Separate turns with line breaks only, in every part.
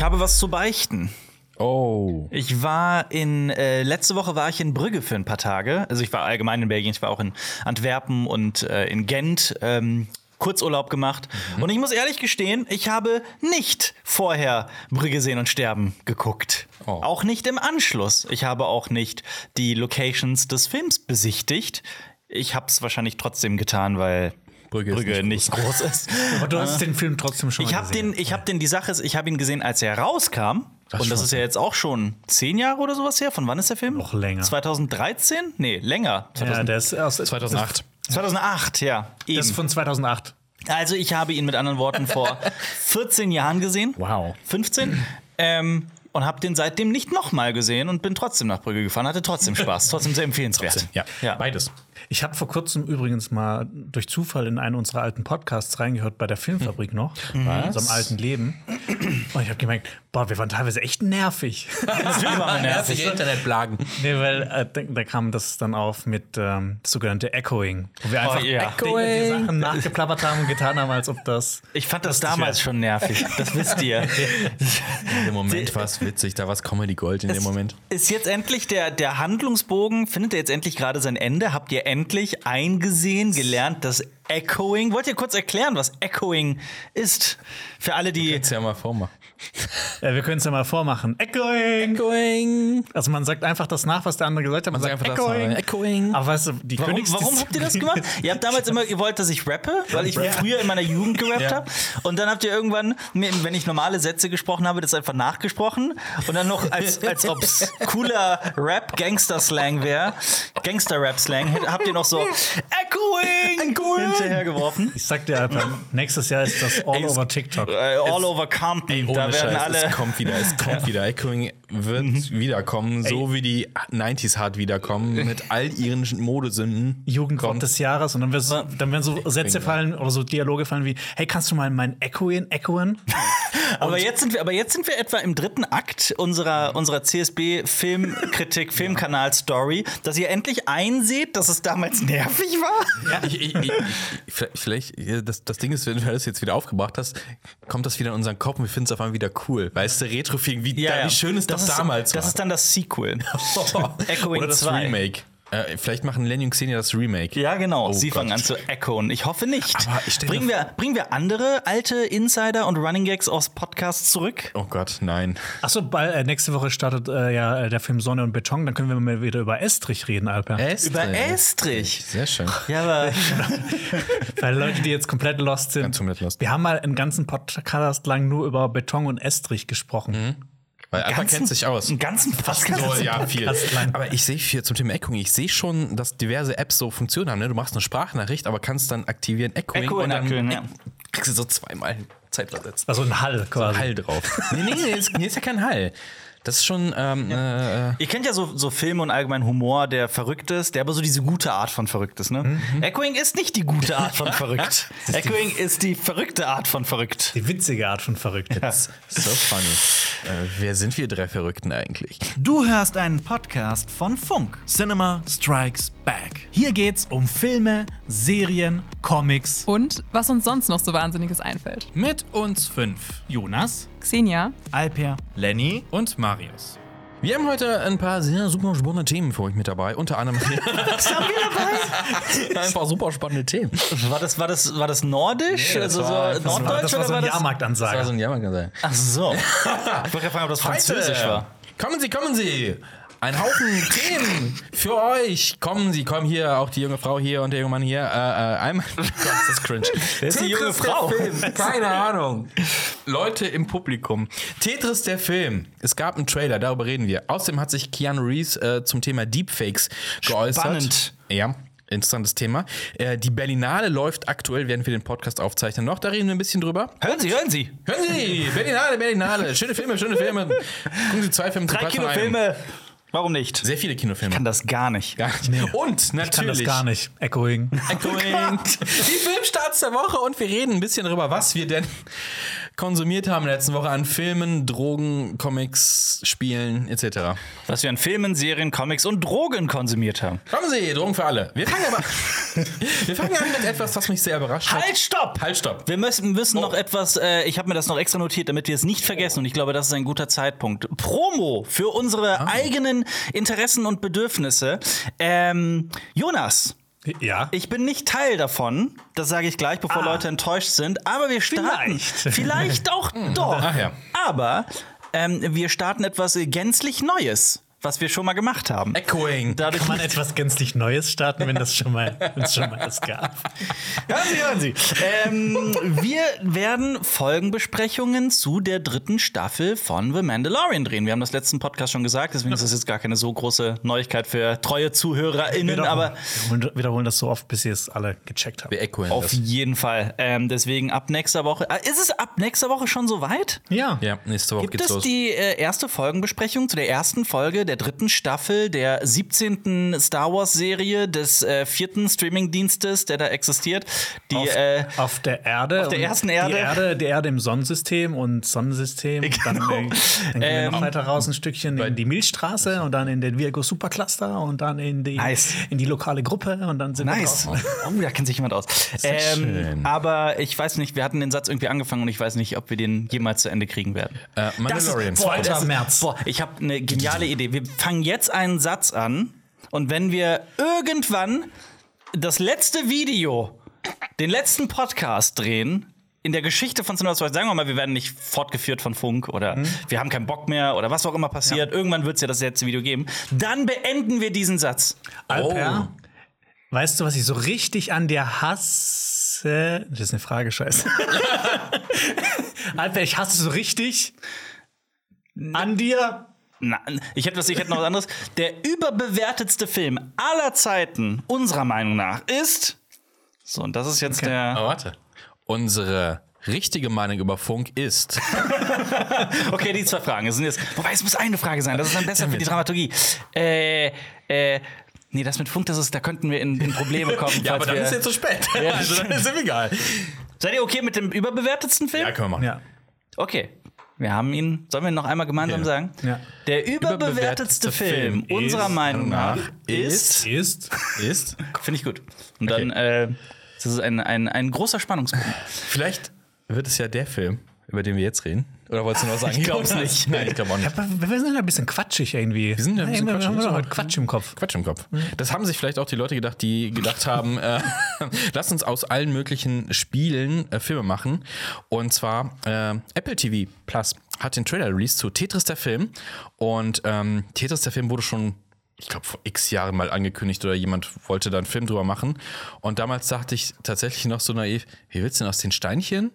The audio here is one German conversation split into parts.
habe was zu beichten.
Oh.
Ich war in, äh, letzte Woche war ich in Brügge für ein paar Tage. Also ich war allgemein in Belgien, ich war auch in Antwerpen und äh, in Gent. Ähm, Kurzurlaub gemacht. Und ich muss ehrlich gestehen, ich habe nicht vorher Brügge sehen und sterben geguckt.
Oh.
Auch nicht im Anschluss. Ich habe auch nicht die Locations des Films besichtigt. Ich habe es wahrscheinlich trotzdem getan, weil
Brügge
Brügge,
ist
nicht, groß ist.
Aber Oh, du hast den Film trotzdem schon
Ich
mal
habe
gesehen.
den, ich hab den, die Sache ist, ich habe ihn gesehen, als er rauskam.
Das
und das
schon.
ist ja jetzt auch schon zehn Jahre oder sowas her. Von wann ist der Film?
Noch länger.
2013? Nee, länger.
Ja, der ist aus
2008.
2008, ja.
Das ist
eben.
von 2008.
Also ich habe ihn mit anderen Worten vor 14 Jahren gesehen.
Wow.
15. Ähm, und habe den seitdem nicht nochmal gesehen und bin trotzdem nach Brügge gefahren. Hatte trotzdem Spaß. Trotzdem sehr empfehlenswert.
Ja.
ja.
beides.
Ich habe vor kurzem übrigens mal durch Zufall in einen unserer alten Podcasts reingehört bei der
Hm.
Filmfabrik noch, bei unserem alten Leben. Und ich habe gemerkt, boah, wir waren teilweise echt nervig.
Das ist überall nervig.
Internetblagen.
nee, weil äh, da, da kam das dann auf mit ähm, das sogenannte Echoing, wo wir einfach
Oh, ja.
Dinge, die Sachen nachgeplappert haben und getan haben, als ob das.
Ich fand das damals schon nervig. Das wisst ihr.
Im Moment war es witzig, da war es Comedy Gold in dem Moment.
Ist jetzt endlich der, der Handlungsbogen, findet er jetzt endlich gerade sein Ende? Habt ihr endlich eingesehen, gelernt, dass Echoing. Wollt ihr kurz erklären, was Echoing ist? Für alle, die.
Jetzt ja mal vormachen.
Äh, wir können es ja mal vormachen. Echoing!
Echoing.
Also man sagt einfach das nach, was der andere gesagt hat. Man,
Man sagt
sagt
einfach das
Echoing.
nach. Echoing.
Aber weißt du, die
Warum,
Königsdisziplin-
warum habt ihr das gemacht? Ihr habt damals immer gewollt, dass ich rappe, weil ich früher in meiner Jugend gerappt
Ja.
habe. Und dann habt ihr irgendwann, mir- wenn ich normale Sätze gesprochen habe, das einfach nachgesprochen. Und dann noch, als, als ob es cooler Rap-Gangster-Slang wäre, Gangster-Rap-Slang, habt ihr noch so Echoing, hinterhergeworfen.
Ich sag dir, Alper, nächstes Jahr ist das all
Ey, es-
over TikTok.
Äh, all over Compton, da werden alle. Mhm.
es kommt wieder, es kommt wieder. Echoing wird wiederkommen, so wie die 90s hart wiederkommen, mit all ihren Modesünden.
Jugendwort des Jahres und dann, wirst, du- dann werden so Sätze fallen oder so Dialoge fallen wie, hey, kannst du mal mein Echoin, Echoin?
Aber jetzt, sind wir, aber jetzt sind wir etwa im dritten Akt unserer, unserer CSB-Filmkritik, Filmkanal-Story, dass ihr endlich einseht, dass es damals nervig war.
Ich, ich, ich, vielleicht, vielleicht das, das Ding ist, wenn du das jetzt wieder aufgebracht hast, kommt das wieder in unseren Kopf und wir finden es auf einmal wieder cool. Weißt du, Retro-Feeling, wie, da- wie schön es das,
ist,
damals
Das
war.
ist dann das Sequel. Echoing
Oder das
2.
Remake. Äh, vielleicht machen Lenny und Xenia das Remake.
Ja, genau.
Oh
Sie
Gott.
fangen an zu echoen. Ich hoffe nicht.
Aber ich stell
bringen,
mir-
wir, bringen wir andere alte Insider und Running Gags aus Podcasts zurück?
Oh Gott, nein.
Achso, äh, nächste Woche startet äh, ja äh, der Film Sonne und Beton, dann können wir mal wieder über Estrich reden, Alper.
Äh,
Über Estrich.
Sehr schön.
Ja, aber
Weil Leute, die jetzt komplett lost sind.
Ganz komplett lost.
Wir haben mal einen ganzen Podcast lang nur über Beton und Estrich gesprochen.
Weil Alpha kennt sich aus.
einen ganzen Podcast.
So, ja, viel.
Podcast lang.
Aber ich sehe viel zum Thema Echoing. Ich sehe schon, dass diverse Apps so Funktionen haben. Ne? Du machst eine Sprachnachricht, aber kannst dann aktivieren Echoing
Echoing,
und dann
Echoing, ja.
kriegst du so zweimal Zeitversetzt.
Also ein Hall quasi.
Hall drauf. nee, nee, nee, ist, nee, ist ja kein Hall. Das ist schon ähm, äh, äh,
Ihr kennt ja so, so Filme und allgemein Humor, der verrückt ist, der aber so diese gute Art von verrückt ist, ne? Echoing ist nicht die gute Art von verrückt. Echoing ist die verrückte Art von verrückt.
Die witzige Art von verrückt.
so funny. Äh, wer sind wir drei Verrückten eigentlich?
Du hörst einen Podcast von Funk.
Cinema Strikes Back. Hier geht's um Filme, Serien, Comics.
Und was uns sonst noch so Wahnsinniges einfällt.
Mit uns fünf. Jonas,
Xenia,
Alper, Lenny und Marius.
Wir haben heute ein paar sehr super spannende Themen für euch mit dabei. Unter anderem
Was haben wir
ein paar super spannende Themen.
dabei? War das, war das, war das nordisch?
Nee, das
also so
war einfach-
norddeutsch
Das war so
oder
eine
war das? Also
Das war so
Jahrmarktansage.
ein Jammergesang.
Ach so. Ich wollte ja fragen, ob das französisch war.
Kommen Sie, kommen Sie! Ein Haufen Themen für euch. Kommen Sie, kommen hier, auch die junge Frau hier und der junge Mann hier. Äh, äh, einmal. Gott, das ist cringe. Wer
ist die junge Frau?
Keine Ahnung. Leute im Publikum. Tetris der Film. Es gab einen Trailer, darüber reden wir. Außerdem hat sich Keanu Reeves äh, zum Thema Deepfakes geäußert.
Spannend.
Ja. Interessantes Thema. Äh, die Berlinale läuft aktuell, während wir den Podcast aufzeichnen. Noch, da reden wir ein bisschen drüber.
Hören Sie, hören Sie.
Hören Sie, Berlinale, Berlinale, schöne Filme, schöne Filme. Gucken Sie zwei Filme zu
Drei
Platz von einem.
Kinofilme. Warum nicht?
Sehr viele Kinofilme.
Ich kann das gar nicht.
gar nicht. Und natürlich.
Kann das gar nicht. Echoing.
Echoing. die Filmstarts der Woche und wir reden ein bisschen darüber, was wir denn konsumiert haben in der letzten Woche an Filmen, Drogen, Comics, Spielen etc.
Was wir an Filmen, Serien, Comics und Drogen konsumiert haben.
Kommen Sie, Drogen für alle. Wir fangen aber wir fangen an mit etwas, was mich sehr überrascht hat.
Halt, stopp!
Halt, stopp.
Wir müssen, müssen noch etwas, äh, ich habe mir das noch extra notiert, damit wir es nicht vergessen und ich glaube, das ist ein guter Zeitpunkt. Promo für unsere eigenen Interessen und Bedürfnisse. Ähm, Jonas,
Ja.
ich bin nicht Teil davon, das sage ich gleich, bevor Leute enttäuscht sind, aber wir starten.
Vielleicht.
Vielleicht auch doch.
Ach ja.
Aber ähm, wir starten etwas gänzlich Neues, was wir schon mal gemacht haben.
Echoing.
Dadurch
Kann man etwas gänzlich Neues starten, wenn das schon mal, wenn es schon mal es gab?
Hören Sie, hören Sie. Ähm, wir werden Folgenbesprechungen zu der dritten Staffel von The Mandalorian drehen. Wir haben das letzten Podcast schon gesagt, deswegen ist das jetzt gar keine so große Neuigkeit für treue ZuhörerInnen, aber
wiederholen, wiederholen das so oft, bis ihr es alle gecheckt habt.
Wir echoing
auf
das.
jeden Fall. Ähm, deswegen ab nächster Woche. Ah, Ist es ab nächster Woche schon soweit?
Ja.
Ja, nächste Woche
Gibt
geht's
es
los.
die äh, erste Folgenbesprechung zu der ersten Folge der dritten Staffel der 17. Star Wars-Serie des äh, vierten Streamingdienstes, der da existiert? Die,
Auf,
äh,
auf der Erde. Auf
der ersten Erde.
Die Erde, die Erde im Sonnensystem und Sonnensystem. Dann,
Genau.
äh, dann gehen wir
Ähm,
noch weiter raus ein Stückchen in die Milchstraße und dann in den Virgo Supercluster und dann in die,
Nice.
in die lokale Gruppe und dann sind
Nice.
wir
Oh, da kennt sich jemand aus. Ähm,
schön.
aber ich weiß nicht, wir hatten den Satz irgendwie angefangen und ich weiß nicht, ob wir den jemals zu Ende kriegen werden.
Äh, Mandalorian.
boah, das
Zweiter März.
Boah, ich habe eine geniale Idee. Wir fangen jetzt einen Satz an und wenn wir irgendwann das letzte Video, den letzten Podcast drehen, in der Geschichte von Cinema 2, sagen wir mal, wir werden nicht fortgeführt von Funk oder wir haben keinen Bock mehr oder was auch immer passiert, irgendwann wird es Hm. ja das letzte Video geben, dann beenden wir diesen Satz.
Alper,
Oh.
weißt du, was ich so richtig an dir hasse? Das ist eine Frage, scheiße. Alper, ich hasse so richtig an dir.
Na, ich hätte was, ich hätte noch was anderes. Der überbewertetste Film aller Zeiten, unserer Meinung nach, ist. So, und das ist jetzt der.
Aber warte. Unsere richtige Meinung über Funk ist.
Okay, die zwei Fragen. Es sind jetzt, wobei, es muss eine Frage sein. Das ist dann besser für die Dramaturgie. Äh, äh, nee, das mit Funk, das ist, da könnten wir in, in Probleme kommen. falls wir,
zu spät.
Ja,
also dann ist ihm egal.
seid ihr okay mit dem überbewertetsten Film?
Ja, können wir machen.
Ja.
Okay. Wir haben ihn, sollen wir ihn noch einmal gemeinsam
Ja.
sagen?
Ja.
Der überbewertetste Film,
Film
unserer
ist-
Meinung nach ist.
Ist.
Ist.
Finde ich gut. Und dann, äh, das ist ein, ein, ein großer Spannungspunkt.
Vielleicht wird es ja der Film, über den wir jetzt reden. Oder wolltest du noch sagen? Ich
glaub's nicht.
Nein, ich glaube auch nicht.
Aber Wir sind ja ein bisschen quatschig irgendwie. Wir
sind ja ein bisschen
Wir haben
quatschig,
doch
so.
heute Quatsch im Kopf.
Quatsch im Kopf. Das haben sich vielleicht auch die Leute gedacht, die gedacht haben, äh, lass uns aus allen möglichen Spielen äh, Filme machen. Und zwar äh, Apple TV Plus hat den Trailer released zu Tetris der Film. Und ähm, Tetris der Film wurde schon, ich glaube, vor x Jahren mal angekündigt oder jemand wollte da einen Film drüber machen. Und damals dachte ich tatsächlich noch so naiv, wie willst du denn aus den Steinchen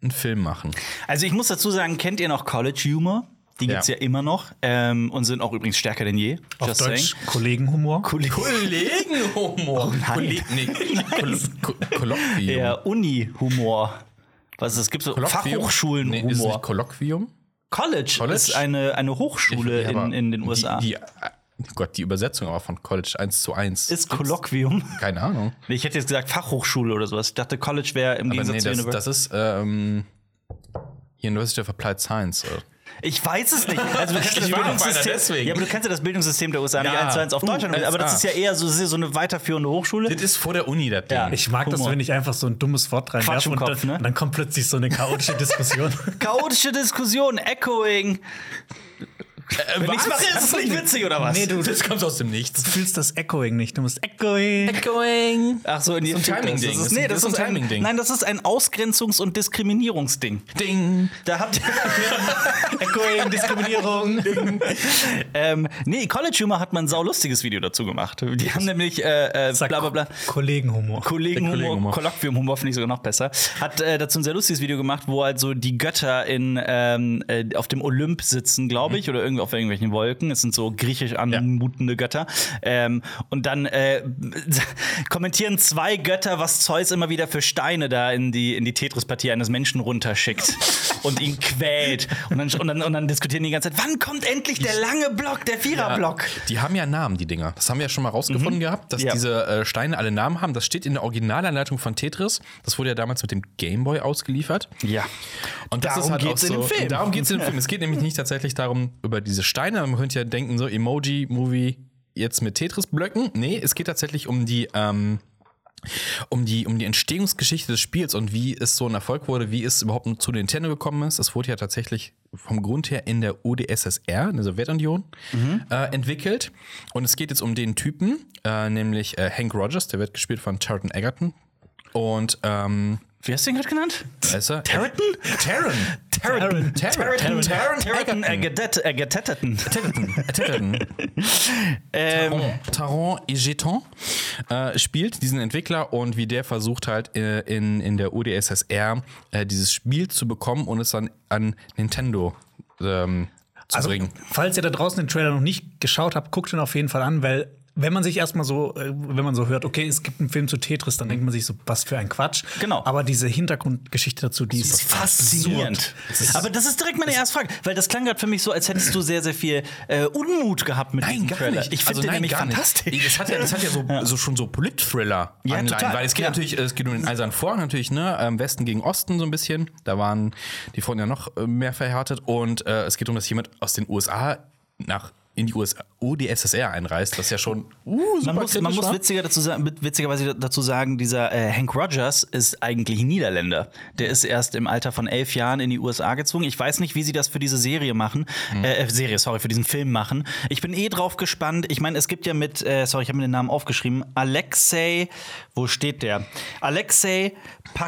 einen Film machen?
Also ich muss dazu sagen, kennt ihr noch College Humor? Die
Ja.
gibt's ja, immer noch ähm, und sind auch übrigens stärker denn je.
Auf Deutsch Kollegenhumor.
Kollegenhumor. Oh
nein.
nee, Kol Ko Kolloquium.
Der Uni-Humor. Was ist das? Gibt so
Nee, ist nicht
Fachhochschulen-Humor?
Kolloquium?
College,
College?
ist eine, eine Hochschule
Ja, aber
in, in den USA.
Die, die, oh Gott, die Übersetzung aber von College 1 zu 1.
ist Kolloquium.
Keine Ahnung.
Ich hätte jetzt gesagt Fachhochschule oder sowas. Ich dachte, College wäre im
Aber
Gegensatz
nee,
zu
das,
University.
das ist ähm, University of Applied Science. äh.
Ich weiß es nicht. Also, du kennst das
Ich war auf
Bildungssystem,
einer, deswegen.
ja, aber du kennst ja das Bildungssystem der USA nicht
Ja. Uh,
eins zu eins auf Deutschland. aber das
USA.
ist ja eher so, das ist ja so eine weiterführende Hochschule.
Das ist vor der Uni, das Ding.
Ja.
Ich mag das,
Humor.
wenn ich einfach so ein dummes Wort
Quatsch
reinwerfe
im
und,
Kopf,
dann-
ne?
und dann kommt plötzlich so eine chaotische Diskussion.
Chaotische Diskussion, Echoing.
Äh,
Wenn ich's mache, ist es nicht witzig oder was?
Nee, du, du
Das kommt aus dem Nichts.
fühlst das Echoing nicht. Du musst Echoing.
Going.
Ach so, in die
Das ist ein Timing-Ding.
Das ist, nee, das ist ein
Timing-Ding.
Nein, das ist ein Ausgrenzungs- und Diskriminierungsding.
Ding.
Da habt ihr Echoing, Diskriminierung. ähm, nee, College Humor hat mal ein saulustiges Video dazu gemacht. Die haben nämlich äh, äh,
Sag
bla bla bla.
Kollegenhumor.
Der
Kollegenhumor,
Kollegenhumor.
Kolloquiumhumor finde ich sogar noch besser. Hat äh, dazu ein sehr lustiges Video gemacht, wo halt so die Götter in, ähm, äh, auf dem Olymp sitzen, glaube ich, oder irgendwie auf irgendwelchen Wolken. Es sind so griechisch anmutende Götter. Ähm, und dann äh, kommentieren zwei Götter, was Zeus immer wieder für Steine da in die, in die Tetris-Partie eines Menschen runterschickt. und ihn quält. Und dann, und, dann, und dann diskutieren die die ganze Zeit, wann kommt endlich der lange Block, der Viererblock?
Die haben ja Namen, die Dinger. Das haben wir ja schon mal rausgefunden gehabt, dass
Ja.
diese äh, Steine alle Namen haben. Das steht in der Originalanleitung von Tetris. Das wurde ja damals mit dem Gameboy ausgeliefert.
Ja.
Und das
Darum
ist halt
geht's
auch
in
so,
dem Film.
Darum geht es in dem Film. Es geht nämlich nicht tatsächlich darum, über diese Steine. Man könnte ja denken, so Emoji, Movie, jetzt mit Tetris-Blöcken. Nee, es geht tatsächlich um die. Ähm, um die, um die Entstehungsgeschichte des Spiels und wie es so ein Erfolg wurde, wie es überhaupt zu Nintendo gekommen ist. Es wurde ja tatsächlich vom Grund her in der UdSSR, in der Sowjetunion,
Mhm.
äh, entwickelt. Und es geht jetzt um den Typen, äh, nämlich äh, Hank Rogers, der wird gespielt von Taron Egerton. Und ähm,
Wie hast du ihn gerade genannt?
weißt du, äh,
Terraton?
Taron.
Terran.
Taron.
Terran.
Taron
Terran.
Egerton.
Egetetteten.
Taron. Taron. Taron Egerton äh, spielt diesen Entwickler und wie der versucht halt äh, in, in der UdSSR äh, dieses Spiel zu bekommen und es dann an Nintendo ähm, zu
Also,
bringen.
falls ihr da draußen den Trailer noch nicht geschaut habt, guckt ihn auf jeden Fall an, weil wenn man sich erstmal so, äh, wenn man so hört, okay, es gibt einen Film zu Tetris, dann denkt man sich so, was für ein Quatsch.
Genau.
Aber diese Hintergrundgeschichte dazu, die ist
Faszinierend. Aber das ist direkt meine erste Frage, weil das klang gerade für mich so, als hättest du sehr, sehr viel äh, Unmut gehabt mit diesem Trailer. Ich finde den
nein,
nämlich
gar nicht.
fantastisch.
Das hat ja, das hat ja, so, so schon so Polit-Thriller
Ja,
Anleihen,
total.
weil es geht
Ja.
natürlich, es geht um den Eisernen Vorhang natürlich, ne, ähm, Westen gegen Osten so ein bisschen. Da waren die Fronten ja noch äh, mehr verhärtet und äh, es geht um, dass jemand aus den USA nach in die USA, UdSSR einreist, das ist ja schon uh, super
Man muss, man
kritisch
muss
war.
witziger dazu sagen, wit- witzigerweise dazu sagen, dieser äh, Hank Rogers ist eigentlich Niederländer. Der ist erst im Alter von elf Jahren in die USA gezogen. Ich weiß nicht, wie sie das für diese Serie machen. Äh, äh, Serie, sorry, für diesen Film machen. Ich bin eh drauf gespannt. Ich meine, es gibt ja mit, äh, sorry, ich habe mir den Namen aufgeschrieben, Alexei, wo steht der? Alexei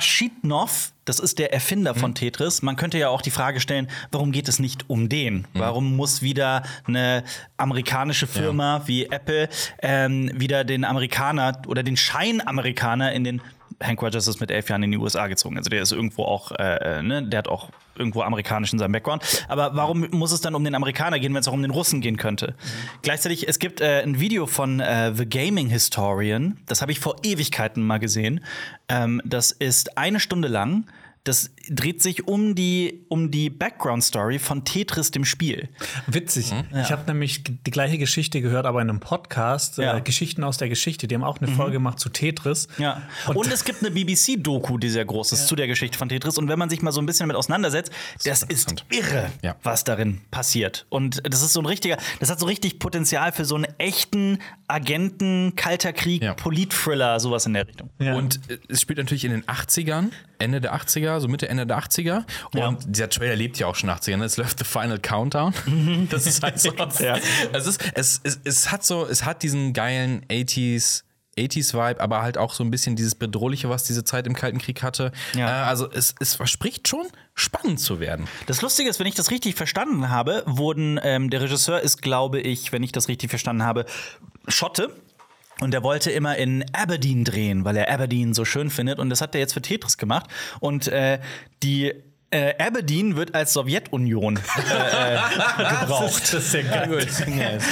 Paschitnov. Das ist der Erfinder von Tetris. Man könnte ja auch die Frage stellen, warum geht es nicht um den? Warum muss wieder eine amerikanische Firma wie Apple ähm, wieder den Amerikaner oder den Scheinamerikaner in den Hank Rogers ist mit elf Jahren in die USA gezogen. Also der ist irgendwo auch, äh, äh, ne, der hat auch irgendwo amerikanisch in seinem Background. Aber warum muss es dann um den Amerikaner gehen, wenn es auch um den Russen gehen könnte? Gleichzeitig, es gibt äh, ein Video von äh, The Gaming Historian, das habe ich vor Ewigkeiten mal gesehen. Ähm, das ist eine Stunde lang. Das dreht sich um die, um die Background-Story von Tetris, dem Spiel.
Witzig. Ich habe nämlich g- die gleiche Geschichte gehört, aber in einem Podcast.
Ja.
Äh, Geschichten aus der Geschichte. Die haben auch eine Folge gemacht zu Tetris.
Ja. Und, es gibt eine BBC-Doku, die sehr groß ist, zu der Geschichte von Tetris. Und wenn man sich mal so ein bisschen damit auseinandersetzt, das ist
interessant.
irre,
Ja.
was darin passiert. Und das ist so ein richtiger, das hat so richtig Potenzial für so einen echten Agenten, Kalter Krieg,
Ja.
Politthriller, sowas in der Richtung.
Ja.
Und äh, es spielt natürlich in den 80ern, Ende der 80er, so Mitte, Ende der 80er. Und
Ja.
dieser Trailer lebt ja auch schon 80ern. Es läuft The Final Countdown. Das ist halt so.
Ja.
es, ist, es, es, es hat so, es hat diesen geilen 80s. 80s-Vibe, aber halt auch so ein bisschen dieses Bedrohliche, was diese Zeit im Kalten Krieg hatte.
Ja.
Äh, also es, es verspricht schon, spannend zu werden.
Das Lustige ist, wenn ich das richtig verstanden habe, wurden, ähm, der Regisseur ist, glaube ich, wenn ich das richtig verstanden habe, Schotte. Und er wollte immer in Aberdeen drehen, weil er Aberdeen so schön findet. Und das hat er jetzt für Tetris gemacht. Und äh, die äh, Aberdeen wird als Sowjetunion äh, äh, gebraucht.
Das ist ja geil.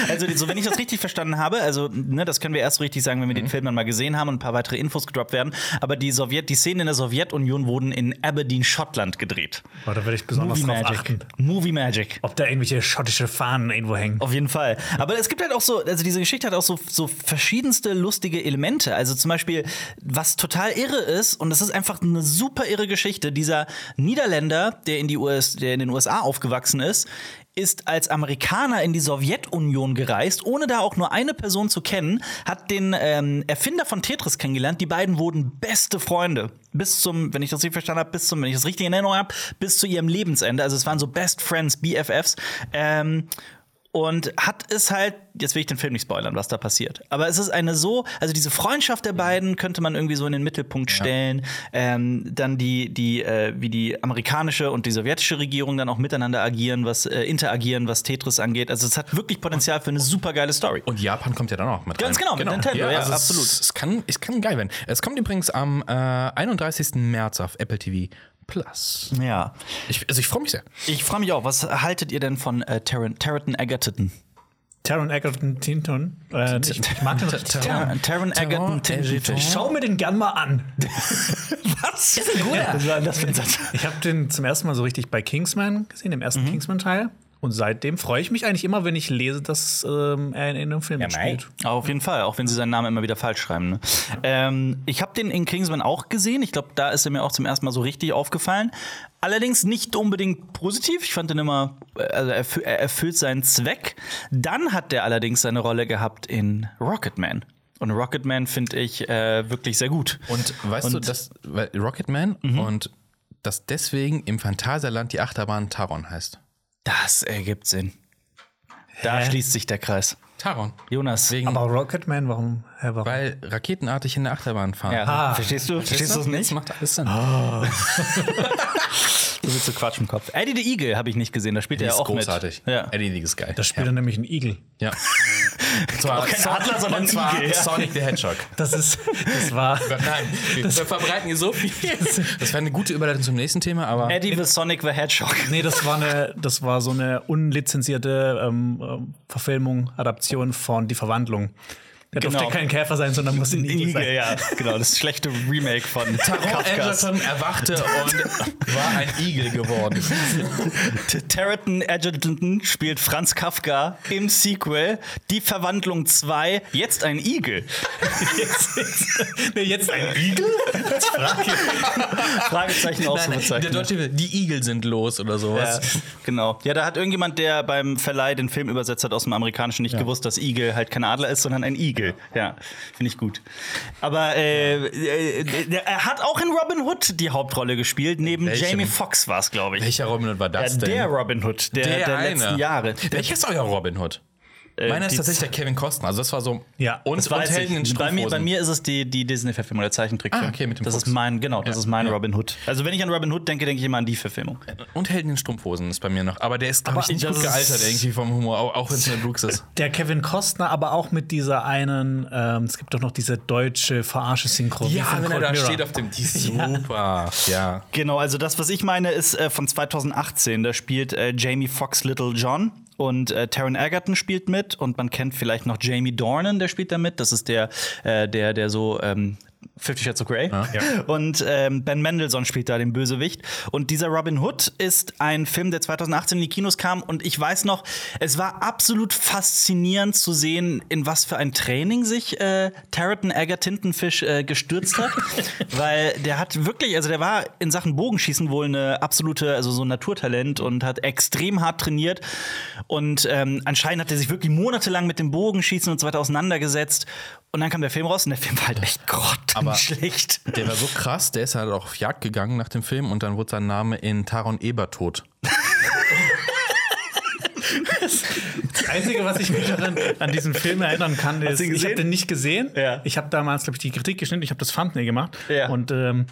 Also, die- so, wenn ich das richtig verstanden habe, also, ne, das können wir erst so richtig sagen, wenn
Mhm.
wir den Film dann mal gesehen haben und ein paar weitere Infos gedroppt werden. Aber die, Sowjet, die Szenen in der Sowjetunion wurden in Aberdeen, Schottland gedreht.
Boah, Oh, da werde ich besonders
Movie
drauf
Magic.
achten.
Movie Magic.
Ob da irgendwelche schottische Fahnen irgendwo hängen.
Auf jeden Fall. Aber es gibt halt auch so, also diese Geschichte hat auch so, so verschiedenste lustige Elemente. Also zum Beispiel, was total irre ist, und das ist einfach eine super irre Geschichte, dieser Niederländer, der in, die US, der in den USA aufgewachsen ist, ist als Amerikaner in die Sowjetunion gereist, ohne da auch nur eine Person zu kennen, hat den ähm, Erfinder von Tetris kennengelernt. Die beiden wurden beste Freunde. Bis zum, wenn ich das richtig verstanden habe, bis zum, wenn ich das richtig in Erinnerung habe, bis zu ihrem Lebensende. Also es waren so Best Friends, BFFs. Ähm, und hat es halt, jetzt will ich den Film nicht spoilern, was da passiert, aber es ist eine so, also diese Freundschaft der beiden könnte man irgendwie so in den Mittelpunkt stellen. Ähm, dann die, die, äh, wie die amerikanische und die sowjetische Regierung dann auch miteinander agieren, was äh, interagieren, was Tetris angeht. Also es hat wirklich Potenzial für eine super geile Story.
Und Japan kommt ja dann auch mit
Ganz
rein. also
genau, mit Nintendo, ja, absolut.
Es, es, kann, es kann geil werden. Es kommt übrigens am äh, 31. März auf Apple TV Plus.
Ja.
Ich, also ich freue mich sehr.
Ich frage mich auch, was haltet ihr denn von äh, Taron Egerton?
Taron Egerton Tinton. Äh, ich, ich mag den Taron.
Taron Egerton Tintenfisch.
Schau mir den gern mal an.
Was?
Das ist ein guter.
Was war denn das für ein Satz?
Ich habe den zum ersten Mal so richtig bei Kingsman gesehen, dem ersten Kingsman-Teil. Und seitdem freue ich mich eigentlich immer, wenn ich lese, dass ähm, er in einem Film spielt.
Auf jeden Fall, auch wenn sie seinen Namen immer wieder falsch schreiben. Ne? Ähm, ich habe den in Kingsman auch gesehen. Ich glaube, da ist er mir auch zum ersten Mal so richtig aufgefallen. Allerdings nicht unbedingt positiv. Ich fand den immer, äh, also er, erfü- er erfüllt seinen Zweck. Dann hat er allerdings seine Rolle gehabt in Rocketman. Und Rocketman finde ich äh, wirklich sehr gut.
Und weißt du, dass weil Rocketman
Mhm.
und dass deswegen im Phantasialand die Achterbahn Taron heißt.
Das ergibt Sinn. Da
Hä?
schließt sich der Kreis.
Taron.
Jonas,
Wegen,
Aber Rocketman, warum? Hä, warum?
weil raketenartig in der Achterbahn fahren.
ja, Ah.
Ah.
verstehst du? Verstehst du es nicht?
Das macht alles Sinn.
Du bist so Quatsch im Kopf. Eddie the Eagle habe ich nicht gesehen, da spielt
Die
er ja
ist
auch
großartig.
mit. Ja.
Eddie the ist geil.
Da spielt er nämlich einen Igel.
ja. Und zwar,
kein Adler, sondern
und zwar
Igel, ja.
Sonic the Hedgehog.
Das ist, das war.
Gott, nein. Wir verbreiten hier so viel. Das wäre eine gute Überleitung zum nächsten Thema, aber
Eddie the Sonic the Hedgehog.
Nee, das war eine, das war so eine unlizenzierte ähm, ähm, Verfilmung, Adaption von Die Verwandlung. Der
Genau.
durfte kein Käfer sein, sondern musste ein Igel sein.
ja, genau. Das schlechte Remake von
Taron
Kafkas.
Egerton erwachte und war ein Igel geworden.
Territon Edgerton spielt Franz Kafka im Sequel Die Verwandlung 2, jetzt ein Igel.
Nee, jetzt ein Igel?
Fragezeichen,
der
Ausrufezeichen.
deutsche die Igel sind los oder
Ja,
sowas.
genau. Ja, da hat irgendjemand, der beim Verleih den Film übersetzt hat aus dem Amerikanischen, nicht gewusst, dass Igel halt kein Adler ist, sondern ein Igel. Ja, finde ich gut. Aber äh, äh, äh, er hat auch in Robin Hood die Hauptrolle gespielt. Neben
Welchem?
Jamie Foxx war es, glaube ich.
Welcher Robin Hood war
Ja,
das denn?
der Robin Hood, der, der,
eine.
letzten Jahre. Äh,
Welcher ist euer Robin Hood? Meiner ist
die
tatsächlich der Kevin Costner. Also das war so.
Ja,
und,
Das
und
weiß ich.
Helden in
bei, mir,
Strumpfhosen.
bei mir ist es die, die Disney-Verfilmung, der Zeichentrickfilm.
Ah, okay, mit dem
das ist
Fuchs.
mein, genau, das ist mein Robin Hood. Also wenn ich an Robin Hood denke, denke ich immer an die Verfilmung.
Und Helden in Strumpfhosen ist bei mir noch. Aber der ist, glaube
Aber
ich, nicht
das
gut
ist-
gealtert irgendwie vom Humor, auch, auch wenn es nur Brooks ist.
Der Kevin Costner, aber auch mit dieser einen, ähm, es gibt doch noch diese deutsche verarsche Synchro. wie von Cold Mirror.
dem. Die ist super. Ja.
Genau, also das, was ich meine, ist äh, von 2018. Da spielt äh, Jamie Foxx Little John und äh, Taron Egerton spielt mit und man kennt vielleicht noch Jamie Dornan, der spielt da mit. Das ist der, äh, der, der so ähm, Fifty Shades of Grey. Und ähm, Ben Mendelssohn spielt da den Bösewicht. Und dieser Robin Hood ist ein Film, der 2018 in die Kinos kam und ich weiß noch, es war absolut faszinierend zu sehen, in was für ein Training sich äh, Tarleton Egger Tintenfisch äh, gestürzt hat, weil der hat wirklich, also der war in Sachen Bogenschießen wohl eine absolute, also so ein Naturtalent und hat extrem hart trainiert und ähm, anscheinend hat er sich wirklich monatelang mit dem Bogenschießen und so weiter auseinandergesetzt und dann kam der Film raus und der Film war halt echt grottenschlecht.
Der war so krass, der ist halt auch auf Jagd gegangen nach dem Film und dann wurde sein Name in Taron Ebertod.
Das Einzige, was ich mich daran, an diesen Film erinnern kann, ist,
ihn
ich habe
gesehen?
den nicht gesehen.
Ja.
Ich habe damals, glaube ich, die Kritik geschnitten, ich habe das Thumbnail gemacht.
Ja.
Und, ähm,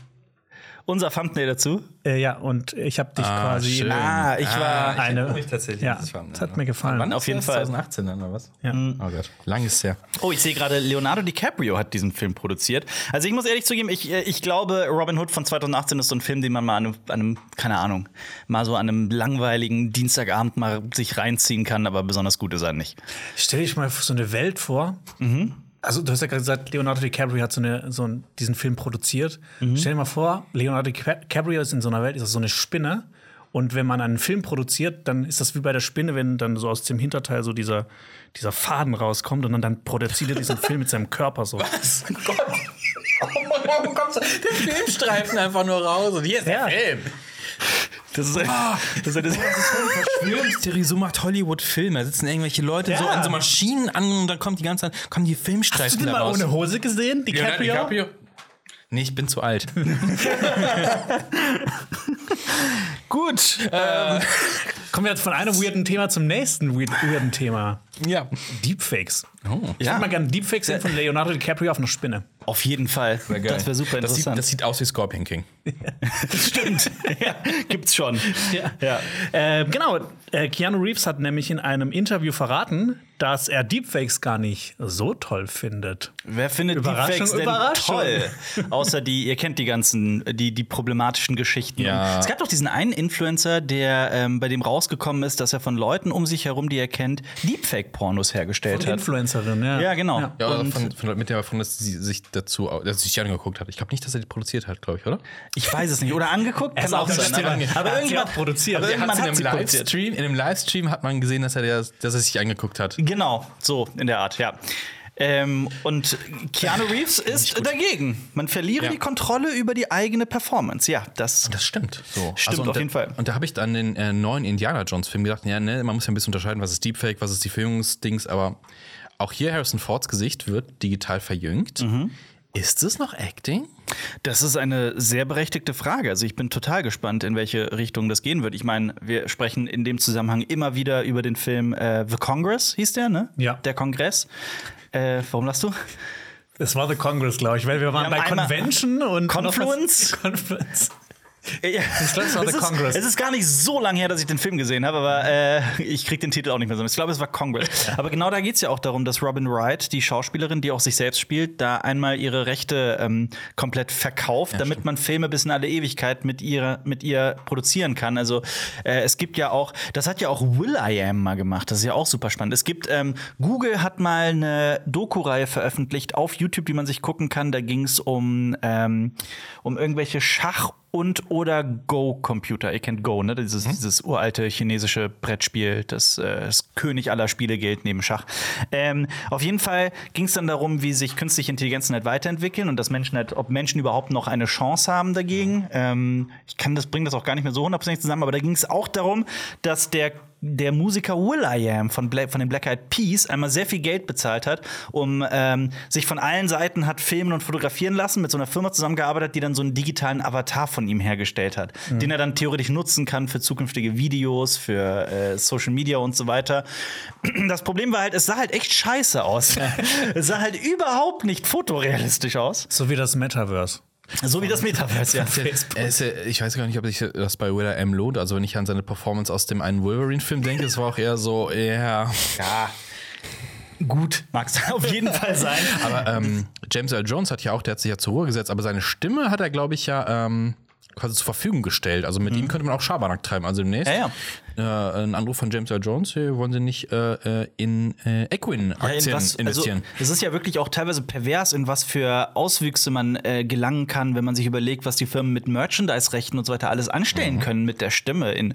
Unser Thumbnail dazu.
äh, ja, und ich habe dich quasi
schön.
Ah, ich war-
eine.
tatsächlich.
ja,
Das war-
das
ne?
hat mir gefallen.
Wann
Auf
ist
jeden
das?
Fall.
2018 dann oder was?
Mhm.
Ja. Oh Gott, lang ist her.
Oh, ich sehe gerade, Leonardo DiCaprio hat diesen Film produziert. Also ich muss ehrlich zugeben, ich, äh, ich glaube, Robin Hood von 2018 ist so ein Film, den man mal an einem, an einem, keine Ahnung, mal so an einem langweiligen Dienstagabend mal sich reinziehen kann, aber besonders gut ist er nicht.
Stell dich mal so eine Welt vor.
Mhm.
Also, du hast ja gerade gesagt, Leonardo DiCaprio hat so, eine, so einen, diesen Film produziert.
Mhm.
Stell dir mal vor, Leonardo Dica- DiCaprio ist in so einer Welt, ist das so eine Spinne. Und wenn man einen Film produziert, dann ist das wie bei der Spinne, wenn dann so aus dem Hinterteil so dieser, dieser Faden rauskommt und dann, dann produziert er diesen Film mit seinem Körper so.
Was? Gott. Oh Warum kommst du? Der Filmstreifen einfach nur raus und hier ist
Ja.
Film.
Das ist, das ist,
Filmtheorie, so macht Hollywood Filme. Da sitzen irgendwelche Leute so
Ja.
an so Maschinen an und dann kommt die ganze Zeit, kommen die Filmstreifen
Hast du den
da
mal
raus.
ohne Hose gesehen?
Leonardo
DiCaprio?
Nee, ich bin zu alt.
gut.
äh,
Kommen wir jetzt von einem weirden Thema zum nächsten weird, weirden Thema.
ja.
Deepfakes. Ich
Ja.
würde mal gerne Deepfakes sehen von Leonardo DiCaprio auf einer Spinne.
Auf jeden Fall. Das wäre super
Das sieht,
interessant.
das sieht aus wie Scorpion King.
stimmt. ja, gibt's schon. Ja.
Ähm, genau, äh, Keanu Reeves hat nämlich in einem Interview verraten, dass er Deepfakes gar nicht so toll findet.
Wer findet
Überraschung,
Deepfakes denn
Überraschung.
toll? Außer die, ihr kennt die ganzen, die, die problematischen Geschichten.
Ja.
Es gab doch diesen einen Influencer, der ähm, bei dem rausgekommen ist, dass er von Leuten um sich herum, die er kennt, Deepfake-Pornos hergestellt hat.
Influencerin, ja.
Ja, genau.
Ja.
Ja, oder
Und-
von, von Leuten, mit der davon, dass sie sich dazu, dass sie sich die angeguckt hat. Ich glaube nicht, dass er die produziert hat, glaube ich, oder?
Ich weiß es nicht. Oder angeguckt, kann
hat
auch
das
sein.
stimmt.
Aber,
Hat
aber
sie
irgendjemand
auch produziert.
Aber
Der
irgendwann
in
hat
einem
sie produziert.
Livestream, in einem Livestream hat man gesehen, dass er, der, dass er sich angeguckt hat.
Genau, so in der Art, ja. Ähm, und Keanu Reeves ist dagegen. Man verliere
Ja.
die Kontrolle über die eigene Performance. Ja, das.
Das stimmt. So. Also,
Stimmt,
und
auf
da,
jeden Fall.
Und da habe ich an den äh, neuen Indiana Jones Film gedacht, ja, ne, man muss ja ein bisschen unterscheiden, was ist Deepfake, was ist die Verjüngungsdings, aber auch hier Harrison Fords Gesicht wird digital verjüngt.
Mhm.
Ist es noch Acting?
Das ist eine sehr berechtigte Frage. Also ich bin total gespannt, in welche Richtung das gehen wird. Ich meine, wir sprechen in dem Zusammenhang immer wieder über den Film äh, The Congress, hieß der, ne?
Ja.
Der Kongress. Äh, warum lachst du?
Das war The Congress, glaube ich, weil wir waren
Wir haben
bei
einmal-
Convention und.
Confluence?
Confluence.
Ja.
Das war The
Es ist,
Congress.
es ist gar nicht so lange her, dass ich den Film gesehen habe, aber äh, ich krieg den Titel auch nicht mehr so. Ich glaube, es war Congress. Aber genau da geht es ja auch darum, dass Robin Wright, die Schauspielerin, die auch sich selbst spielt, da einmal ihre Rechte ähm, komplett verkauft, damit man Filme bis in alle Ewigkeit mit, ihrer, mit ihr produzieren kann. Also äh, es gibt ja auch, das hat ja auch Will I Am mal gemacht. Das ist ja auch super spannend. Es gibt, ähm, Google hat mal eine Doku-Reihe veröffentlicht auf YouTube, die man sich gucken kann. Da ging es um, ähm, um irgendwelche Schach- und oder Go-Computer. Ihr kennt Go, ne? Dieses, dieses uralte chinesische Brettspiel, das äh, das König aller Spiele gilt neben Schach. Ähm, auf jeden Fall ging es dann darum, wie sich künstliche Intelligenzen halt weiterentwickeln und dass Menschen halt, ob Menschen überhaupt noch eine Chance haben dagegen. Ähm, ich kann das, bringe das auch gar nicht mehr so hundertprozentig zusammen, aber da ging es auch darum, dass der der Musiker Will.i.am von, Bla von den Black Eyed Peas einmal sehr viel Geld bezahlt hat, um ähm, sich von allen Seiten hat filmen und fotografieren lassen, mit so einer Firma zusammengearbeitet, die dann so einen digitalen Avatar von ihm hergestellt hat, den er dann theoretisch nutzen kann für zukünftige Videos, für äh, Social Media und so weiter. Das Problem war halt, es sah halt echt scheiße aus. es sah halt überhaupt nicht fotorealistisch aus.
So wie das Metaverse.
So wie das Metaverse, ja.
Er ist ja, ich weiß gar nicht, ob sich das bei Will M. lohnt. Also, wenn ich an seine Performance aus dem einen Wolverine-Film denke, es war auch eher so, ja.
Ja. Gut, mag es auf jeden Fall sein.
Aber ähm, James Earl Jones hat ja auch, der hat sich ja zur Ruhe gesetzt, aber seine Stimme hat er, glaube ich, ja ähm, quasi zur Verfügung gestellt. Also mit ihm könnte man auch Schabernack treiben. Also demnächst
Mhm. Ja,
Äh, ein Anruf von James Earl Jones, hey, wollen Sie nicht äh, äh, in
Ja,
äh,
in
Equin-Aktien
was-
investieren?
Also, es ist ja wirklich auch teilweise pervers, in was für Auswüchse man äh, gelangen kann, wenn man sich überlegt, was die Firmen mit Merchandise-Rechten und so weiter alles anstellen können mit der Stimme in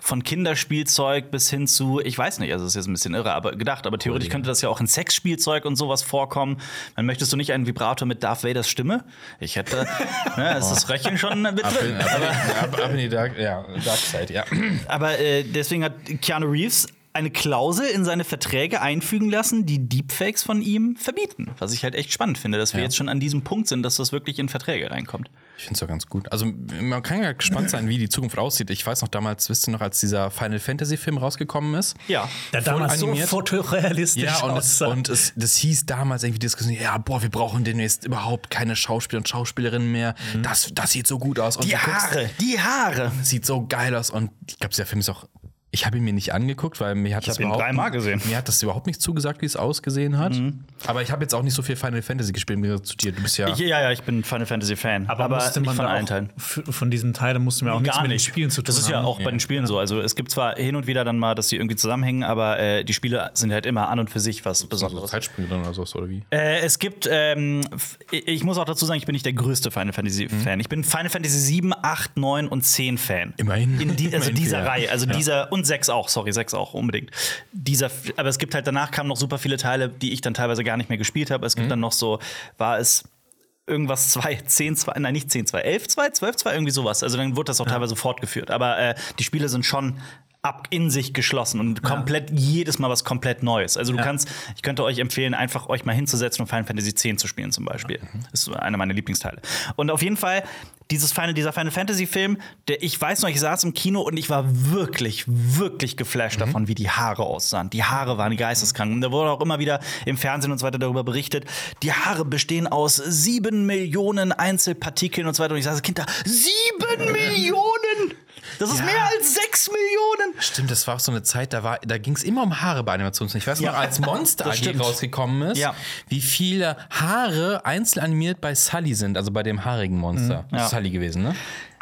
von Kinderspielzeug bis hin zu, ich weiß nicht, also das ist jetzt ein bisschen irre, aber gedacht, aber theoretisch könnte das ja auch in Sexspielzeug und sowas vorkommen. Dann möchtest du nicht einen Vibrator mit Darth Vaders Stimme? Ich hätte, ne, ist das Röcheln schon mit
Ab in,
drin.
ab, in, ab, ab in die Dark, ja, Dark Side, ja.
Aber äh, deswegen hat Keanu Reeves eine Klausel in seine Verträge einfügen lassen, die Deepfakes von ihm verbieten. Was ich halt echt spannend finde, dass wir
Ja.
jetzt schon an diesem Punkt sind, dass das wirklich in Verträge reinkommt.
Ich finde es doch ganz gut. Also man kann ja gespannt sein, wie die Zukunft aussieht. Ich weiß noch damals, wisst ihr noch, als dieser Final Fantasy-Film rausgekommen ist?
Ja.
Der
Voll
damals so
animiert.
fotorealistisch
Ja, und, es,
aussah.
und es, das hieß damals irgendwie die Diskussion, ja, boah, wir brauchen demnächst überhaupt keine Schauspieler und Schauspielerinnen mehr. Das, das sieht so gut aus. Und
Mhm. Die
du guckst,
Haare, die Haare.
das sieht so geil aus. Und ich glaube, der Film ist auch. Ich habe ihn mir nicht angeguckt, weil mir hat das
ihn
überhaupt
dreimal gesehen. Mhm.
Mir hat das überhaupt nicht zugesagt, wie es ausgesehen hat. Aber ich habe jetzt auch nicht so viel Final Fantasy gespielt im Gegensatz zu dir. Du bist ja.
Ich, ja, ja, ich bin Final Fantasy Fan, aber,
musste
nicht von
da
allen
auch-
Teilen.
f- Von diesen Teilen mussten wir auch nichts mit den Spielen zu tun
Das ist ja
haben.
auch bei den Spielen so. Also es gibt zwar hin und wieder dann mal, dass die irgendwie zusammenhängen, aber äh, die Spiele sind halt immer an und für sich was
so
Besonderes.
Zeitsprünge drin oder so, oder wie?
Äh, es gibt, ähm, f- ich muss auch dazu sagen, ich bin nicht der größte Final Fantasy
Mhm.
Fan. Ich bin Final Fantasy 7, 8, 9 und 10 Fan.
Immerhin.
In die, also
Immerhin,
dieser
ja.
Reihe, also dieser und 6 auch, sorry, 6 auch unbedingt. Dieser, f- aber es gibt halt danach kamen noch super viele Teile, die ich dann teilweise gar nicht mehr gespielt habe.
Mhm.
Es gibt dann noch so, war es irgendwas 2, 10, 2, nein, nicht 10, 2, 11, 2, 12, 2, irgendwie sowas. Also dann wurde das auch teilweise fortgeführt. Aber äh, die Spiele sind schon ab in sich geschlossen und komplett jedes Mal was komplett Neues. Also du kannst, ich könnte euch empfehlen, einfach euch mal hinzusetzen und Final Fantasy X zu spielen zum Beispiel. Ist so einer meiner Lieblingsteile. Und auf jeden Fall dieses Final, dieser Final Fantasy Film, der ich weiß noch, ich saß im Kino und ich war wirklich, wirklich geflasht davon, wie die Haare aussahen. Die Haare waren geisteskrank. Und da wurde auch immer wieder im Fernsehen und so weiter darüber berichtet, die Haare bestehen aus sieben Millionen Einzelpartikeln und so weiter. Und ich saß als Kind da, sieben Millionen! Das ist
Ja.
mehr als sechs Millionen!
Stimmt, das war auch so eine Zeit, da, war- da ging es immer um Haare bei Animationen. Ich weiß
Ja.
noch, als Monster
Das
AG
stimmt.
rausgekommen ist,
Ja.
wie viele Haare einzeln animiert bei Sully sind, also bei dem haarigen Monster. Das ist
Mhm. Ja.
Sully gewesen, ne?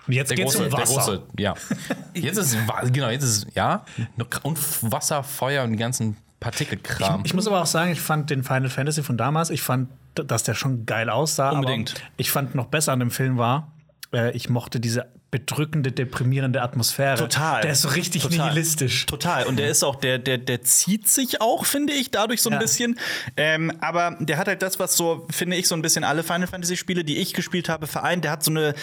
Und jetzt geht's um Wasser.
große, ja. Jetzt ist Wa- genau, jetzt ist ja noch Kr- und F- Wasser, Feuer und die ganzen Partikelkram.
Ich muss aber auch sagen, ich fand den Final Fantasy von damals, ich fand, d- dass der schon geil aussah.
Unbedingt.
Aber ich fand noch besser an dem Film war, äh, ich mochte diese bedrückende, deprimierende Atmosphäre.
Total.
Der ist so richtig
Total.
nihilistisch.
Total. Und der ist auch, der, der, der zieht sich auch, finde ich, dadurch so ein
Ja.
bisschen. Ähm, aber der hat halt das, was so, finde ich, so ein bisschen alle Final Fantasy-Spiele, die ich gespielt habe, vereint. Der hat so eine.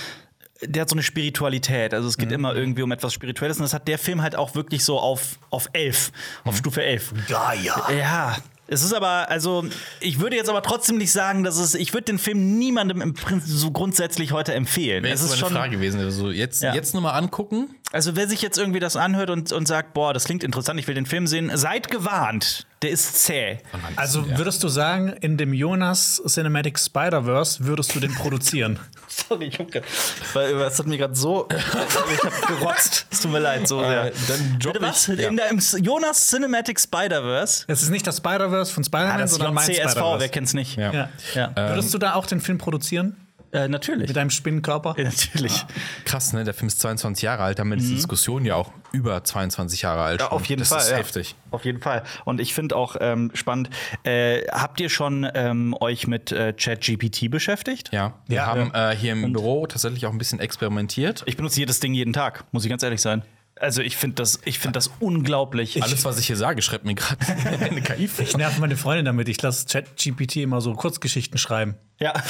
Der hat so eine Spiritualität. Also es geht immer irgendwie um etwas Spirituelles. Und das hat der Film halt auch wirklich so auf, auf 11, auf Stufe 11.
Ja, ja.
Ja. Es ist aber, also, ich würde jetzt aber trotzdem nicht sagen, dass es, ich würde den Film niemandem im Prinzip so grundsätzlich heute empfehlen.
Wäre
Es
jetzt
ist
ist eine
schon,
Frage gewesen. Also jetzt,
Ja.
jetzt nochmal angucken. Oh
also, wer sich jetzt irgendwie das anhört und, und sagt, boah, das klingt interessant, ich will den Film sehen, seid gewarnt. Der ist zäh.
Also würdest du sagen, in dem Jonas Cinematic Spider-Verse würdest du den produzieren?
Sorry, ich hab grad, weil, das hat mir gerade so, ich hab gerotzt. Es tut mir leid, so sehr.
Äh, dann drop
Bitte was?
ich- ja.
In der, Im Jonas Cinematic Spider-Verse.
Das ist nicht das Spider-Verse von Spider-Man,
Ah, das ist
sondern mein
JCSV, wer
Spider-Verse.
kennt's nicht?
Ja.
Ja.
Ja.
Würdest du da auch den Film produzieren?
Äh, natürlich.
Mit deinem Spinnenkörper?
Ja, natürlich.
Krass, ne? Der Film ist 22 Jahre alt, damit ist die Diskussion ja auch über 22 Jahre
Mhm.
alt.
Ja,
schon.
auf jeden
das
Fall.
Das ist
ja.
heftig.
Auf jeden Fall. Und ich finde auch ähm, spannend, äh, habt ihr schon ähm, euch mit äh, ChatGPT beschäftigt?
Ja, wir
Ja.
haben Äh, hier im Büro tatsächlich auch ein bisschen experimentiert.
Ich benutze jedes Ding jeden Tag, muss ich ganz ehrlich sein. Also ich finde das, ich finde das unglaublich.
Alles, was ich hier sage, schreibt mir gerade eine KI. vor.
Ich ne- nerv meine Freundin damit. Ich lasse ChatGPT immer so Kurzgeschichten schreiben.
ja.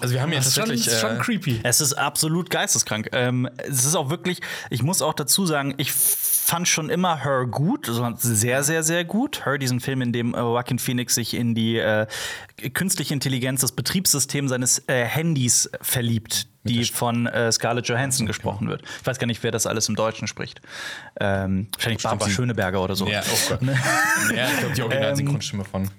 Also wir haben jetzt
Das ist schon,
tatsächlich
ist schon
äh,
creepy.
Es ist absolut geisteskrank. Ähm, es ist auch wirklich, ich muss auch dazu sagen, ich fand schon immer Her gut, also sehr, sehr, sehr gut. Her, diesen Film, in dem äh, Joaquin Phoenix sich in die äh, künstliche Intelligenz, das Betriebssystem seines äh, Handys verliebt, die von äh, Scarlett Johansson gesprochen wird. Ich weiß gar nicht, wer das alles im Deutschen spricht. Ähm, wahrscheinlich Barbara
sie-
Schöneberger oder so.
Ja, oh Gott. ja, ich
Ähm,
glaube, die Originalsynchronstimme von, von,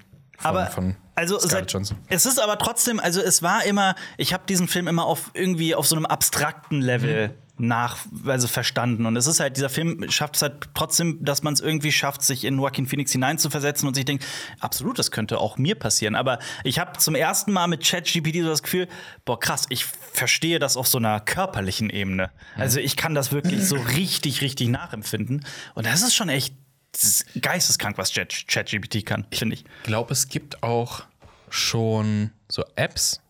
aber
von
also
Scarlett
seit,
Johnson.
es ist aber trotzdem, also es war immer, ich habe diesen Film immer auf irgendwie auf so einem abstrakten Level
Mhm.
nach also verstanden und es ist halt dieser Film schafft es halt trotzdem, dass man es irgendwie schafft, sich in Joaquin Phoenix hineinzuversetzen und sich denkt, absolut, das könnte auch mir passieren, aber ich habe zum ersten Mal mit ChatGPT so das Gefühl, boah krass, ich verstehe das auf so einer körperlichen Ebene.
Mhm.
Also ich kann das wirklich so richtig richtig nachempfinden und das ist schon echt das ist geisteskrank, was Chat- ChatGPT kann, finde ich.
Ich glaube, es gibt auch schon so Apps,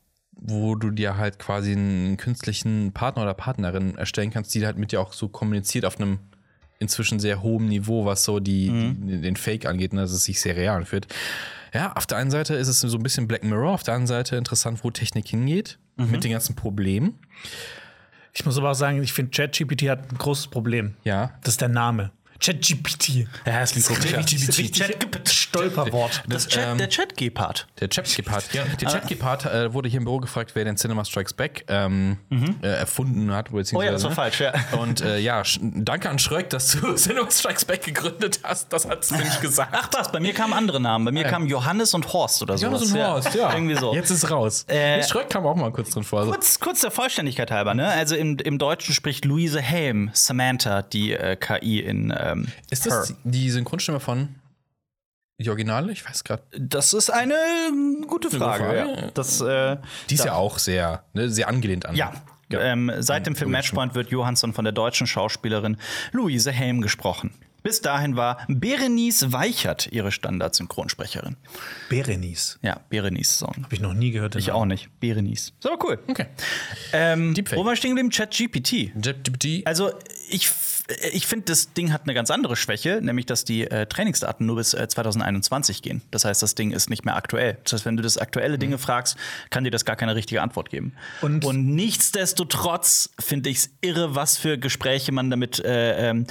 wo du dir halt quasi einen künstlichen Partner oder Partnerin erstellen kannst, die halt mit dir auch so kommuniziert auf einem inzwischen sehr hohen Niveau, was so die, die, den Fake angeht, und dass es sich sehr real anfühlt. Ja, auf der einen Seite ist es so ein bisschen Black Mirror, auf der anderen Seite interessant, wo Technik hingeht, mit den ganzen Problemen.
Ich muss aber auch sagen, ich finde, ChatGPT hat ein großes Problem.
Ja.
Das ist der Name. ChatGPT.
Ja, es klingt
Das ist richtig Stolperwort.
Das Chat, der Chat-G-Part.
Der Chat-Gepard. Der Chat-Gepard äh, wurde hier im Büro gefragt, wer den Cinema Strikes Back ähm, äh, erfunden hat.
Mhm. Oh ja, das war
ne?
falsch, ja.
Und äh, ja, sch- danke an Schröck, dass du Cinema Strikes Back gegründet hast. Das hat's mir nicht gesagt.
Ach was, bei mir kamen andere Namen. Bei mir kamen Johannes und Horst oder so. Irgendwie so.
Jetzt ist raus.
Äh,
Schröck kam auch mal kurz drin vor. Also,
Kurz, kurz der Vollständigkeit halber, ne? Also im, im Deutschen spricht Luise Helm, Samantha, die äh, KI in ähm,
ist
Her.
das die Synchronstimme von die Originale? Ich weiß gerade.
Das ist eine ähm, gute Frage.
Frage.
Ja. Das, äh,
Die ist ja auch sehr, ne, sehr angelehnt an.
ja. Ähm, seit dem Film
logisch.
Matchpoint wird Johansson von der deutschen Schauspielerin Luise Helm gesprochen. Bis dahin war Berenice Weichert ihre Standard-Synchronsprecherin.
Berenice.
Ja, Berenice Song.
Habe ich noch nie gehört. den
Ich
Namen.
auch nicht. Berenice. Ist aber cool.
Okay.
Ähm,
Deepfake.
wo war ich stehen geblieben? ChatGPT.
ChatGPT.
Also ich, f- äh, ich finde, das Ding hat eine ganz andere Schwäche, nämlich dass die äh, Trainingsdaten nur bis äh, 2021 gehen. Das heißt, das Ding ist nicht mehr aktuell. Das heißt, wenn du das aktuelle Dinge fragst, kann dir das gar keine richtige Antwort geben. Mhm. Und, nichtsdestotrotz finde ich es irre, was für Gespräche man damit. Äh, ähm,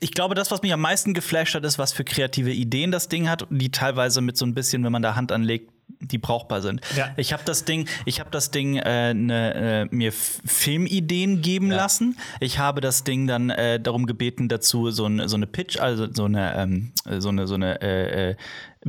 ich glaube, das, was mich am meisten geflasht hat, ist, was für kreative Ideen das Ding hat, die teilweise mit so ein bisschen, wenn man da Hand anlegt, die brauchbar sind.
Ja.
Ich habe das Ding, ich habe das Ding äh, ne, äh, mir F- Filmideen geben lassen. Ich habe das Ding dann äh, darum gebeten, dazu so, ein, so eine Pitch, also so eine ähm, so eine so eine äh, äh,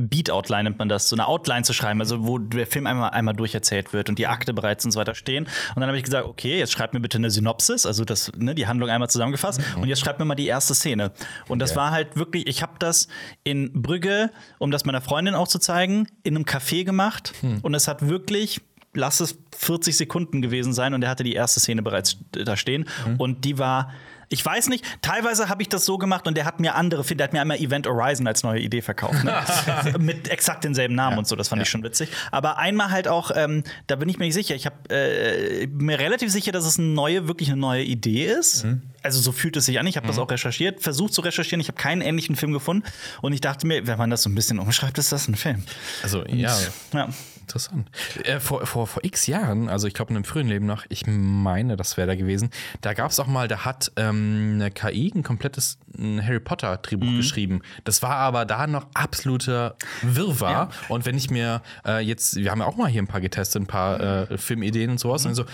Beat Outline nennt man das, so eine Outline zu schreiben, also wo der Film einmal einmal durcherzählt wird und die Akte bereits und so weiter stehen. Und dann habe ich gesagt, okay, jetzt schreibt mir bitte eine Synopsis, also das ne, die Handlung einmal zusammengefasst und jetzt schreibt mir mal die erste Szene. Und das war halt wirklich, ich habe das in Brügge, um das meiner Freundin auch zu zeigen, in einem Café gemacht und es hat wirklich lass es 40 Sekunden gewesen sein und er hatte die erste Szene bereits da stehen. Und die war, ich weiß nicht, teilweise habe ich das so gemacht und der hat mir andere, der hat mir einmal Event Horizon als neue Idee verkauft. Ne? Mit exakt denselben Namen und so, das fand ich schon witzig. Aber einmal halt auch, ähm, da bin ich mir nicht sicher, ich habe äh, mir relativ sicher, dass es eine neue, wirklich eine neue Idee ist. Also so fühlt es sich an, ich habe das auch recherchiert, versucht zu recherchieren, ich habe keinen ähnlichen Film gefunden und ich dachte mir, wenn man das so ein bisschen umschreibt, ist das ein Film.
Also, ja.
Ja.
Interessant. Äh, vor, vor, vor x Jahren, also ich glaube in einem frühen Leben noch, ich meine, das wäre da gewesen, da gab es auch mal, da hat ähm, eine KI ein komplettes ein Harry Potter-Drehbuch geschrieben. Das war aber da noch absoluter Wirrwarr. Und wenn ich mir äh, jetzt, wir haben ja auch mal hier ein paar getestet, ein paar äh, Filmideen und sowas, und so,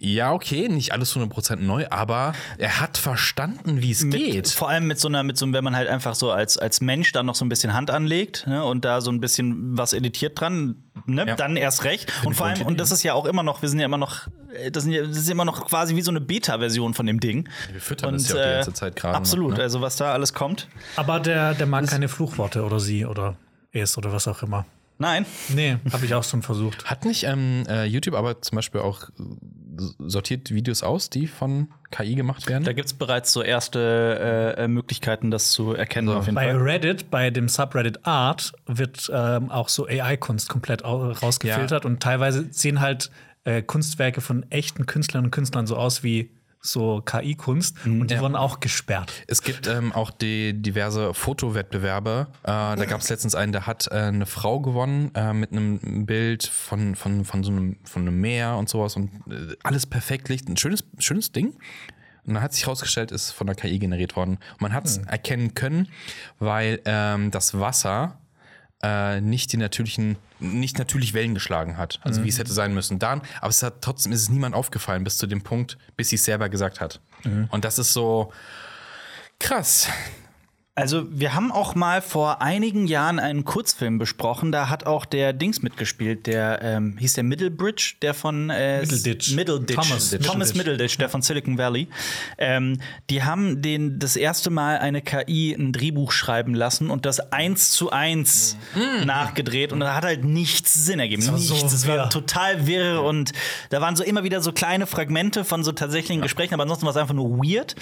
ja, okay, nicht alles 100% neu, aber er hat verstanden, wie es geht.
Vor allem mit so einer, mit so einem, wenn man halt einfach so als, als Mensch dann noch so ein bisschen Hand anlegt ne, und da so ein bisschen was editiert dran, ne,
Ja.
dann erst recht. und vor
ich
allem,
auch.
und das ist ja auch immer noch, wir sind ja immer noch, äh, das, sind ja, das ist immer noch quasi wie so eine Beta-Version von dem Ding. äh,
Wir füttern das ja auch die ganze Zeit gerade noch,
Absolut,
ne?
also was da alles kommt.
Aber der, der mag keine Fluchworte oder sie oder es oder was auch immer.
Nein.
Nee, habe ich auch schon versucht.
Hat nicht ähm, äh, YouTube aber zum Beispiel auch äh, sortiert Videos aus, die von KI gemacht werden?
Da gibt es bereits so erste äh, äh, Möglichkeiten, das zu erkennen, auf jeden
Bei
Fall.
Reddit, bei dem Subreddit Art, wird ähm, auch so AI-Kunst komplett au- rausgefiltert und teilweise sehen halt äh, Kunstwerke von echten Künstlern und Künstlern so aus wie so KI-Kunst
Mhm.
und die wurden auch gesperrt.
Es gibt ähm, auch die diverse Fotowettbewerbe. Äh, da gab es letztens einen, da hat äh, eine Frau gewonnen äh, mit einem Bild von, von, von so einem, von einem Meer und sowas und äh, alles perfekt Licht. Ein schönes, schönes Ding. Und dann hat sich herausgestellt, ist von der KI generiert worden. Und man hat es erkennen können, weil ähm, das Wasser äh, nicht die natürlichen, nicht natürlich Wellen geschlagen hat. Also wie es hätte sein müssen. Dann, aber es hat trotzdem ist es niemand aufgefallen bis zu dem Punkt, bis sie es selber gesagt hat. Und das ist so krass.
Also, wir haben auch mal vor einigen Jahren einen Kurzfilm besprochen. Da hat auch der Dings mitgespielt. Der ähm, hieß der Middlebridge, der von äh,
Middleditch.
Middleditch.
Thomas Middleditch.
Thomas Middleditch, der von Silicon Valley. Ähm, die haben den das erste Mal eine KI ein Drehbuch schreiben lassen und das eins zu eins nachgedreht und da hat halt nichts Sinn ergeben.
Mhm. war
nichts.
so
es war
wirr.
total wirr und da waren so immer wieder so kleine Fragmente von so tatsächlichen Gesprächen, aber ansonsten war es einfach nur weird.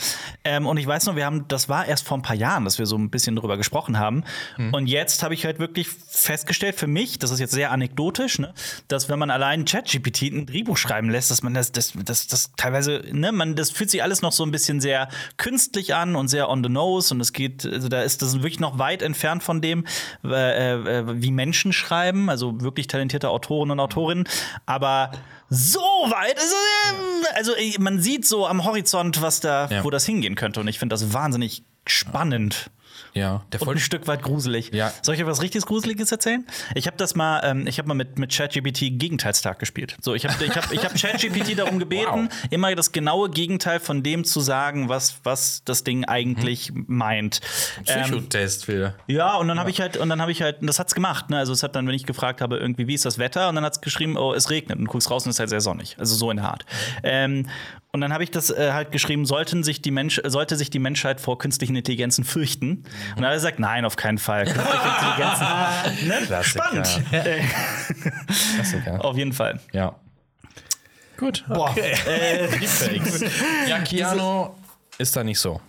Ähm, und ich weiß noch, wir haben, das war erst vor ein paar Jahren, dass wir so ein bisschen drüber gesprochen haben.
Mhm.
Und jetzt habe ich halt wirklich festgestellt für mich, das ist jetzt sehr anekdotisch, ne, dass wenn man allein ChatGPT ein Drehbuch schreiben lässt, dass man das, das, das, das teilweise, ne, man, das fühlt sich alles noch so ein bisschen sehr künstlich an und sehr on the nose und es geht, also da ist das wirklich noch weit entfernt von dem, äh, äh, wie Menschen schreiben, also wirklich talentierte Autoren und Autorinnen, aber so weit ist es, äh, also äh, man sieht so am Horizont, was da,
Ja.
wo das hingehen könnte und ich finde das wahnsinnig spannend
Ja, der
und ein
Voll
Stück weit gruselig.
Ja.
Soll ich euch was richtig Gruseliges erzählen? Ich habe das mal, ähm, ich habe mal mit, mit ChatGPT Gegenteilstag gespielt. So, ich habe ich hab, ich hab ChatGPT darum gebeten, immer das genaue Gegenteil von dem zu sagen, was, was das Ding eigentlich meint. Ähm,
Psychotest wieder.
ja, und dann habe ich halt, und dann habe ich halt, und das hat's gemacht, ne? Also es hat dann, wenn ich gefragt habe, irgendwie, wie ist das Wetter, und dann hat's geschrieben, oh, es regnet und du guckst raus und es ist halt sehr sonnig. Also so in der Art. Ähm, und dann habe ich das äh, halt geschrieben, sollten sich die Mensch, sollte sich die Menschheit vor künstlichen Intelligenzen fürchten? Und dann hat er gesagt, nein, auf keinen Fall. Künstliche Intelligenzen. ne? Spannend. Äh,
Klassiker.
auf jeden Fall.
Ja. Gut.
Boah. Äh,
Deepfakes. ja, Keanu ist da nicht so.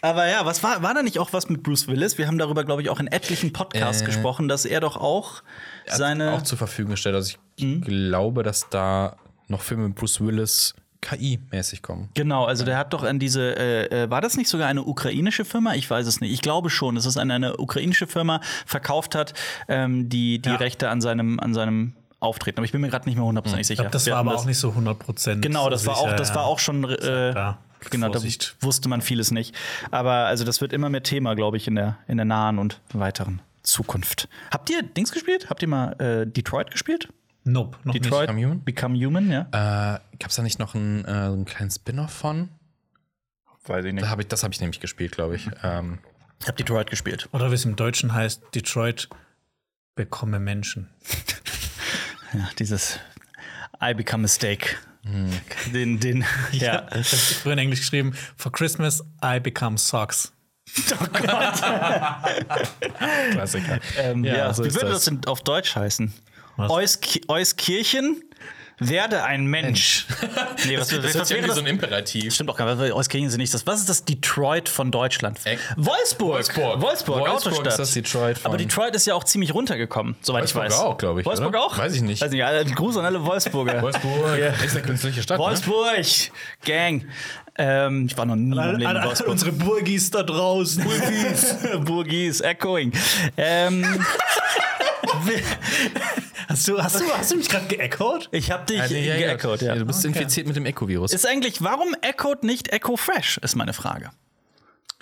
Aber ja, was war, war da nicht auch was mit Bruce Willis? Wir haben darüber, glaube ich, auch in etlichen Podcasts
Äh.
gesprochen, dass er doch auch
Er hat
seine. Hm?
auch zur Verfügung gestellt. Also ich glaube, dass da noch Filme mit Bruce Willis KI-mäßig kommen.
Genau, also der hat doch an diese, äh, äh, war das nicht sogar eine ukrainische Firma? Ich weiß es nicht. Ich glaube schon, dass es an eine ukrainische Firma verkauft hat, ähm, die die
Ja.
Rechte an seinem, an seinem Auftreten. Aber ich bin mir gerade nicht mehr hundertprozentig
Hm. Ich
sicher.
glaube, das
Wir
war
hatten
aber auch nicht so 100%
Genau, das war auch, das war auch schon. Äh,
da.
genau, da
Vorsicht.
wusste man vieles nicht. Aber also das wird immer mehr Thema, glaube ich, in der, in der nahen und weiteren Zukunft. Habt ihr Dings gespielt? Habt ihr mal äh, Detroit gespielt?
Nope, noch
Detroit
Become Human?
Become Human, ja?
Äh, Gab es da nicht noch einen, äh, einen kleinen Spin-off von?
Weiß ich
Da hab ich, das habe ich nämlich gespielt, glaube ich. Ähm,
Ich habe Detroit gespielt.
nicht. Oder wie es im Deutschen heißt, Detroit bekomme Menschen.
Ja, dieses I become a steak. Den, den, ja.
Ich habe früher in Englisch geschrieben, for Christmas I become socks.
Klassiker.
Ähm,
Ja,
ja.
so
Wie
ist
Ähm, würde das
das.
denn auf Deutsch heißen?
Was?
Euskirchen? Werde ein Mensch. nee, was,
Das ist ja wie so ein Imperativ.
Stimmt auch gar nicht. Was kriegen sie nicht? Das, was ist das Detroit von Deutschland?
Äh,
Wolfsburg. Wolfsburg,
Wolfsburg. Wolfsburg
Autostadt.
ist das Detroit von-
Aber Detroit ist ja auch ziemlich runtergekommen, soweit
Wolfsburg
ich weiß.
auch, glaub ich,
Wolfsburg
oder?
auch?
Weiß ich nicht.
Weiß nicht. Alter, Gruß an alle Wolfsburger.
Wolfsburg ne? ist eine künstliche Stadt. Ne?
Wolfsburg, Gang. Ähm, ich war noch nie im
Alle,
Leben in
alle, alle
Wolfsburg.
unsere Burgis da draußen.
Burgis. Burgis, echoing. Ähm,
Hast du, hast du, hast du mich gerade geechoed?
ich hab dich
Ja, nee, Also, ja, ja.
geechoed, ja.
Du bist infiziert mit dem Echo-Virus.
Ist eigentlich, warum echoed nicht Echo Fresh, ist meine Frage.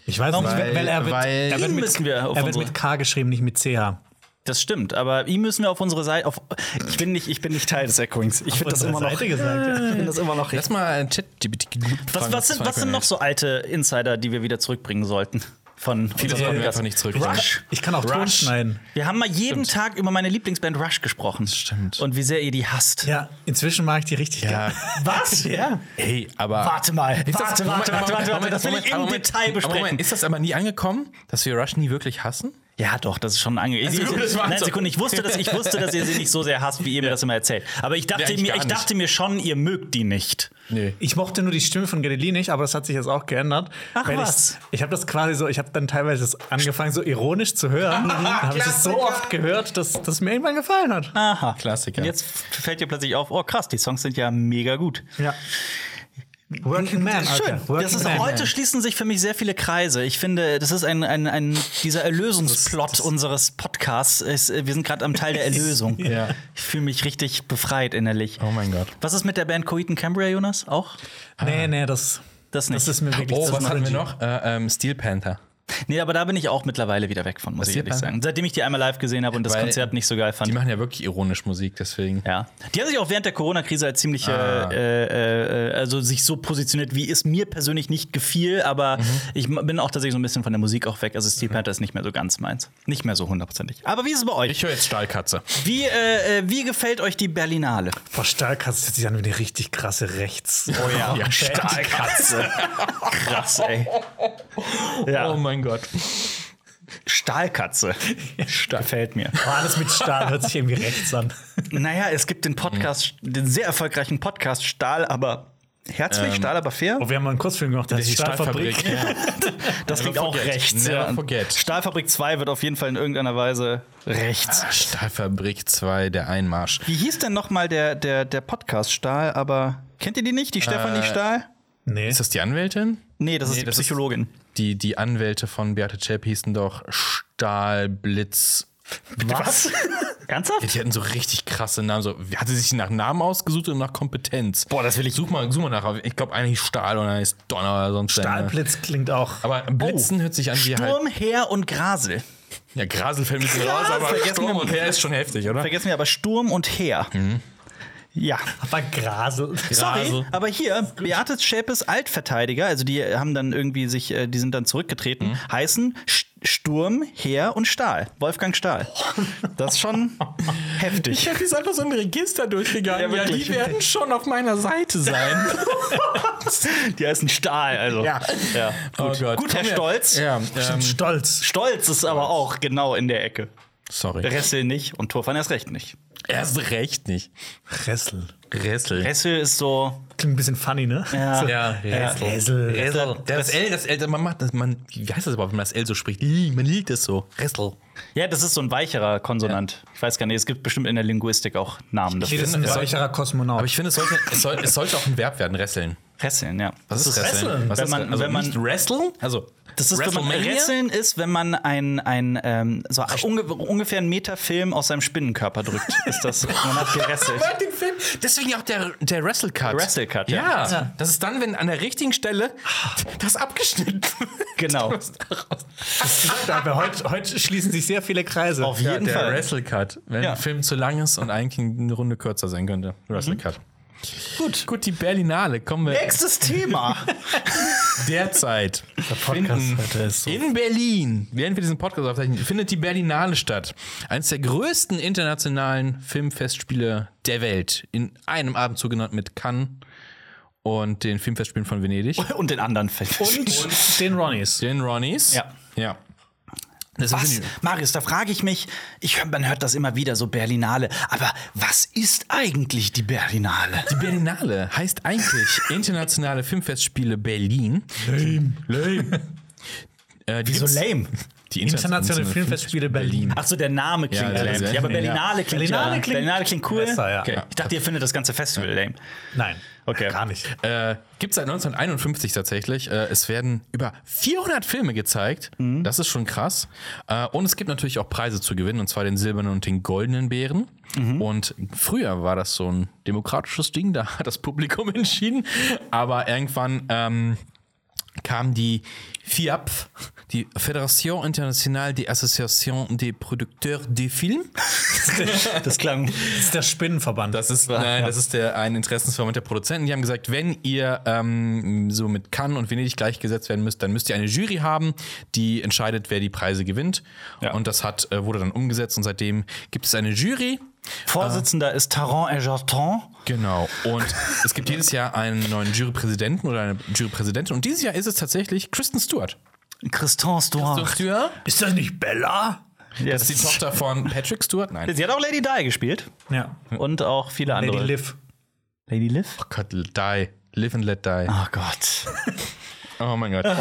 Ich weiß nicht.
Weil-
Weil, er wird,
weil-
er wird
Ihn
mit,
müssen wir auf
er wird
unsere-
mit K geschrieben, nicht mit CH.
Das stimmt, aber ihm müssen wir auf unsere Seite. Auf, ich, bin nicht, ich bin nicht Teil des Echoings. Ich finde das, immer noch-
Seite gesagt.
ich find das immer noch richtig.
Lass mal ChatGPT
Was, was, sind, was sind noch so alte Insider, die wir wieder zurückbringen sollten? Von
Viele
unserem
sollten wir
Podcast?
einfach nicht zurückbringen.
Rush.
Ich kann auch Ton
Rush.
schneiden.
Wir haben mal jeden Tag über meine Lieblingsband Rush gesprochen.
stimmt.
Und wie sehr ihr die hasst.
Ja, inzwischen mag ich die richtig
Ja.
gerne. Was? Ja.
Hey, aber.
Warte mal.
Ist das-
Warte,
Moment,
warte, warte,
Moment,
warte, warte.
Moment,
Das will
Moment,
ich im
Moment,
Detail
Moment,
besprechen.
Moment, ist das aber nie angekommen, dass wir Rush nie wirklich hassen?
Ja, doch, das ist schon ange.
Also, das war
Nein,
so.
Sekunde, ich wusste, dass, ich wusste, dass ihr sie nicht so sehr hasst, wie ihr mir das immer erzählt. Aber ich dachte,
eigentlich
mir,
gar
ich
nicht.
dachte mir schon, ihr mögt die nicht.
Nee.
Ich mochte nur die Stimme von Grenelin nicht, aber das hat sich jetzt auch geändert.
Ach,
weil
was?
Ich, ich habe das quasi so, ich habe dann teilweise das angefangen, so ironisch zu hören. dann habe ich das so oft gehört, dass das mir irgendwann gefallen hat.
Aha.
Klassiker.
Und jetzt fällt dir plötzlich auf, oh krass, die Songs sind ja mega gut.
Ja. Working Man, Alter.
Schön.
Working
Das ist,
Man.
heute schließen sich für mich sehr viele Kreise. Ich finde, das ist ein, ein, ein dieser Erlösungsplot unseres Podcasts. Ist, äh, wir sind gerade am Teil der Erlösung.
Ja.
Ich fühle mich richtig befreit innerlich.
Oh mein Gott.
Was ist mit der Band Coheed and Cambria, Jonas? Auch?
Ah. Nee, nee, das,
Das nicht.
das ist mir wirklich
Oh,
zu
was hatten wir
cringy.
noch? Äh, ähm, Steel Panther.
Nee, aber da bin ich auch mittlerweile wieder weg von, muss ich
Passiert
ehrlich
dann.
sagen. Seitdem ich die einmal live gesehen habe und das
Weil
Konzert nicht so geil
Die
fand.
machen ja wirklich ironisch Musik, deswegen.
Ja. Die haben sich auch während der Corona-Krise als ziemlich,
Ah.
äh, äh, äh, also sich so positioniert, wie es mir persönlich nicht gefiel, aber
Mhm.
ich m- bin auch tatsächlich so ein bisschen von der Musik auch weg. Also Steel Panther ist nicht mehr so ganz meins. Nicht mehr so hundertprozentig. Aber wie ist es bei euch?
Ich höre jetzt Stahlkatze.
Wie, äh, äh, wie gefällt euch die Berlinale?
Boah, Stahlkatze hört sich an wie eine richtig krasse Rechts.
Oh ja, Stahlkatze. Krass, ey. Ja.
Oh mein Gott.
Stahlkatze. Gefällt mir.
Boah, alles mit Stahl hört sich irgendwie rechts an.
Naja, es gibt den Podcast, den sehr erfolgreichen Podcast Stahl, aber herzlich, Stahl, aber fair.
Oh, wir haben mal einen Kurzfilm gemacht, das
Die
ist Stahlfabrik.
Stahlfabrik. Ja.
Das liegt
Never
auch
forget.
rechts.
Never
Ja. Und
forget.
Stahlfabrik 2 wird auf jeden Fall in irgendeiner Weise rechts.
Stahlfabrik 2, der Einmarsch.
Wie hieß denn nochmal der, der, der Podcast Stahl, aber kennt ihr die nicht, die Stefanie Stahl?
Nee.
Ist das die Anwältin?
Äh, Nee, das ist
nee,
die
das ist-
Psychologin.
Die, die Anwälte von Beate Zschäp hießen doch Stahlblitz.
Was?
Ja,
Ernsthaft?
die hatten so richtig krasse Namen. So, hat sie sich nach Namen ausgesucht und nach Kompetenz?
Boah, das will ich-
Such mal, such mal nach. Ich glaube, einer hieß Stahl und einer ist Donner oder sonst eine.
Stahlblitz klingt auch.
Aber Blitzen hört sich an wie halt.
Oh, Sturm, Heer und Grasel.
Ja, Grasel fällt ein bisschen raus, aber
vergessen
Sturm
wir-
und Herr ist schon heftig, oder?
Vergessen wir aber Sturm und Heer. Ja.
Aber Grasel.
Sorry,
Grasel.
aber hier, Beate Schäpes Altverteidiger, also die haben dann irgendwie sich, äh, die sind dann zurückgetreten, heißen Sch- Sturm, Heer und Stahl. Wolfgang Stahl. Das ist schon heftig.
habe jetzt einfach so ein Register durchgegangen.
Ja, wirklich. Oh
werden schon auf meiner Seite sein.
Die heißen Stahl, also. Ja.
oh Gott.
Gut, Herr
Komm, wir-
Stolz.
Ja, ähm,
Stolz.
Stolz ist aber auch genau in der Ecke.
sorry.
Ressel nicht und Turfan erst recht nicht.
Erst recht nicht.
Ressel.
Ressel.
Ressel ist so.
Klingt ein bisschen funny, ne?
Ja.
Ja,
Ressel.
Ressel. Das, L, das L, man macht das, man, wie heißt das überhaupt, wenn man das L so spricht? Lie- Man liegt es so. Ressel.
ja, das ist so ein weicherer Konsonant. Ich weiß gar nicht, es gibt bestimmt in der Linguistik auch Namen
Nee,
dafür.
das ist ein
Ja.
weicherer Kosmonaut.
Aber ich finde, es sollte, es, soll, es sollte auch ein Verb werden, Resseln.
Resseln, ja.
Was ist Resseln? Was
Wenn
ist
man-
Resseln? also
wenn man-
nicht Wrestle? Also,
Das ist, wenn man,
WrestleMania?
Resseln ist, wenn man ein, ein ähm, so unge ungefähr einen Meter Film aus seinem Spinnenkörper drückt, ist das. Man hat geresselt.
Hört den Film. Deswegen auch der, der Wrestle Cut.
Wrestle Cut, ja.
ja. Das ist dann, wenn an der richtigen Stelle das abgeschnitten wird.
Genau.
Was daraus-
aber heute, heute schließen sich sehr viele Kreise.
Auf jeden
der
Fall.
Wrestle Cut. Wenn
Ja.
ein Film zu lang ist und eigentlich eine Runde kürzer sein könnte. Wrestle Cut.
Gut.
Mhm. Gut, die Berlinale. Kommen wir
Nächstes Thema.
derzeit.
Der Podcast heute ist so.
In Berlin, während wir diesen Podcast aufzeichnen, findet die Berlinale statt. Eines der größten internationalen Filmfestspiele der Welt. In einem Abend zugenannt mit Cannes und den Filmfestspielen von
Oh.
Venedig.
Und den anderen Film.
Und den Ronnies.
Den Ronnies.
Ja.
ja. Deswegen
Was?
sind die-
Marius, da frage ich mich, ich, hör- man hört das immer wieder, so Berlinale. Aber was ist eigentlich die Berlinale?
Die Berlinale heißt eigentlich Internationale Filmfestspiele Berlin. Lame. Lame. Äh, die gibt's-
lame?
Die
Internationale Filmfestspiele Berlin.
Ach so, der Name klingt
Ja, das ist
lame.
ja-
Ja, aber
ja.
Berlinale klingt,
Berlinale
ja.
klingt
Berlinale klingt cool.
besser, ja.
okay. Ich dachte, ihr findet das ganze Festival lame.
Nein.
Okay.
Gar nicht.
Äh, Gibt es seit 1951 tatsächlich. Äh, es werden über 400 Filme gezeigt. Das ist schon krass. Äh, und es gibt natürlich auch Preise zu gewinnen, und zwar den silbernen und den goldenen Bären. Und früher war das so ein demokratisches Ding, da hat das Publikum entschieden. Aber irgendwann ähm, kam die FIAP, die Fédération Internationale des Associations des Producteurs de Films.
Das klang.
Das ist der Spinnenverband.
Das ist, nein, das ist der, ein Interessensverband der Produzenten. Die haben gesagt, wenn ihr ähm, so mit Cannes und Venedig gleichgesetzt werden müsst, dann müsst ihr eine Jury haben, die entscheidet, wer die Preise gewinnt.
Ja.
Und das hat, äh, wurde dann umgesetzt und seitdem gibt es eine Jury.
Vorsitzender ist Taron Egerton.
Genau. Und es gibt jedes Jahr einen neuen Jurypräsidenten oder eine Jurypräsidentin. Und dieses Jahr ist es tatsächlich Kristen Stewart.
Christian Stuart.
Stewart?
ist das nicht Bella?
Das ist die Tochter von Patrick Stewart? Nein.
Sie hat auch Lady Di gespielt.
Ja.
Und auch viele andere.
Lady Liv.
Lady Liv?
Oh Gott, die. Live and let die.
Oh Gott.
Oh mein Gott. Ah,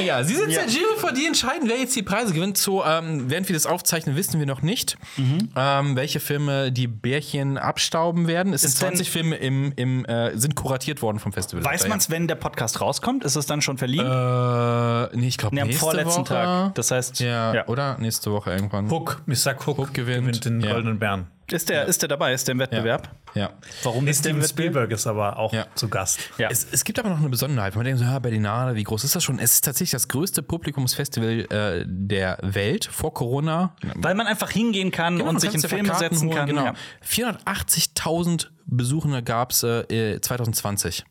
ja, Sie sind ja. der Jury, vor die entscheiden, wer jetzt die Preise gewinnt. So, ähm, während wir das aufzeichnen, wissen wir noch nicht, ähm, welche Filme die Bärchen abstauben werden. Es
Ist
sind
denn-
20 Filme im, im äh, sind kuratiert worden vom Festival.
Weiß man es, wenn der Podcast rauskommt? Ist es dann schon verliehen?
Äh, nee, ich glaube
nee, am
nächste
vorletzten
Woche.
Tag. Das heißt,
ja,
ja.
oder? Nächste Woche irgendwann.
Hook. Miss Huck Hook,
Hook gewinnt.
den
Ja.
Goldenen Bären.
Ist, der, ist der dabei? Ist der im Wettbewerb?
Ja.
Warum
Nee,
ist der im
Steven
Wettbewerb?
Spielberg ist aber auch
Ja.
zu Gast.
Ja.
Es, es gibt aber noch eine Besonderheit. Man denkt so, ja, Berlinale, wie groß ist das schon? Es ist tatsächlich das größte Publikumsfestival äh, der Welt vor Corona.
Weil man einfach hingehen kann
Genau,
und
man
sich in
kannst dir
Filme
Plakaten
setzen
holen,
kann.
Genau.
Ja.
480.000 Besucher gab es äh, 2020.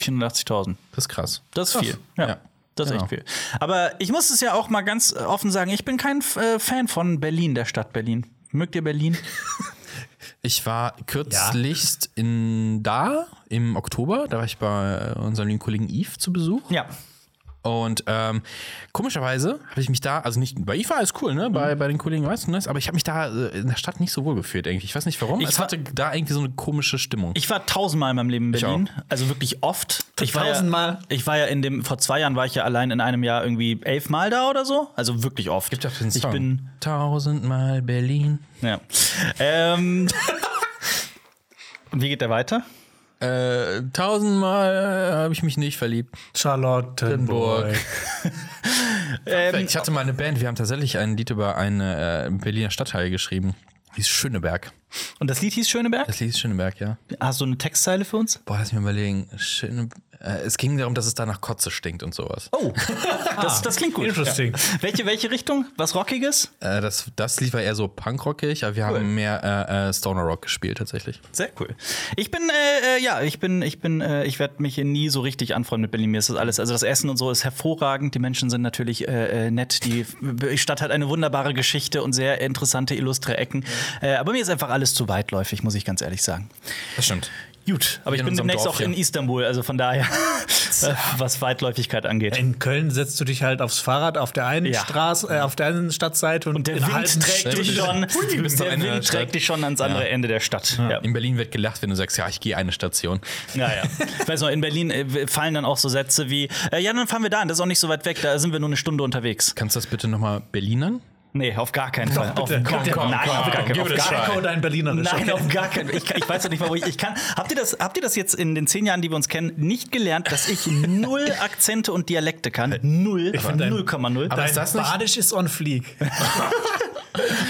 480.000.
Das ist krass.
Das ist
Krass.
viel. Ja. Das ist
Genau.
echt viel. Aber ich muss es ja auch mal ganz äh, offen sagen, ich bin kein äh, Fan von Berlin, der Stadt Berlin. Mögt ihr Berlin?
Ich war kürzlichst in da im Oktober. Da war ich bei äh, unserem lieben Kollegen Yves zu Besuch.
Ja.
Und ähm, komischerweise habe ich mich da, also nicht bei Yves war alles cool, ne?
Mhm.
Bei, bei den Kollegen weißt du nice, aber ich habe mich da äh, in der Stadt nicht so wohl gefühlt eigentlich. Ich weiß nicht warum.
Ich
es
war-
hatte da irgendwie so eine komische Stimmung.
Ich war tausendmal in meinem Leben in
Ich
Berlin. Also wirklich oft. Ich war
Tausendmal?
Ja, ich war ja in dem, vor zwei Jahren war ich ja allein in einem Jahr irgendwie elfmal da oder so. Also wirklich oft.
Gibt auch den
ich
Song.
bin.
tausendmal Berlin.
Ja. ähm, und wie geht der weiter?
Äh, tausendmal äh, habe ich mich nicht verliebt.
Charlottenburg.
Ähm,
Ich hatte mal eine Band, wir haben tatsächlich ein Lied über einen äh, Berliner Stadtteil geschrieben. Hieß Schöneberg.
und das Lied hieß Schöneberg?
Das Lied ist Schöneberg, ja.
Hast du eine Textzeile für uns?
Boah, lass mich mal überlegen. Schöne, äh, es ging darum, dass es da nach Kotze stinkt und sowas.
Oh, das, das klingt gut.
Interesting.
Welche, welche Richtung? Was Rockiges?
Äh, das, das Lied war eher so punkrockig, aber wir
Cool.
haben mehr äh, äh, Stoner Rock gespielt tatsächlich.
Sehr cool. Ich bin, äh, äh, ja, ich bin, ich bin, äh, ich werde mich hier nie so richtig anfreunden mit Berlin. Mir ist das alles, also das Essen und so ist hervorragend. Die Menschen sind natürlich äh, äh, nett. Die Stadt hat eine wunderbare Geschichte und sehr interessante, illustre Ecken.
Mhm.
Äh, aber mir ist einfach alles zu weitläufig, muss ich ganz ehrlich sagen.
Das stimmt.
Gut, aber
Hier
ich
in
bin
unserem
demnächst
Dorf
auch in
hier.
Istanbul, also von daher, äh, was Weitläufigkeit angeht.
In Köln setzt du dich halt aufs Fahrrad auf der einen
Ja.
Straße, äh, auf der einen Stadtseite und,
Und der
in einer halben
Wind trägt
Stunde-
dich schon,
Hui, du bist am
der
Ende der
Wind
Stadt.
trägt dich schon ans andere Ende der Stadt. Ja.
In Berlin wird gelacht, wenn du sagst, ja, ich gehe eine Station.
Naja. Ich weiß noch, in Berlin äh, fallen dann auch so Sätze wie, äh, ja, dann fahren wir da hin, das ist auch nicht so weit weg, da sind wir nur eine Stunde unterwegs.
Kannst du das bitte nochmal Berlinern?
Nee, auf gar keinen Fall. Auf,
bitte, bitte.
nein, auf gar keinen
Give it a
Fall.
try.
Schalke und ein Berlinerisch.
Nein,
okay.
auf gar keinen Fall. Ich, kann- ich weiß doch nicht mal, wo ich, ich kann. Habt ihr, das, habt ihr das jetzt in den zehn Jahren, die wir uns kennen, nicht gelernt, dass ich null Akzente und Dialekte kann? Null.
finde ein-
0,0.
Aber
Dein
ist das nicht-
Badisch ist on fleek.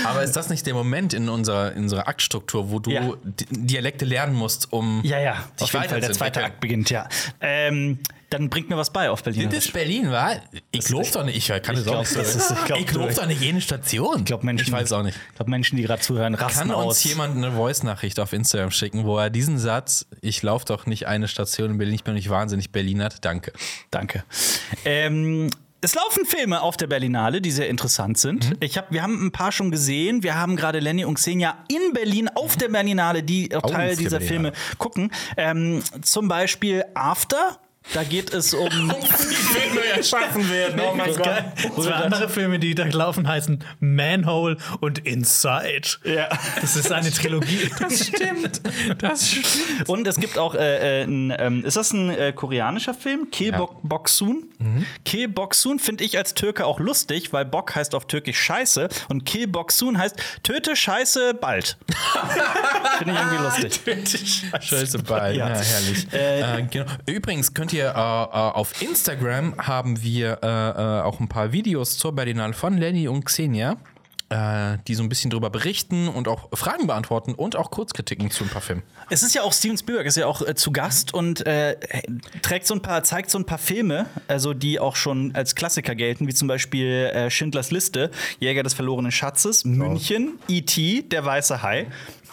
Aber ist das nicht der Moment in unserer, in unserer Aktstruktur, wo du
Ja.
Di- Dialekte lernen musst, um
Ja, ja,
dich
auf jeden Fall. Der zweite
weiterzuentwickeln?
Akt beginnt, ja. Ähm, dann bringt mir was bei auf Berlin.
Das ist Berlin, war? Ich glaub doch nicht. Ich kann es auch
glaub,
nicht so.
das ist- Genau. ich glaub,
ich glaub
du-
doch nicht jene Station. Ich
glaube, Menschen,
Ich weiß auch nicht.
Ich glaube, Menschen, die gerade zuhören, rasten
Kann uns
aus.
jemand eine Voice-Nachricht auf Instagram schicken, wo er diesen Satz, ich laufe doch nicht eine Station in Berlin, ich bin doch nicht wahnsinnig Berlinert, danke.
Danke. Ähm, es laufen Filme auf der Berlinale, die sehr interessant sind. Ich hab, wir haben ein paar schon gesehen. Wir haben gerade Lenny und Xenia in Berlin auf der Berlinale, die auch
Auf
Teil
der
dieser Filme
Berlinale.
gucken. Ähm, zum Beispiel After. Da geht es um.
Filme erschaffen werden. Oh mein Gott.
Zwei andere Filme, die da laufen, heißen Manhole und Inside.
ja.
Das ist eine Trilogie.
Das stimmt. Das stimmt.
Und es gibt auch, äh, äh, ein, ähm, ist das ein äh, koreanischer Film? Kilboksun?
Mhm.
Kilboksun finde ich als Türke auch lustig, weil Bock heißt auf Türkisch Scheiße und Kilboksun heißt Töte Scheiße bald. finde ich irgendwie lustig.
Scheiße, bald. Ja,
Ja.
herrlich. Äh, genau. Übrigens könnt ihr äh, äh, auf Instagram haben wir äh, äh, auch ein paar Videos zur Berlinale von Lenny und Xenia, äh, die so ein bisschen drüber berichten und auch Fragen beantworten und auch Kurzkritiken zu ein paar Filmen.
Es ist ja auch Steven Spielberg ist ja auch äh, zu Gast und äh, trägt so ein paar, zeigt so ein paar Filme, also die auch schon als Klassiker gelten, wie zum Beispiel äh, Schindlers Liste, Jäger des verlorenen Schatzes, München, E.T., Der weiße Hai.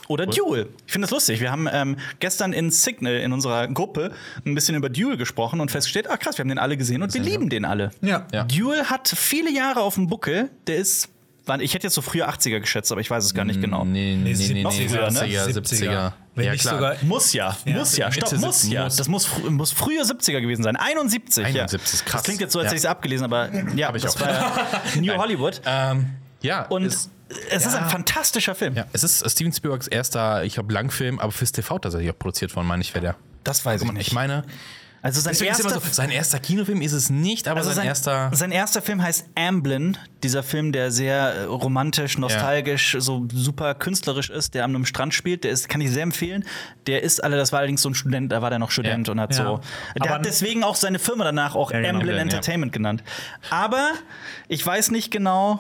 Oder Duel. Ich finde das lustig. Wir haben ähm, gestern in Signal in unserer Gruppe ein bisschen über Duel gesprochen und festgestellt, ach krass, wir haben den alle gesehen und wir lieben den alle.
Ja. Ja.
Duel hat viele Jahre auf dem Buckel. Der ist, wann- ich hätte jetzt so früher 80er geschätzt, aber ich weiß es gar nicht genau.
Nee, nee, nee, nee, nee 60er,
70er, ne?
70er.
Wenn nicht sogar-
Muss ja, muss ja,
Mitte
stopp, muss
70,
ja.
muss.
Das muss, fr- muss früher 70er gewesen sein. 71.
71 ist
ja.
krass.
Das klingt jetzt so, als
Ja.
hätte ich es abgelesen, aber ja,
Hab ich
das
auch.
war ja New Hollywood.
Ähm, ja,
Und
es,
es ist ein fantastischer Film.
ja, es ist äh, Steven Spielbergs erster, ich glaube, Langfilm, aber fürs TV tatsächlich auch produziert worden, meine ich, wäre der.
Das weiß ich nicht.
Ich meine,
Also sein
deswegen ist
erster,
immer so, sein erster Kinofilm ist es nicht, aber
also
sein, erster.
sein erster Film heißt Amblin. Dieser Film, der sehr äh, romantisch, nostalgisch, so super künstlerisch ist, der an einem Strand spielt. Der ist, kann ich sehr empfehlen. Der ist alle, das war allerdings so ein Student, da war der noch Student
Ja.
und hat
Ja.
so. Der
Aber-
hat deswegen auch seine Firma danach auch
genau.
Amblin
Amblin, ja.
Entertainment genannt. Aber ich weiß nicht genau,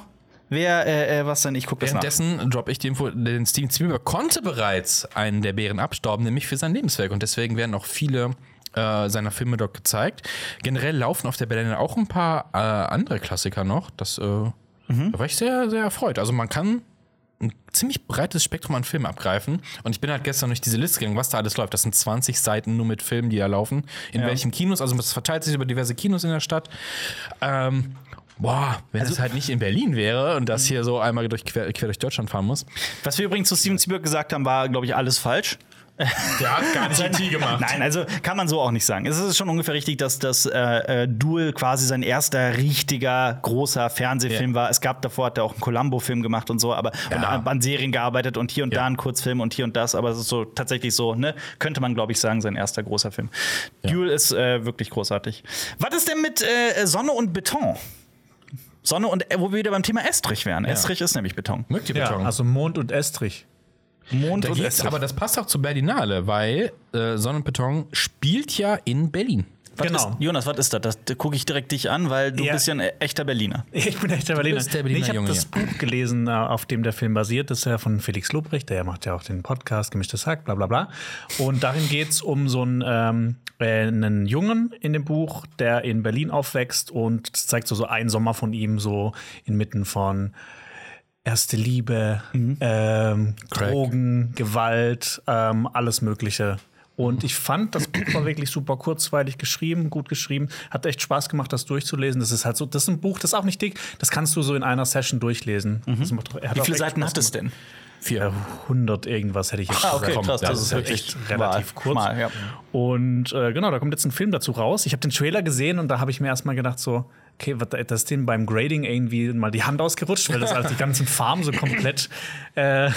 wer, äh, äh, was denn, ich gucke das nach.
Währenddessen droppe ich die Info, denn Steven Spielberg konnte bereits einen der Bären abstauben, nämlich für sein Lebenswerk. Und deswegen werden auch viele äh, seiner Filme dort gezeigt. Generell laufen auf der Berlinale auch ein paar äh, andere Klassiker noch. Das, äh, Da war ich sehr, sehr erfreut. Also man kann ein ziemlich breites Spektrum an Filmen abgreifen. Und ich bin halt gestern durch diese Liste gegangen, was da alles läuft. Das sind 20 Seiten nur mit Filmen, die da laufen. In welchem Kinos? Also das verteilt sich über diverse Kinos in der Stadt. Ähm, boah, wenn es halt nicht in Berlin wäre und das hier so einmal durch, quer, quer durch Deutschland fahren muss.
Was wir übrigens zu Steven Spielberg gesagt haben, war, glaube ich, alles falsch.
Der hat gar nicht IT gemacht.
Nein, also kann man so auch nicht sagen. Es ist schon ungefähr richtig, dass das äh, äh, Duel quasi sein erster richtiger großer Fernsehfilm
Ja.
war. Es gab davor, hat er auch einen Columbo-Film gemacht und so, aber und
Ja.
an, an Serien gearbeitet und hier und
Ja.
da einen Kurzfilm und hier und das, aber es ist so tatsächlich so, ne, könnte man, glaube ich, sagen, sein erster großer Film. Duel ist äh, wirklich großartig. Was ist denn mit äh, Sonne und Beton? Sonne und äh, wo wir wieder beim Thema Estrich wären. Estrich ist nämlich Beton.
Mögt ihr
Ja,
Beton?
also Mond und Estrich.
Mond
Da
und
geht's,
Estrich.
aber das passt auch zur Berlinale, weil äh, Sonnenbeton spielt ja in Berlin.
Was
genau.
Ist, Jonas, was ist das? Das gucke ich direkt dich an, weil du
Ja.
bist ja ein e-, echter Berliner.
Ich bin echt der Berliner.
bist der Berliner
nee, ich habe
Junge,
das Buch gelesen, äh, auf dem der Film basiert. Das ist ja von Felix Lobrecht, der macht ja auch den Podcast Gemischtes Hack, bla bla bla. Und darin geht es um so einen, ähm, äh, einen Jungen in dem Buch, der in Berlin aufwächst und es zeigt so, so einen Sommer von ihm so inmitten von erste Liebe,
Mhm.
ähm, Drogen, Gewalt, ähm, alles Mögliche. Und ich fand, das Buch war wirklich super kurzweilig geschrieben, gut geschrieben. Hat echt Spaß gemacht, das durchzulesen. Das ist halt so, das ist ein Buch, das ist auch nicht dick. Das kannst du so in einer Session durchlesen. Das macht, er hat
Mhm. Wie
auch
viele
echt
Seiten
Spaß
hat es denn?
Vier.
gemacht. 100 irgendwas hätte ich jetzt
Ah, okay,
Komm,
krass,
ja,
das
das
ist
ist
wirklich
echt relativ
mal,
kurz.
Mal, ja.
Und äh, genau, da kommt jetzt ein Film dazu raus. Ich habe den Trailer gesehen und da habe ich mir erstmal gedacht, so, okay, was, das ist dem beim Grading irgendwie mal die Hand ausgerutscht, weil das halt die ganzen Farben so komplett äh,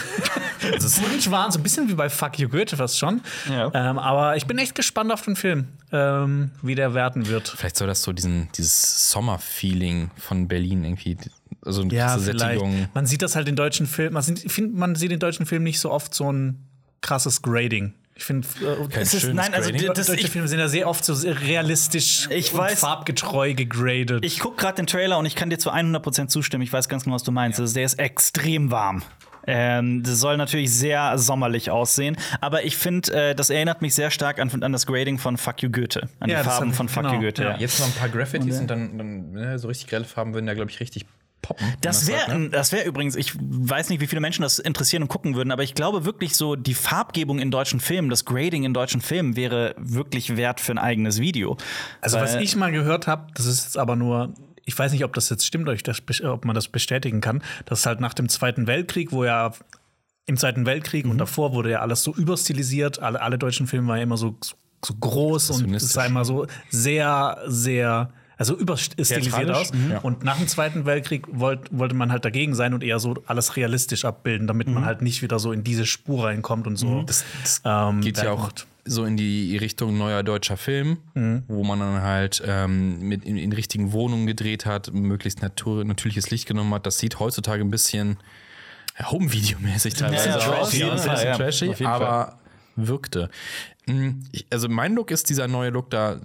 bunt waren. So ein bisschen wie bei Fuck You Goethe fast schon.
Ja.
Ähm, aber ich bin echt gespannt auf den Film, ähm, wie der werten wird.
Vielleicht soll das so diesen, dieses Sommerfeeling von Berlin irgendwie, also eine krasse Sättigung.
Man sieht das halt in deutschen Filmen. Man, sieht- ich find, man sieht in deutschen Filmen nicht so oft so ein krasses Grading. Ich finde, äh,
Es ist,
schönes
nein, also
Grading.
das,
deutsche
ich,
Filme sind ja sehr oft so sehr realistisch
Ich
und
weiß-
farbgetreu gegradet.
ich gucke gerade den Trailer und ich kann dir zu 100% zustimmen. Ich weiß ganz genau, was du meinst. Also, der ist extrem warm. Ähm, das soll natürlich sehr sommerlich aussehen, aber ich finde, äh, das erinnert mich sehr stark an, an das Grading von Fuck You Goethe, an
Ja,
die
das
Farben
hat-
von Fuck
genau,
You Goethe.
ja.
Ja.
Jetzt noch ein paar Graffitis und dann, dann ne, so richtig grelle Farben würden da, glaube ich, richtig poppen.
Das
Wenn sagt,
wäre
ne?
das wär übrigens, ich weiß nicht, wie viele Menschen das interessieren und gucken würden, aber ich glaube wirklich so, die Farbgebung in deutschen Filmen, das Grading in deutschen Filmen wäre wirklich wert für ein eigenes Video.
Also was
Weil-
ich mal gehört habe, das ist jetzt aber nur, ich weiß nicht, ob das jetzt stimmt, ob, ich das, bes- ob man das bestätigen kann, dass halt nach dem Zweiten Weltkrieg, wo ja
Mhm.
im Zweiten Weltkrieg und davor wurde ja alles so überstilisiert, alle, alle deutschen Filme waren ja immer so so groß und
Impressionistisch.
sah immer so sehr, sehr, also überstilisiert
Theatralisch, Mhm.
aus. Und nach dem Zweiten Weltkrieg wollt, wollte man halt dagegen sein und eher so alles realistisch abbilden, damit
Mhm.
man halt nicht wieder so in diese Spur reinkommt und so. Das, ähm,
geht ja
Werk
auch
macht.
so in die Richtung neuer deutscher Film, wo man dann halt ähm, mit in, in richtigen Wohnungen gedreht hat, möglichst natur, natürliches Licht genommen hat. Das sieht heutzutage ein bisschen Home-Video-mäßig teilweise
ja,
aus.
trashy,
ein
ja.
bisschen
Ja, ja.
trashy,
Auf jeden
aber wirkte. Mm, Ich, also mein Look ist dieser neue Look da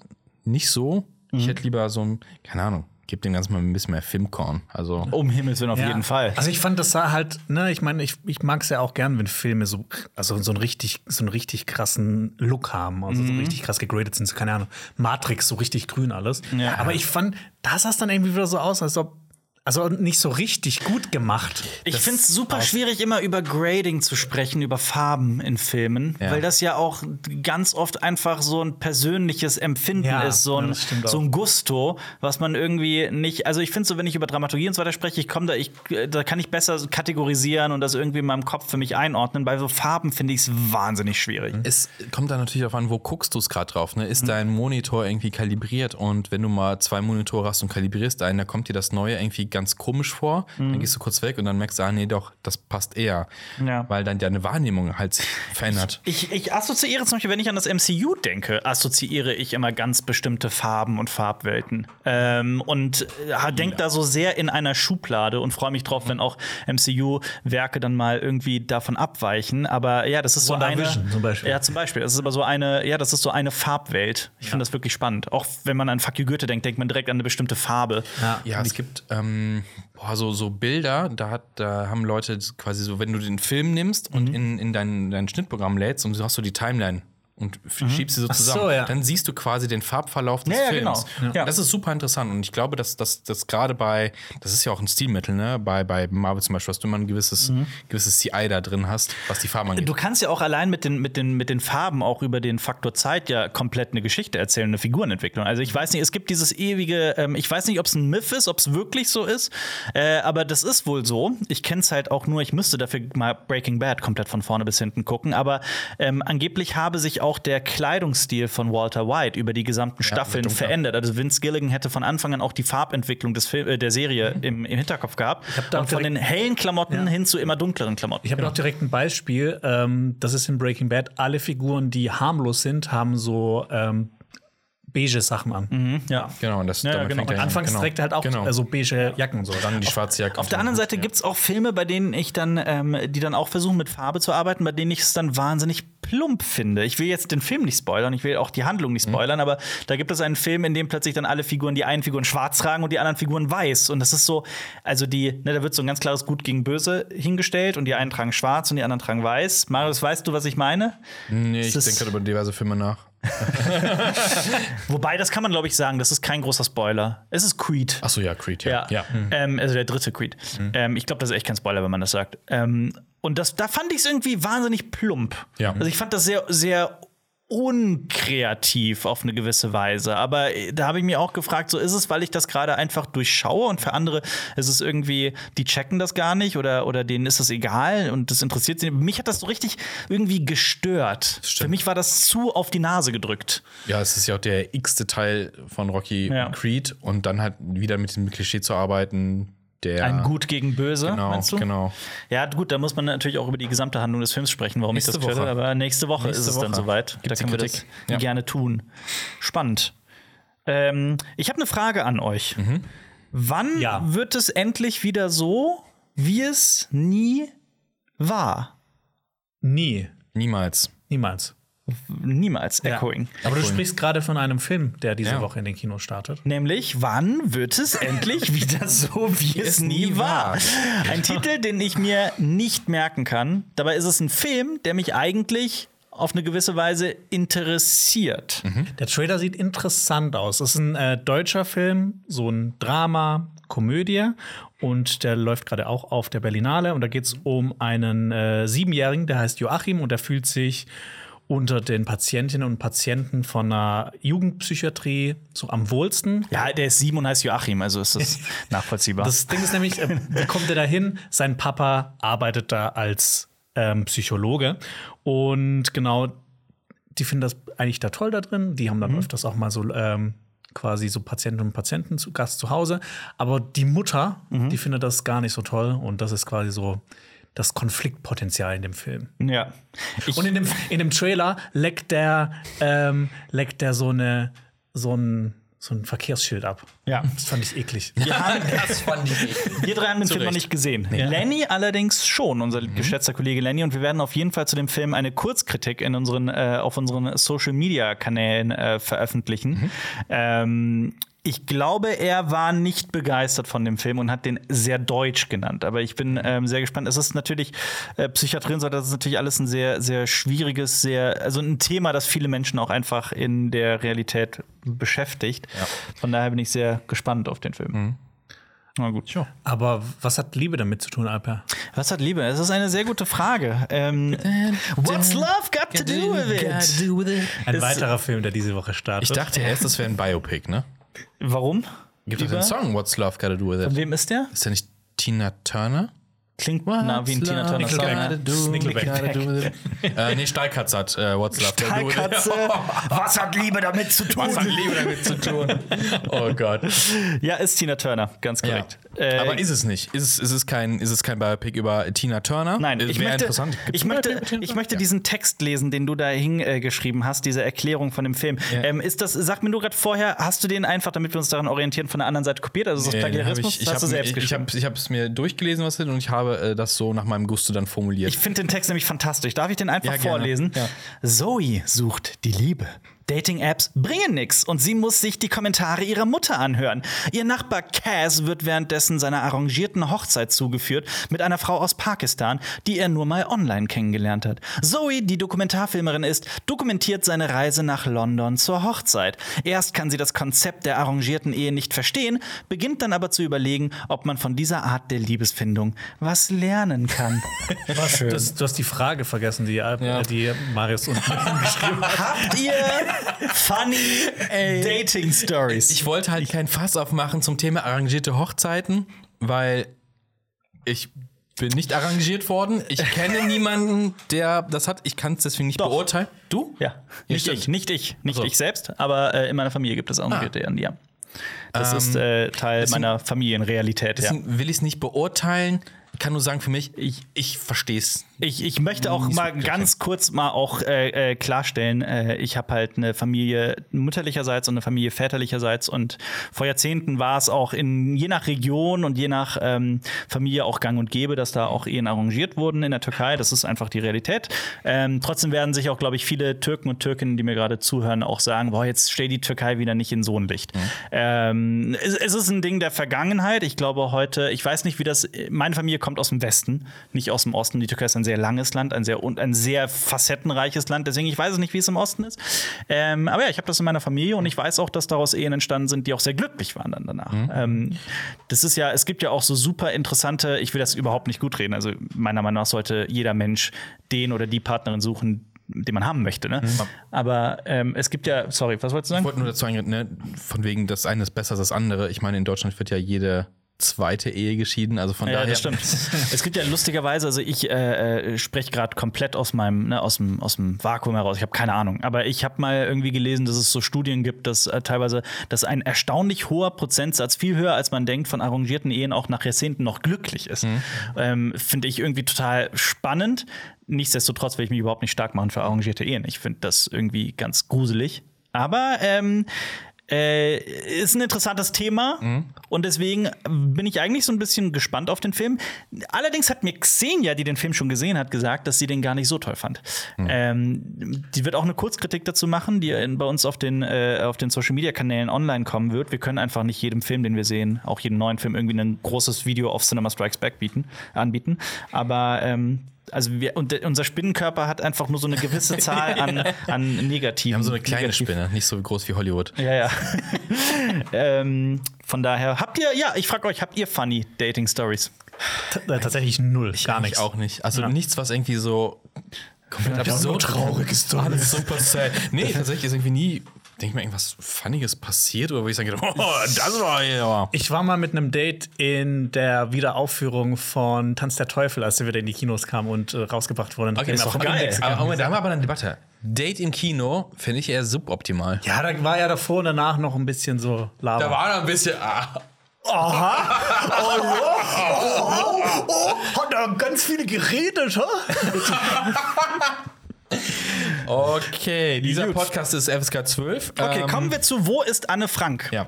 nicht so. Ich hätte lieber so ein, keine Ahnung, gib dem Ganzen mal ein bisschen mehr Filmkorn. Also
Um Himmels Willen auf
Ja.
jeden Fall.
Also ich fand, das sah halt, ne, ich meine, ich, ich mag es ja auch gern, wenn Filme so, also so einen richtig, so einen richtig krassen Look haben, also
Mhm.
so richtig krass gegradet sind, so, keine Ahnung, Matrix, so richtig grün alles.
Ja.
Aber ich fand, da sah es dann irgendwie wieder so aus, als ob, also nicht so richtig gut gemacht.
Ich finde es super schwierig, immer über Grading zu sprechen, über Farben in Filmen,
Ja.
weil das ja auch ganz oft einfach so ein persönliches Empfinden
Ja,
ist, so
ja,
ein,
das stimmt
so
auch.
ein Gusto, was man irgendwie nicht. Also ich finde so, wenn ich über Dramaturgie und so weiter spreche, ich komme da, ich, da kann ich besser kategorisieren und das irgendwie in meinem Kopf für mich einordnen. Bei so Farben finde ich es wahnsinnig
Mhm.
schwierig.
Es kommt dann natürlich darauf an, wo guckst du es gerade drauf. Ne? Ist dein Monitor irgendwie kalibriert und wenn du mal zwei Monitore hast und kalibrierst einen, da kommt dir das neue irgendwie ganz komisch vor. Dann gehst du kurz weg und dann merkst du, ah nee, doch, das passt eher.
Ja.
Weil dann deine Wahrnehmung halt sich verändert.
Ich, ich assoziiere zum Beispiel, wenn ich an das MCU denke, assoziiere ich immer ganz bestimmte Farben und Farbwelten. Ähm, und äh, denke da so sehr in einer Schublade und freue mich drauf, wenn auch MCU-Werke dann mal irgendwie davon abweichen. Aber ja, das ist so eine.
WandaVision zum Beispiel.
Ja, zum Beispiel. Das ist aber so eine, ja, das ist so eine Farbwelt. Ich finde das wirklich spannend. Auch wenn man an Fuck you Goethe denkt, denkt man direkt an eine bestimmte Farbe.
Ja, es gibt ähm, boah, so, so Bilder, da, hat, da haben Leute quasi so, wenn du den Film nimmst
Mhm.
und in, in dein, dein Schnittprogramm lädst und du hast so die Timeline und f-
Mhm.
schiebst sie so
so,
zusammen,
ja.
dann siehst du quasi den Farbverlauf des
Ja, ja,
Films.
genau. Ja.
Das ist super interessant und ich glaube, dass das gerade bei, das ist ja auch ein Stilmittel, ne? bei, bei Marvel zum Beispiel, dass du immer ein gewisses, gewisses CI da drin hast, was die Farben angeht.
Mhm. Äh, Du kannst ja auch allein mit den, mit, den, mit den Farben auch über den Faktor Zeit ja komplett eine Geschichte erzählen, eine Figurenentwicklung. Also ich weiß nicht, es gibt dieses ewige, ähm, ich weiß nicht, ob es ein Myth ist, ob es wirklich so ist, äh, aber das ist wohl so. Ich kenne es halt auch nur, ich müsste dafür mal Breaking Bad komplett von vorne bis hinten gucken, aber ähm, angeblich habe sich auch der Kleidungsstil von Walter White über die gesamten Staffeln
dunkler.
verändert. Also Vince Gilligan hätte von Anfang an auch die Farbentwicklung des Fil äh, der Serie im, im Hinterkopf gehabt.
Mhm. hab da
Und von den
direkt-
hellen Klamotten hin zu immer dunkleren Klamotten.
Ich habe noch direkt ein Beispiel. Ähm, das ist in Breaking Bad. Alle Figuren, die harmlos sind, haben so ähm, beige Sachen an.
ja.
Genau, und das
Ja, ja,
damit
Mhm. genau.
fängt er
Und
an.
Anfangs
genau.
trägt er halt auch
genau.
äh, so beige Jacken und so.
dann die schwarze Jacke.
also Auf der anderen Seite gibt es auch Filme, bei denen ich dann, ähm, die dann auch versuchen, mit Farbe zu arbeiten, bei denen ich es dann wahnsinnig plump finde. Ich will jetzt den Film nicht spoilern, ich will auch die Handlung nicht spoilern, aber da gibt es einen Film, in dem plötzlich dann alle Figuren, die einen Figuren schwarz tragen und die anderen Figuren weiß. Und das ist so, also die, ne, da wird so ein ganz klares Gut gegen Böse hingestellt und die einen tragen schwarz und die anderen tragen weiß. Marius, weißt du, was ich meine?
Nee, ich
es ist-
denke gerade über diverse Filme nach.
Wobei, das kann man, glaube ich, sagen, das ist kein großer Spoiler. Es ist Creed.
Achso, ja, Mhm. Creed,
Ja. Ähm, also der dritte Creed. Ähm, ich glaube, das ist echt kein Spoiler, wenn man das sagt. Ähm, und das, da fand ich es irgendwie wahnsinnig plump.
Ja.
Also ich fand das sehr, sehr unkreativ auf eine gewisse Weise. Aber äh, da habe ich mir auch gefragt, so ist es, weil ich das gerade einfach durchschaue und für andere ist es irgendwie, die checken das gar nicht oder, oder denen ist das egal und das interessiert sie. nicht. Mich hat das so richtig irgendwie gestört. Für mich war das zu auf die Nase gedrückt.
Ja, es ist ja auch der x-te Teil von Rocky
Ja.
und Creed und dann halt wieder mit dem Klischee zu arbeiten, der.
Ein Gut gegen Böse,
Genau,
meinst du?
genau.
Ja, gut, da muss man natürlich auch über die gesamte Handlung des Films sprechen, warum
Nächste
ich das
Woche.
tue. Aber nächste Woche
Nächste
ist es dann
Woche
soweit. Da
gibt's die
können wir das
Kritik. Ja.
gerne tun. Spannend. Ähm, ich habe eine Frage an euch.
Mhm.
Wann
Ja.
wird es endlich wieder so, wie es nie war?
Nie.
Niemals.
Niemals.
Niemals echoing.
Ja. Aber du sprichst gerade von einem Film, der diese
Ja.
Woche in den Kinos startet.
Nämlich, wann wird es endlich wieder so, wie es nie war? Genau. Ein Titel, den ich mir nicht merken kann. Dabei ist es ein Film, der mich eigentlich auf eine gewisse Weise interessiert.
Der Trailer sieht interessant aus. Es ist ein äh, deutscher Film, so ein Drama, Komödie. Und der läuft gerade auch auf der Berlinale. Und da geht es um einen äh, Siebenjährigen, der heißt Joachim und der fühlt sich unter den Patientinnen und Patienten von einer Jugendpsychiatrie so am wohlsten.
Ja, der ist sieben und heißt Joachim, also ist das nachvollziehbar.
Das Ding ist nämlich, äh, wie kommt er da hin? Sein Papa arbeitet da als ähm, Psychologe. Und genau die finden das eigentlich da toll da drin. Die haben dann
Mhm.
öfters auch mal so ähm, quasi so Patientinnen und Patienten zu Gast zu Hause. Aber die Mutter,
Mhm.
die findet das gar nicht so toll und das ist quasi so das Konfliktpotenzial in dem Film.
Ja. Ich,
Und in dem, in dem Trailer leckt der, ähm, leckt der so, eine, so, ein, so ein Verkehrsschild ab.
ja.
Das fand ich eklig.
Wir, haben,
Das fand ich nicht.
wir drei haben den Film noch
Recht.
nicht gesehen. Lenny allerdings schon, unser geschätzter Kollege Lenny. Und wir werden auf jeden Fall zu dem Film eine Kurzkritik in unseren, äh, auf unseren Social-Media-Kanälen äh, veröffentlichen. Ähm, ich glaube, er war nicht begeistert von dem Film und hat den sehr deutsch genannt. Aber ich bin ähm, sehr gespannt. Es ist natürlich, äh, Psychiatrie und so, das ist natürlich alles ein sehr, sehr schwieriges, sehr, also ein Thema, das viele Menschen auch einfach in der Realität beschäftigt. Von daher bin ich sehr gespannt auf den Film. Na gut.
Aber was hat Liebe damit zu tun, Alper?
Was hat Liebe? Das ist eine sehr gute Frage. Ähm, what's love got to do with it?
Ein weiterer Film, der diese Woche startet.
Ich dachte erst, das wäre ein Biopic, ne?
Warum?
Gibt es
Lieber?
den Song What's Love Gotta Do With It?
Wem ist der?
Ist der nicht Tina Turner?
Klingt na, wie ein Tina Turner Song.
Nickelback. Nickelback.
Nickelback. äh, nee, Stahlkatz hat äh, What's Love Gotta Do With It.
Stahlkatze. Was hat Liebe damit zu tun?
Was hat Liebe damit zu tun? Oh Gott.
Ja, ist Tina Turner, ganz
Ja.
korrekt. Äh,
Aber ist es nicht? Ist es, ist es kein, ist es kein Biopic über Tina Turner?
Nein,
Äh,
ich
Wäre
möchte,
interessant. Gibt's
ich
ein
möchte,
Biopic über Tina
ich
Turner?
möchte diesen Text lesen, den du da hingeschrieben äh, hast, diese Erklärung von dem Film.
Ja.
Ähm, ist das, sag mir nur gerade vorher, hast du den einfach, damit wir uns daran orientieren, von der anderen Seite kopiert? Also ist das
Äh, den hab
Plagiarismus?
ich, ich
das hast du
hab-
selbst
ich, ich
geschrieben.
habe ich hab's mir durchgelesen, was drin, und ich habe äh, das so nach meinem Gusto dann formuliert.
Ich finde den Text nämlich fantastisch. Darf ich den einfach
Ja, gerne.
vorlesen?
Ja.
Zoe sucht die Liebe. Dating-Apps bringen nix und sie muss sich die Kommentare ihrer Mutter anhören. Ihr Nachbar Cass wird währenddessen seiner arrangierten Hochzeit zugeführt mit einer Frau aus Pakistan, die er nur mal online kennengelernt hat. Zoe, die Dokumentarfilmerin ist, dokumentiert seine Reise nach London zur Hochzeit. Erst kann sie das Konzept der arrangierten Ehe nicht verstehen, beginnt dann aber zu überlegen, ob man von dieser Art der Liebesfindung was lernen kann.
du, hast, du hast die Frage vergessen, die, Alper,
Ja.
die Marius und
Habt ihr funny Dating Stories?
Ich wollte halt kein Fass aufmachen zum Thema arrangierte Hochzeiten, weil ich bin nicht arrangiert worden. Ich kenne niemanden, der das hat. Ich kann es deswegen nicht beurteilen. Du?
ja, nicht
stimmt.
ich, nicht ich, nicht
Ach so.
ich selbst, aber äh, in meiner Familie gibt es auch ah. Ehren, ja. Das ist äh, Teil meiner Familienrealität. Ja.
Deswegen will ich es nicht beurteilen. Kann nur sagen für mich, ich, ich verstehe es.
Ich, ich möchte auch mal ganz kurz mal auch äh, äh, klarstellen, äh, ich habe halt eine Familie mütterlicherseits und eine Familie väterlicherseits und vor Jahrzehnten war es auch in je nach Region und je nach ähm, Familie auch gang und gäbe, dass da auch Ehen arrangiert wurden in der Türkei. Das ist einfach die Realität. Ähm, trotzdem werden sich auch, glaube ich, viele Türken und Türkinnen, die mir gerade zuhören, auch sagen, boah, jetzt steht die Türkei wieder nicht in so ein Licht. Ähm, es, es ist ein Ding der Vergangenheit. Ich glaube heute, äh, ich weiß nicht, wie das, meine Familie kommt aus dem Westen, nicht aus dem Osten. Die Türkei ist ein sehr langes Land, ein sehr, und ein sehr facettenreiches Land. Deswegen, ich weiß es nicht, wie es im Osten ist. Ähm, aber ja, ich habe das in meiner Familie und ich weiß auch, dass daraus Ehen entstanden sind, die auch sehr glücklich waren dann danach. Ähm, das ist ja, es gibt ja auch so super interessante, ich will das überhaupt nicht gut reden. Also meiner Meinung nach sollte jeder Mensch den oder die Partnerin suchen, den man haben möchte. Ne? Aber ähm, es gibt ja, sorry, was wolltest du
Ich
sagen?
wollte nur dazu eingehen, ne, von wegen, das eine ist besser als das andere. Ich meine, in Deutschland wird ja jede zweite Ehe geschieden. Also von
Ja,
daher.
das stimmt. es gibt ja lustigerweise, also ich äh, äh, spreche gerade komplett aus meinem, ne, aus dem, aus dem Vakuum heraus. Ich habe keine Ahnung. Aber ich habe mal irgendwie gelesen, dass es so Studien gibt, dass äh, teilweise, dass ein erstaunlich hoher Prozentsatz, viel höher als man denkt, von arrangierten Ehen auch nach Jahrzehnten noch glücklich ist.
Mhm.
Ähm, Finde ich irgendwie total spannend. Nichtsdestotrotz will ich mich überhaupt nicht stark machen für arrangierte Ehen. Ich finde das irgendwie ganz gruselig. Aber ähm, äh, ist ein interessantes Thema
Mhm.
und deswegen bin ich eigentlich so ein bisschen gespannt auf den Film. Allerdings hat mir Xenia, die den Film schon gesehen hat, gesagt, dass sie den gar nicht so toll fand.
Mhm.
Ähm, die wird auch eine Kurzkritik dazu machen, die in, bei uns auf den, äh, auf den Social Media Kanälen online kommen wird. Wir können einfach nicht jedem Film, den wir sehen, auch jedem neuen Film irgendwie ein großes Video auf Cinema Strikes Back bieten, anbieten. Aber ähm, also wir, und, der- unser Spinnenkörper hat einfach nur so eine gewisse Zahl an, an negativen. Wir
haben so eine kleine Spinne, nicht so groß wie Hollywood.
ja, ja. ähm, von daher, habt ihr, ja, ich frage euch, habt ihr funny Dating Stories?
äh, tatsächlich null, gar nichts.
Ich auch nicht. Also nichts, was irgendwie so komplett absurd traurig ist. Alles super sad. Nee, tatsächlich ist irgendwie nie denke ich mir, irgendwas Funniges passiert oder wo ich sage, oh, das war ja.
Ich war mal mit einem Date in der Wiederaufführung von Tanz der Teufel, als wir wieder in die Kinos kamen und äh, rausgebracht wurden.
Okay, das ist doch geil. Aber, aber da haben wir aber eine Debatte. Date im Kino finde ich eher suboptimal.
Ja, da war ja davor und danach noch ein bisschen so Lava.
Da war noch ein bisschen. Ah,
hat da ganz viele geredet, ha?
okay, dieser Podcast ist FSK 12.
Okay,
Ähm,
kommen wir zu Wo ist Anne Frank?
Ja.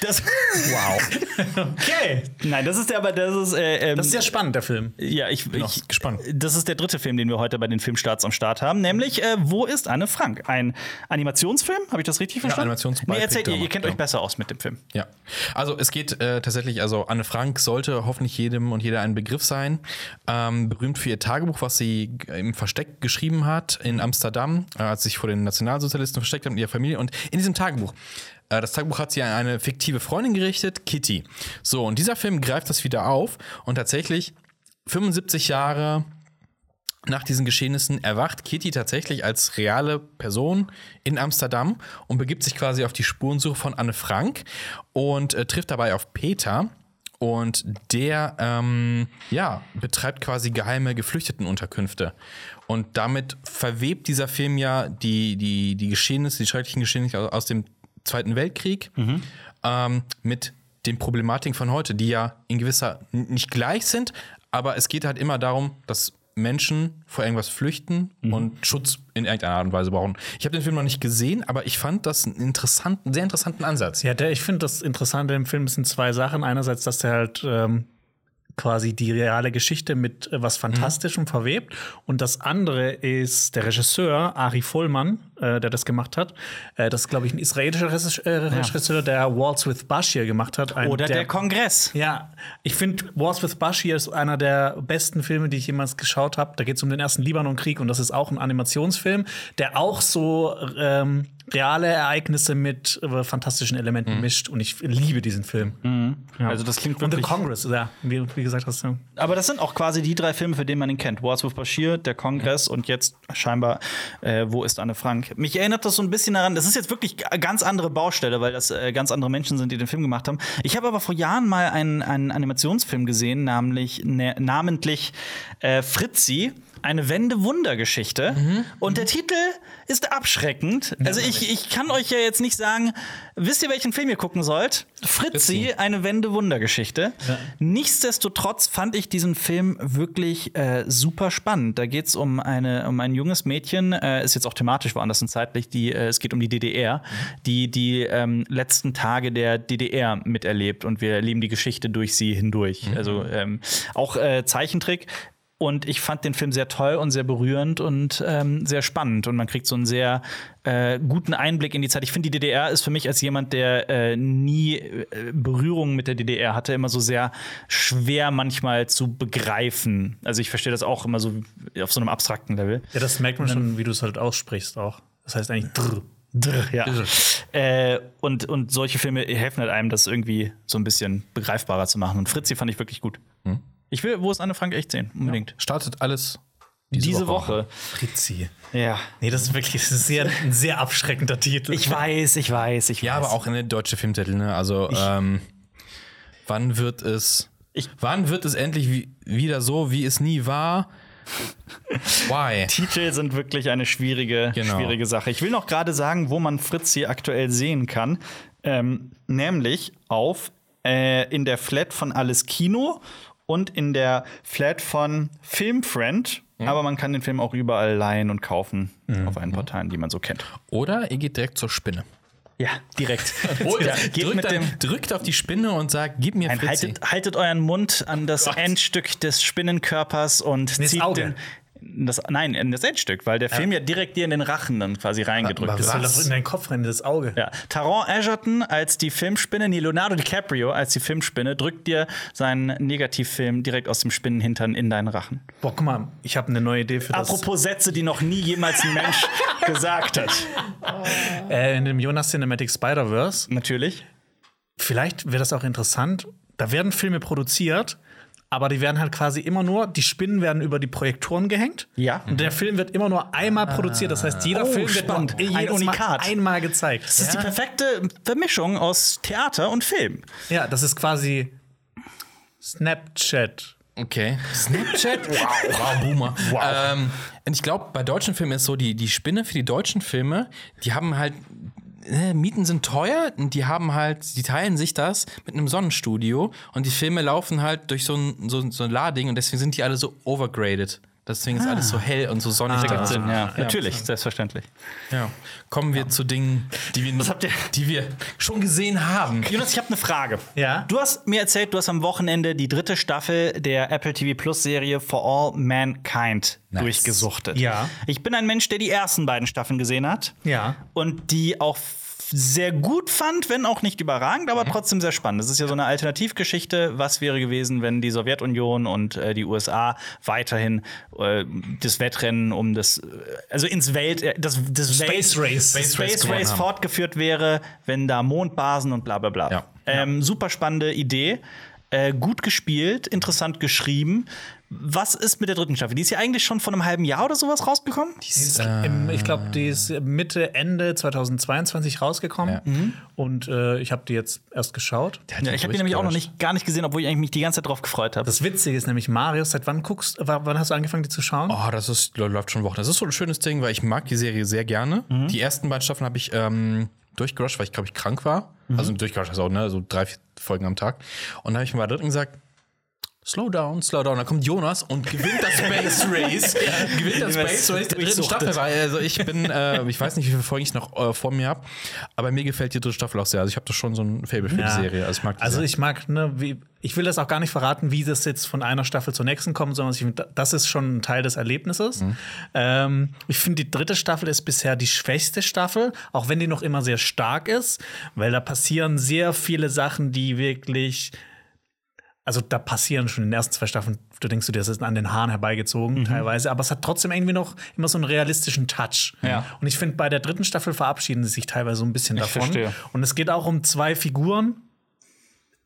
Das,
Wow.
Okay.
nein, das ist der, aber das ist, äh, ähm,
Das ist sehr spannend, der Film.
ja, ich, ich,
gespannt.
Das ist der dritte Film, den wir heute bei den Filmstarts am Start haben, nämlich äh, Wo ist Anne Frank? Ein Animationsfilm, habe ich das richtig verstanden?
Animations-
nee, erzählt ihr, ihr
Biopic-Drama,
kennt
ja.
euch besser aus mit dem Film.
Ja, also es geht äh, tatsächlich, also Anne Frank sollte hoffentlich jedem und jeder ein Begriff sein. Ähm, berühmt für ihr Tagebuch, was sie g- im Versteck geschrieben hat in Amsterdam, äh, als sie sich vor den Nationalsozialisten versteckt hat mit ihrer Familie. Und in diesem Tagebuch, äh, das Tagebuch hat sie an eine fiktive Freundin gerichtet, Kitty. So, und dieser Film greift das wieder auf und tatsächlich 75 Jahre nach diesen Geschehnissen erwacht Kitty tatsächlich als reale Person in Amsterdam und begibt sich quasi auf die Spurensuche von Anne Frank und äh, trifft dabei auf Peter. Und der ähm, ja, betreibt quasi geheime Geflüchtetenunterkünfte. Und damit verwebt dieser Film ja die, die, die Geschehnisse, die schrecklichen Geschehnisse aus- aus dem Zweiten Weltkrieg ähm, mit den Problematiken von heute, die ja in gewisser n- nicht gleich sind, aber es geht halt immer darum, dass Menschen vor irgendwas flüchten und Schutz in irgendeiner Art und Weise brauchen. Ich habe den Film noch nicht gesehen, aber ich fand das einen interessanten, sehr interessanten Ansatz.
Ja, der, ich finde das Interessante im Film sind zwei Sachen. Einerseits, dass der halt ähm, quasi die reale Geschichte mit äh,
Mhm.
was Fantastischem verwebt. Und das andere ist der Regisseur Ari Vollmann, äh, der das gemacht hat. Äh, das ist, glaube ich, ein israelischer Regisseur, äh, Regisseur, der Waltz with Bashir gemacht hat. Ein-
Oder der, Kongress.
Ja, ich finde Wars with Bashir ist einer der besten Filme, die ich jemals geschaut habe. Da geht es um den ersten Libanon-Krieg und das ist auch ein Animationsfilm, der auch so ähm, reale Ereignisse mit äh, fantastischen Elementen mischt und ich liebe diesen Film. Ja.
Also das klingt
und The
wirklich-
Congress, ja, wie, wie gesagt hast du.
Aber das sind auch quasi die drei Filme, für die man ihn kennt. Wars with Bashir, Der Kongress und jetzt scheinbar äh, Wo ist Anne Frank? Mich erinnert das so ein bisschen daran, das ist jetzt wirklich g- ganz andere Baustelle, weil das äh, ganz andere Menschen sind, die den Film gemacht haben. Ich habe aber vor Jahren mal einen, einen Animationsfilm gesehen, nämlich, ne, namentlich äh, Fritzi. Eine Wende-Wunder-Geschichte. Und der Titel ist abschreckend. Also, ich, ich kann euch ja jetzt nicht sagen, wisst ihr, welchen Film ihr gucken sollt? Fritzi, eine Wende-Wunder-Geschichte. Nichtsdestotrotz fand ich diesen Film wirklich äh, super spannend. Da geht es um, eine, um ein junges Mädchen, äh, ist jetzt auch thematisch woanders und zeitlich, die, äh, es geht um die DDR, die die ähm, letzten Tage der DDR miterlebt und wir erleben die Geschichte durch sie hindurch. Also ähm, auch äh, Zeichentrick. Und ich fand den Film sehr toll und sehr berührend und ähm, sehr spannend. Und man kriegt so einen sehr äh, guten Einblick in die Zeit. Ich finde, die DDR ist für mich als jemand, der äh, nie äh, Berührung mit der DDR hatte, immer so sehr schwer manchmal zu begreifen. Also ich verstehe das auch immer so auf so einem abstrakten Level.
Ja, das merkt man schon, wie du es halt aussprichst auch. Das heißt eigentlich drr.
Drr, ja. Äh, und, und solche Filme helfen halt einem, das irgendwie so ein bisschen begreifbarer zu machen. Und Fritzi fand ich wirklich gut. Ich will, wo ist Anne Frank echt sehen? Unbedingt.
Startet alles
Diese, Woche.
Fritzi.
Ja.
Nee, das ist wirklich das ist sehr, ein sehr abschreckender Titel.
Ich weiß, ich weiß, ich weiß.
Ja, aber auch in der deutsche Filmtitel, ne? Also, ähm, wann wird es.
Ich-
wann wird es endlich wie, wieder so, wie es nie war? Why?
Titel sind wirklich eine schwierige,
Genau.
schwierige Sache. Ich will noch gerade sagen, wo man Fritzi aktuell sehen kann. Ähm, nämlich auf äh, in der Flat von Alles Kino und in der Flat von Filmfriend. Aber man kann den Film auch überall leihen und kaufen
Mhm.
auf allen Portalen, die man so kennt.
Oder ihr geht direkt zur Spinne.
Ja, direkt.
Oh, ja.
Geht
drückt,
mit dem
dann- drückt auf die Spinne und sagt, gib mir
Nein,
Fritzi.
haltet, haltet euren Mund an das Endstück des Spinnenkörpers und
das
zieht
Auge.
den. Das, nein, in das Endstück, weil der Film ja direkt dir in den Rachen dann quasi reingedrückt
aber
ist.
das soll
was?
doch in deinen Kopf rein, in das Auge.
Ja. Taron Egerton als die Filmspinne, nee, Leonardo DiCaprio als die Filmspinne, drückt dir seinen Negativfilm direkt aus dem Spinnenhintern in deinen Rachen.
Boah, guck mal, ich habe eine neue Idee für das.
Apropos Sätze, die noch nie jemals ein Mensch gesagt hat.
Äh, in dem Jonas Cinematic Spider-Verse
Natürlich.
vielleicht wäre das auch interessant. Da werden Filme produziert, aber die werden halt quasi immer nur, die Spinnen werden über die Projektoren gehängt.
Ja.
Und der Film wird immer nur einmal produziert. Das heißt, jeder
Oh,
Film wird nur
spannend.
jedes
Ein
Mal
Unikat.
einmal gezeigt.
Das ist die perfekte Vermischung aus Theater und Film.
Ja, das ist quasi Snapchat.
Okay. Snapchat? wow. Wow, Boomer. Ähm, und ich glaube, bei deutschen Filmen ist so, die, die Spinne für die deutschen Filme, die haben halt. äh, Mieten sind teuer und die haben halt, die teilen sich das mit einem Sonnenstudio und die Filme laufen halt durch so ein, so, so ein Lading und deswegen sind die alle so overgraded. Deswegen ist alles so hell und so sonnig.
Ergibt Ah. Sinn, ja.
Ja.
Natürlich, selbstverständlich.
Ja. Kommen wir zu Dingen, die wir,
habt ihr-
die wir schon gesehen haben.
Jonas, ich habe eine Frage.
Ja?
Du hast mir erzählt, du hast am Wochenende die dritte Staffel der Apple TV Plus Serie For All Mankind durchgesuchtet.
Ja.
Ich bin ein Mensch, der die ersten beiden Staffeln gesehen hat.
Ja.
Und die auch f- sehr gut fand, wenn auch nicht überragend,
Mhm.
aber trotzdem sehr spannend. Das ist ja so eine Alternativgeschichte. Was wäre gewesen, wenn die Sowjetunion und äh, die USA weiterhin äh, das Wettrennen um das, äh, also ins Welt, äh, das, das
Space
Welt,
Race.
Space,
Race
Race,
gewonnen haben.
fortgeführt wäre, wenn da Mondbasen und bla bla bla.
Ja.
Ähm, super spannende Idee. Äh, gut gespielt, interessant geschrieben. Was ist mit der dritten Staffel? Die ist ja eigentlich schon vor einem halben Jahr oder sowas rausgekommen.
Im, ich glaube, die ist Mitte, Ende 2022 rausgekommen.
Ja.
Und äh, ich habe die jetzt erst geschaut.
halt
Ja, ich habe die nämlich auch noch nicht, gar nicht gesehen, obwohl ich eigentlich mich die ganze Zeit drauf gefreut habe.
Das Witzige ist nämlich, Marius, seit wann guckst w- wann hast du angefangen, die zu schauen?
Oh, das ist, läuft schon Wochen. Das ist so ein schönes Ding, weil ich mag die Serie sehr gerne.
Mhm.
Die ersten beiden Staffeln habe ich ähm, durchgerusht, weil ich glaube ich krank war.
Mhm.
Also durchgerusht ist auch, ne? So drei, vier Folgen am Tag. Und dann habe ich mir bei der dritten gesagt, Slow down, slow down. Dann kommt Jonas und gewinnt das Space Race. gewinnt das
Indem er es
Space Race der dritten
durchsuchtet.
Staffel. Weil also ich bin, äh, ich weiß nicht, wie viele Folgen ich noch äh, vor mir habe, aber mir gefällt die dritte Staffel auch sehr. Also ich habe da schon so ein Fable für
Ja.
die Serie. Also ich mag die
Also
sehr.
ich mag, ne, wie, ich will das auch gar nicht verraten, wie das jetzt von einer Staffel zur nächsten kommt, sondern ich, find, das ist schon ein Teil des Erlebnisses.
Mhm.
Ähm, ich finde, die dritte Staffel ist bisher die schwächste Staffel, auch wenn die noch immer sehr stark ist, weil da passieren sehr viele Sachen, die wirklich also da passieren schon in den ersten zwei Staffeln, du denkst du dir, das ist an den Haaren herbeigezogen
Mhm.
teilweise, aber es hat trotzdem irgendwie noch immer so einen realistischen Touch.
Ja.
Und ich finde, bei der dritten Staffel verabschieden sie sich teilweise so ein bisschen davon.
verstehe.
Und es geht auch um zwei Figuren.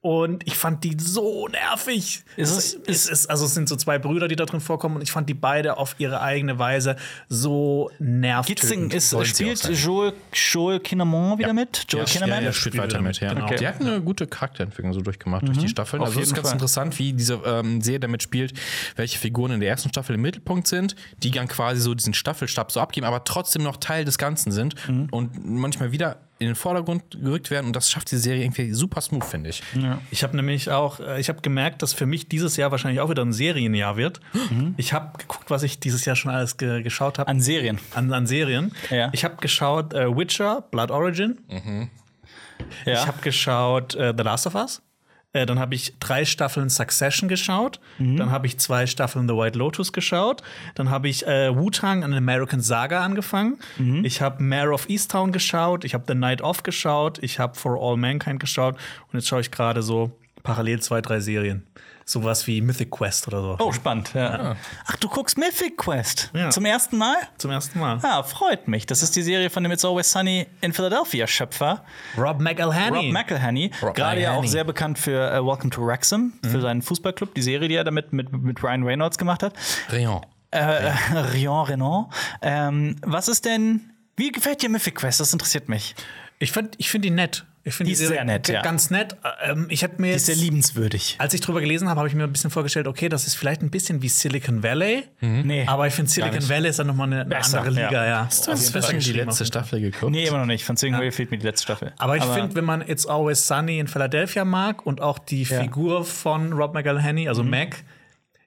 Und ich fand die so nervig.
Ist es-
es ist, also es sind so zwei Brüder, die da drin vorkommen, und ich fand die beide auf ihre eigene Weise so nervig.
Gibt's denn, ist,
sollen sie
spielt
auch sein.
Joel, Joel Kinnaman wieder mit? Joel
Ja,
Kinnaman?
Ja, ja, spielt weiter mit, ja.
Genau.
Die hat eine gute Charakterentwicklung so durchgemacht durch die Staffeln.
Mhm. Auf
also es ist
jeden
ganz
Fall.
interessant, wie diese ähm, Serie damit spielt, welche Figuren in der ersten Staffel im Mittelpunkt sind, die dann quasi so diesen Staffelstab so abgeben, aber trotzdem noch Teil des Ganzen sind
Mhm.
und manchmal wieder in den Vordergrund gerückt werden. Und das schafft die Serie irgendwie super smooth, finde ich.
Ich habe nämlich auch, äh, ich habe gemerkt, dass für mich dieses Jahr wahrscheinlich auch wieder ein Serienjahr wird. Ich habe geguckt, was ich dieses Jahr schon alles ge geschaut habe
Mhm. An Serien.
an, an Serien.
Ja.
Ich habe geschaut äh, Witcher, Blood Origin.
Ja.
Ich habe geschaut äh, The Last of Us. Äh, dann habe ich drei Staffeln Succession geschaut.
Mhm.
Dann habe ich zwei Staffeln The White Lotus geschaut. Dann habe ich äh, Wu-Tang an American Saga angefangen.
Mhm.
Ich habe Mayor of Easttown geschaut. Ich habe The Night Of geschaut. Ich habe For All Mankind geschaut. Und jetzt schaue ich gerade so parallel zwei, drei Serien. Sowas wie Mythic Quest oder so.
oh, spannend. Ja. Ach, du guckst Mythic Quest
Ja.
zum ersten Mal?
Zum ersten Mal.
Ah, freut mich. Das ist die Serie von dem It's Always Sunny in Philadelphia Schöpfer.
Rob
Rob
McElhenney.
McElhenney,
Rob
gerade ja auch
McElhenney.
sehr bekannt für äh, Welcome to Wrexham, für seinen Fußballclub, die Serie, die er damit mit, mit Ryan Reynolds gemacht hat.
Rayon.
Äh, Rion Renault. Ähm, was ist denn, wie gefällt dir Mythic Quest? Das interessiert mich.
Ich finde ich find die nett. Ich find
Die ist
Serie
sehr nett,
g-
ja.
Ganz nett. Ähm, ich habe mir
Die ist sehr
jetzt,
liebenswürdig.
als ich drüber gelesen habe, habe ich mir ein bisschen vorgestellt, okay, das ist vielleicht ein bisschen wie Silicon Valley.
Nee.
Aber ich finde Silicon
Hm. nicht.
Valley ist dann nochmal eine, eine
Besser,
andere Liga,
ja.
ja.
Hast du inzwischen die
geschrieben
letzte
auf-
Staffel geguckt?
Nee, immer noch nicht. Von Singing Way fehlt mir die letzte Staffel.
Aber ich finde, wenn man It's Always Sunny in Philadelphia mag und auch die Figur von Rob McElhenney, also Mac,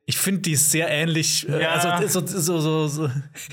ich finde, die ist sehr ähnlich. äh,
Mhm. Ja.
Also so, so, so, so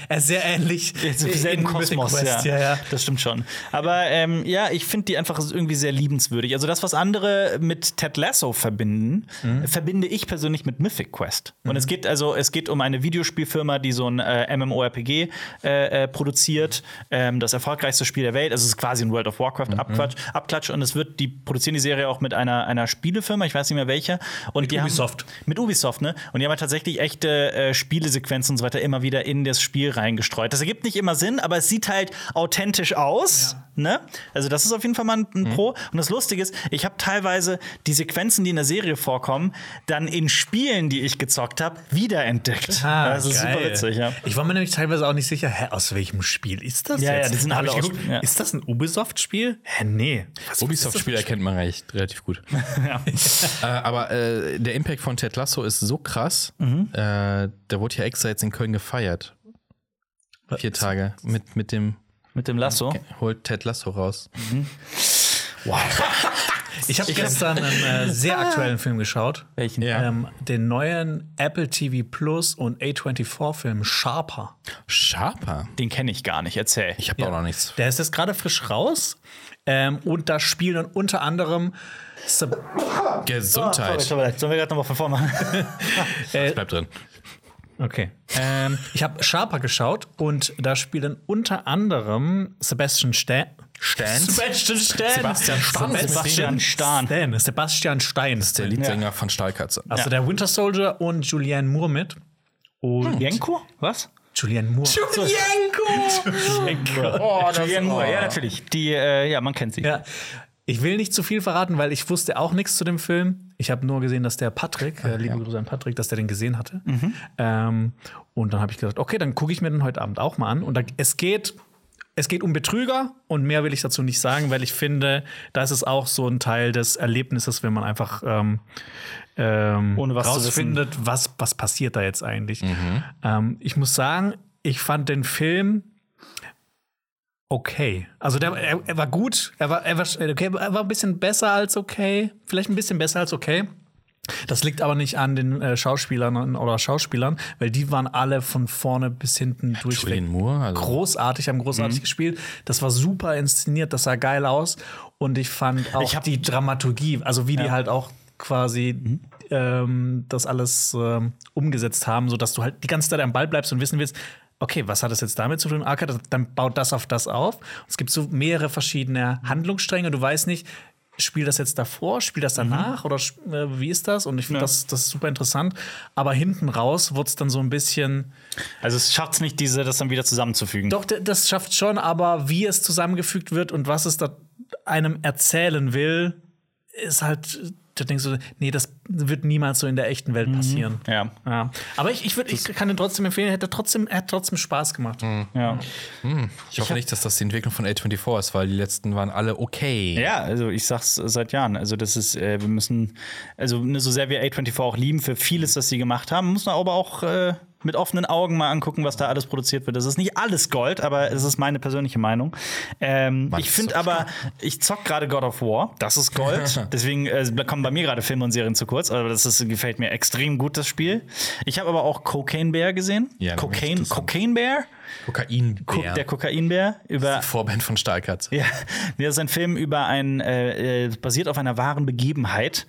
äh, sehr ähnlich.
Jetzt im selben
in
Kosmos,
Mythic Quest, ja, ja.
Das stimmt schon. Aber ähm, ja, ich finde die einfach irgendwie sehr liebenswürdig. Also das, was andere mit Ted Lasso verbinden,
Mhm.
verbinde ich persönlich mit Mythic Quest. Und es geht also, es geht um eine Videospielfirma, die so ein äh, MMORPG äh, äh, produziert, ähm, das erfolgreichste Spiel der Welt. Also es ist quasi ein World of Warcraft
Mhm.
Abklatsch, Abklatsch. Und es wird, die produzieren die Serie auch mit einer, einer Spielefirma, ich weiß nicht mehr welche. Und mit die
Ubisoft.
Haben, mit Ubisoft, ne? Und die haben ja tatsächlich echte äh, Spielesequenzen und so weiter immer wieder in das Spiel reingestreut. Das ergibt nicht immer Sinn, aber es sieht halt authentisch aus. Ne? Also, das ist auf jeden Fall mal ein, ein Pro. Und das Lustige ist, ich habe teilweise die Sequenzen, die in der Serie vorkommen, dann in Spielen, die ich gezockt habe, wiederentdeckt. das ist
Ah, geil.
super witzig, ja.
Ich war mir nämlich teilweise auch nicht sicher, hä, aus welchem Spiel ist das
Ja,
jetzt?
ja, die sind
Hab
alle
ich
aus-
geguckt,
ja.
Ist das ein Ubisoft-Spiel? Hä, nee. Was-
Ubisoft-Spiel erkennt man recht, relativ gut. äh, aber äh, der Impact von Ted Lasso ist so krass,
Mhm.
äh, der wurde ja extra jetzt in Köln gefeiert. Vier Tage mit, mit dem
Mit dem Lasso.
holt Ted Lasso raus.
Ich habe gestern einen äh, sehr aktuellen Film geschaut.
Welchen?
Ja.
Ähm, den neuen Apple TV Plus und A24-Film Sharper.
Sharper?
Den kenne ich gar nicht. Erzähl.
Ich habe auch noch nichts.
Der ist jetzt gerade frisch raus. Ähm, und da spielen dann unter anderem Seb
Ah,
Gesundheit.
Sollen wir gerade nochmal von vorne machen?
Bleib drin.
äh, Okay. Ähm, ich habe Sharper geschaut und da spielen unter anderem Sebastian Stan.
Stan?
Sebastian Stan.
Sebastian Stan.
Sebastian Stan.
Stan. Sebastian Stein.
Der Leadsänger von Stahlkatze.
Also der Winter Soldier und Julianne Moore mit. Und
Jenko? Was?
Julianne Moore.
Oh, Julianne Moore, ja, natürlich. Die, äh, ja, man kennt sie.
Ja. Ich will nicht zu viel verraten, weil ich wusste auch nichts zu dem Film. Ich habe nur gesehen, dass der Patrick,
Ah,
äh, liebe Grüße an Patrick, dass der den gesehen hatte.
Mhm.
Ähm, und dann habe ich gesagt, okay, dann gucke ich mir den heute Abend auch mal an. Und da, es geht. Es geht um Betrüger und mehr will ich dazu nicht sagen, weil ich finde, das ist auch so ein Teil des Erlebnisses, wenn man einfach ähm, ähm,
Ohne was zu Mhm.
rausfindet, was, was passiert da jetzt eigentlich. Ähm, ich muss sagen, ich fand den Film okay. Also der, er, er war gut, er war, er, war, okay, er war ein bisschen besser als okay, vielleicht ein bisschen besser als okay. Das liegt aber nicht an den äh, Schauspielern oder Schauspielern, weil die waren alle von vorne bis hinten durchweg
Julian Moore. Also.
großartig, haben
Mhm.
großartig gespielt. Das war super inszeniert, das sah geil aus. Und ich fand auch
Ich hab- Mhm.
die Dramaturgie, also wie die halt auch quasi ähm, das alles ähm, umgesetzt haben, sodass du halt die ganze Zeit am Ball bleibst und wissen willst, okay, was hat das jetzt damit zu tun? Ah, okay, das- dann baut das auf das auf. Es gibt so mehrere verschiedene Handlungsstränge. Du weißt nicht, spielt das jetzt davor, spielt das
Mhm.
danach oder sp- äh, wie ist das? Und ich finde das, das ist super interessant. Aber hinten raus wurde es dann so ein bisschen
Also es schafft es nicht, diese, das dann wieder zusammenzufügen.
doch, d- das schafft schon, aber wie es zusammengefügt wird und was es da einem erzählen will, ist halt, da denkst du, nee, das wird niemals so in der echten Welt passieren.
Mhm. Ja,
Ja. Aber ich, ich, würd, ich kann ihn trotzdem empfehlen, hätte trotzdem, er hat trotzdem Spaß gemacht.
Mhm. ja.
Ich hoffe nicht, dass das die Entwicklung von A24 ist, weil die letzten waren alle okay.
Ja, also ich sag's seit Jahren. Also das ist, äh, wir müssen, also ne, so sehr wir A24 auch lieben für vieles, was sie gemacht haben, muss man aber auch äh, mit offenen Augen mal angucken, was da alles produziert wird. Das ist nicht alles Gold, aber es ist meine persönliche Meinung. Ähm, ich
ist
finde aber, ich zock gerade God of War. Das ist Gold. Deswegen äh, kommen bei mir gerade Filme und Serien zu kurz. Aber das ist, gefällt mir extrem gut, das Spiel. Ich habe aber auch Cocaine Bear gesehen.
Ja, da bin ich
Cocaine,
interessant.
Cocaine Bear? Ko-
Kokainbär.
Der Kokainbär über
Vorband von Stahlkatze.
ja, nee, das ist ein Film über ein, äh, äh, basiert auf einer wahren Begebenheit.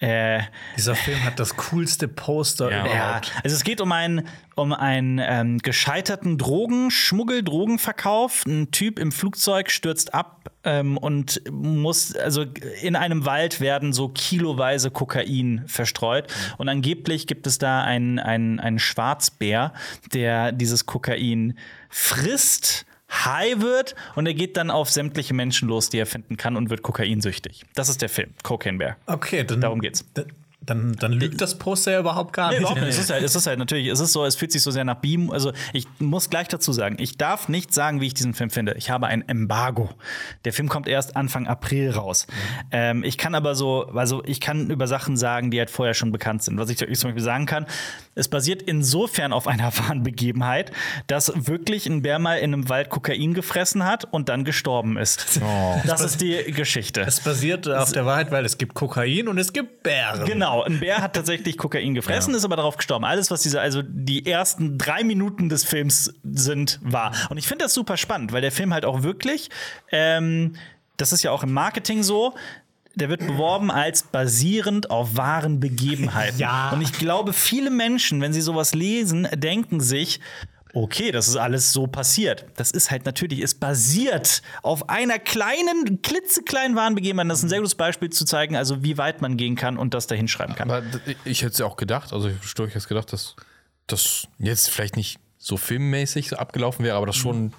Äh,
Dieser Film hat das coolste Poster
Ja.
ja, also es geht um einen, um einen ähm, gescheiterten Drogenschmuggel, Drogenverkauf. Ein Typ im Flugzeug stürzt ab ähm, und muss, also in einem Wald werden so kiloweise Kokain verstreut. Und angeblich gibt es da einen, einen, einen Schwarzbär, der dieses Kokain frisst high wird und er geht dann auf sämtliche Menschen los, die er finden kann und wird kokainsüchtig. Das ist der Film, Cocaine Bear.
Okay, dann,
Darum geht's.
d- Dann, dann lügt das Poster ja überhaupt gar
Nee,
nicht.
überhaupt nicht. Es ist halt, es ist halt natürlich, es ist so, es fühlt sich so sehr nach Beam. Also ich muss gleich dazu sagen, ich darf nicht sagen, wie ich diesen Film finde. Ich habe ein Embargo. Der Film kommt erst Anfang April raus. Ähm, ich kann aber so, also ich kann über Sachen sagen, die halt vorher schon bekannt sind. Was ich euch zum Beispiel sagen kann, es basiert insofern auf einer wahren Begebenheit, dass wirklich ein Bär mal in einem Wald Kokain gefressen hat und dann gestorben ist. Das ist die Geschichte.
Es basiert auf der Wahrheit, weil es gibt Kokain und es gibt Bären.
Genau, ein Bär hat tatsächlich Kokain gefressen, ist aber darauf gestorben. Alles, was diese, also die ersten drei Minuten des Films sind, war. Und ich finde das super spannend, weil der Film halt auch wirklich, ähm, das ist ja auch im Marketing so, der wird beworben als basierend auf wahren Begebenheiten.
Ja.
Und ich glaube, viele Menschen, wenn sie sowas lesen, denken sich, okay, das ist alles so passiert. Das ist halt natürlich, es basiert auf einer kleinen, klitzekleinen Wahnbegebenheit. Das ist ein sehr gutes Beispiel zu zeigen, also wie weit man gehen kann und das da hinschreiben kann.
Aber d- ich hätte es ja auch gedacht, also ich hätte durchaus gedacht, dass das jetzt vielleicht nicht so filmmäßig so abgelaufen wäre, aber dass schon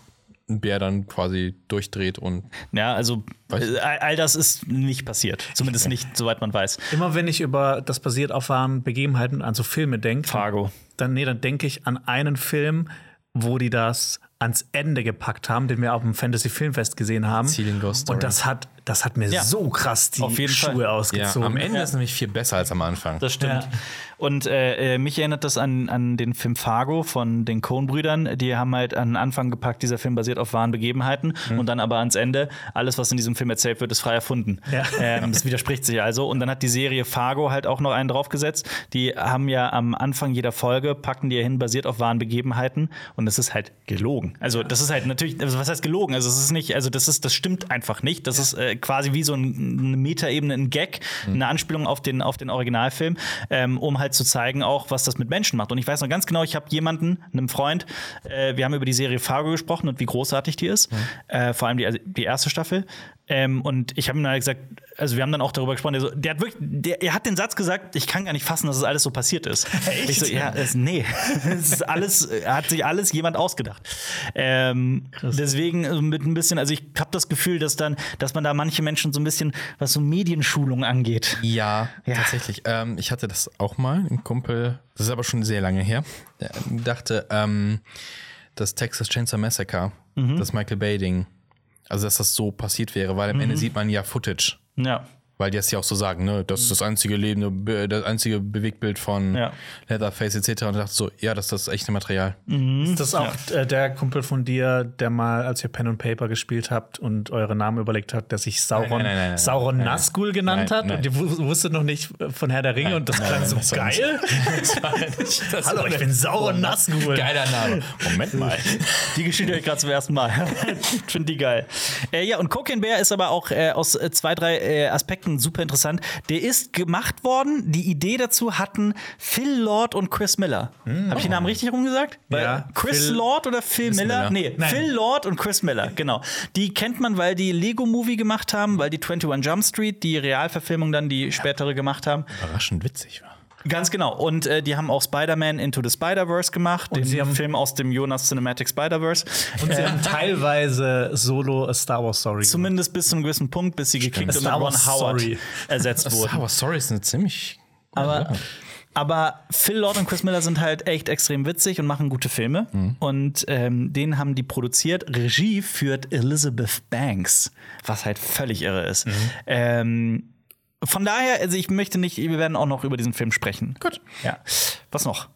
ein Bär dann quasi durchdreht und
Ja, also
Weiß-
äh, all, all das ist nicht passiert. Zumindest nicht, soweit man weiß.
Immer wenn ich über das basiert auf wahren Begebenheiten, an so Filme denke,
Fargo.
dann, nee, dann denke ich an einen Film, wo die das ans Ende gepackt haben, den wir auf dem Fantasy Filmfest gesehen haben.
Ceiling Ghost Story.
Und das hat, das hat mir
Ja.
so krass die
Auf jeden
Schuhe
Fall.
ja,
ausgezogen.
am Ende ist nämlich viel besser als am Anfang.
Das stimmt.
Ja.
Und äh, äh, mich erinnert das an, an den Film Fargo von den Coen-Brüdern. Die haben halt an den Anfang gepackt, dieser Film basiert auf wahren Begebenheiten
Mhm.
und dann aber ans Ende, alles, was in diesem Film erzählt wird, ist frei erfunden.
Ja.
Ähm, das widerspricht sich also. Und dann hat die Serie Fargo halt auch noch einen draufgesetzt. Die haben ja am Anfang jeder Folge, packen die ja hin, basiert auf wahren Begebenheiten und das ist halt gelogen. Also das ist halt natürlich, also was heißt gelogen? Also es ist nicht, also das ist, das stimmt einfach nicht. Das ist äh, quasi wie so ein, eine Metaebene, ein Gag,
Mhm.
eine Anspielung auf den, auf den Originalfilm, ähm, um halt zu zeigen auch, was das mit Menschen macht. Und ich weiß noch ganz genau, ich habe jemanden, einem Freund, äh, wir haben über die Serie Fargo gesprochen und wie großartig die ist, äh, vor allem die, also die erste Staffel. Ähm, und ich habe ihm dann gesagt, also wir haben dann auch darüber gesprochen, der, so, der hat wirklich, der, er hat den Satz gesagt, ich kann gar nicht fassen, dass es alles so passiert ist. Ich so, ja, es, nee, es ist alles, äh, hat sich alles jemand ausgedacht. Ähm, deswegen äh, mit ein bisschen, also ich habe das Gefühl, dass dann, dass man da manche Menschen so ein bisschen, was so Medienschulung angeht.
Ja,
Ja.
tatsächlich. Ähm, ich hatte das auch mal, ein Kumpel, das ist aber schon sehr lange her, der dachte, ähm, das Texas Chainsaw Massacre, das Michael Bay-Ding, also dass das so passiert wäre, weil am Ende sieht man ja Footage,
Ja.
weil die das ja auch so sagen, ne, das ist das einzige lebende, Be- das einzige Bewegtbild von
Mhm. Ja.
Leatherface etc. Und ich dachte so, ja, das ist das echte Material.
Ist das auch äh, der Kumpel von dir, der mal, als ihr Pen und Paper gespielt habt und eure Namen überlegt habt, der sich Sauron,
Nein, nein, nein, nein,
Sauron
nein, nein.
Nazgul genannt
Nein,
hat
nein.
und ihr wu- wusstet noch nicht äh, von Herr der Ringe und das
nein,
klang
nein,
so
das war
geil? Hallo, ich bin Sauron Nazgul.
Geiler Name. Moment mal.
Die Geschichte höre ich gerade zum ersten Mal. Ich Finde die geil. Äh, ja, und Cocaine Bear ist aber auch äh, aus äh, zwei, drei äh, Aspekten super interessant. Der ist gemacht worden, die Idee dazu hatten Phil Lord und Chris Miller. Habe ich den Namen richtig rumgesagt?
Hm. Ja,
Chris
Phil-
Lord oder Phil Miller?
Miller.
Nee,
Nein.
Phil Lord und Chris Miller, genau. Die kennt man, weil die Lego-Movie gemacht haben, weil die 21 Jump Street, die Realverfilmung dann, die spätere gemacht haben.
Überraschend witzig war.
Ganz genau. Und äh, die haben auch Spider-Man Into the Spider-Verse gemacht, den
sie haben-
Film aus dem Jonas Cinematic Spider-Verse.
Und sie haben teilweise solo a Star Wars Story. gemacht.
Zumindest bis zu einem gewissen Punkt, bis sie gekickt und mit
Star
Ron
Wars
Howard
Story.
ersetzt wurden.
Aber sorry, ist eine ziemlich.
Aber, aber Phil Lord und Chris Miller sind halt echt extrem witzig und machen gute Filme. Und ähm, den haben die produziert. Regie führt Elizabeth Banks, was halt völlig irre ist. Ähm, von daher, also ich möchte nicht, wir werden auch noch über diesen Film sprechen.
Gut.
Ja. Was noch?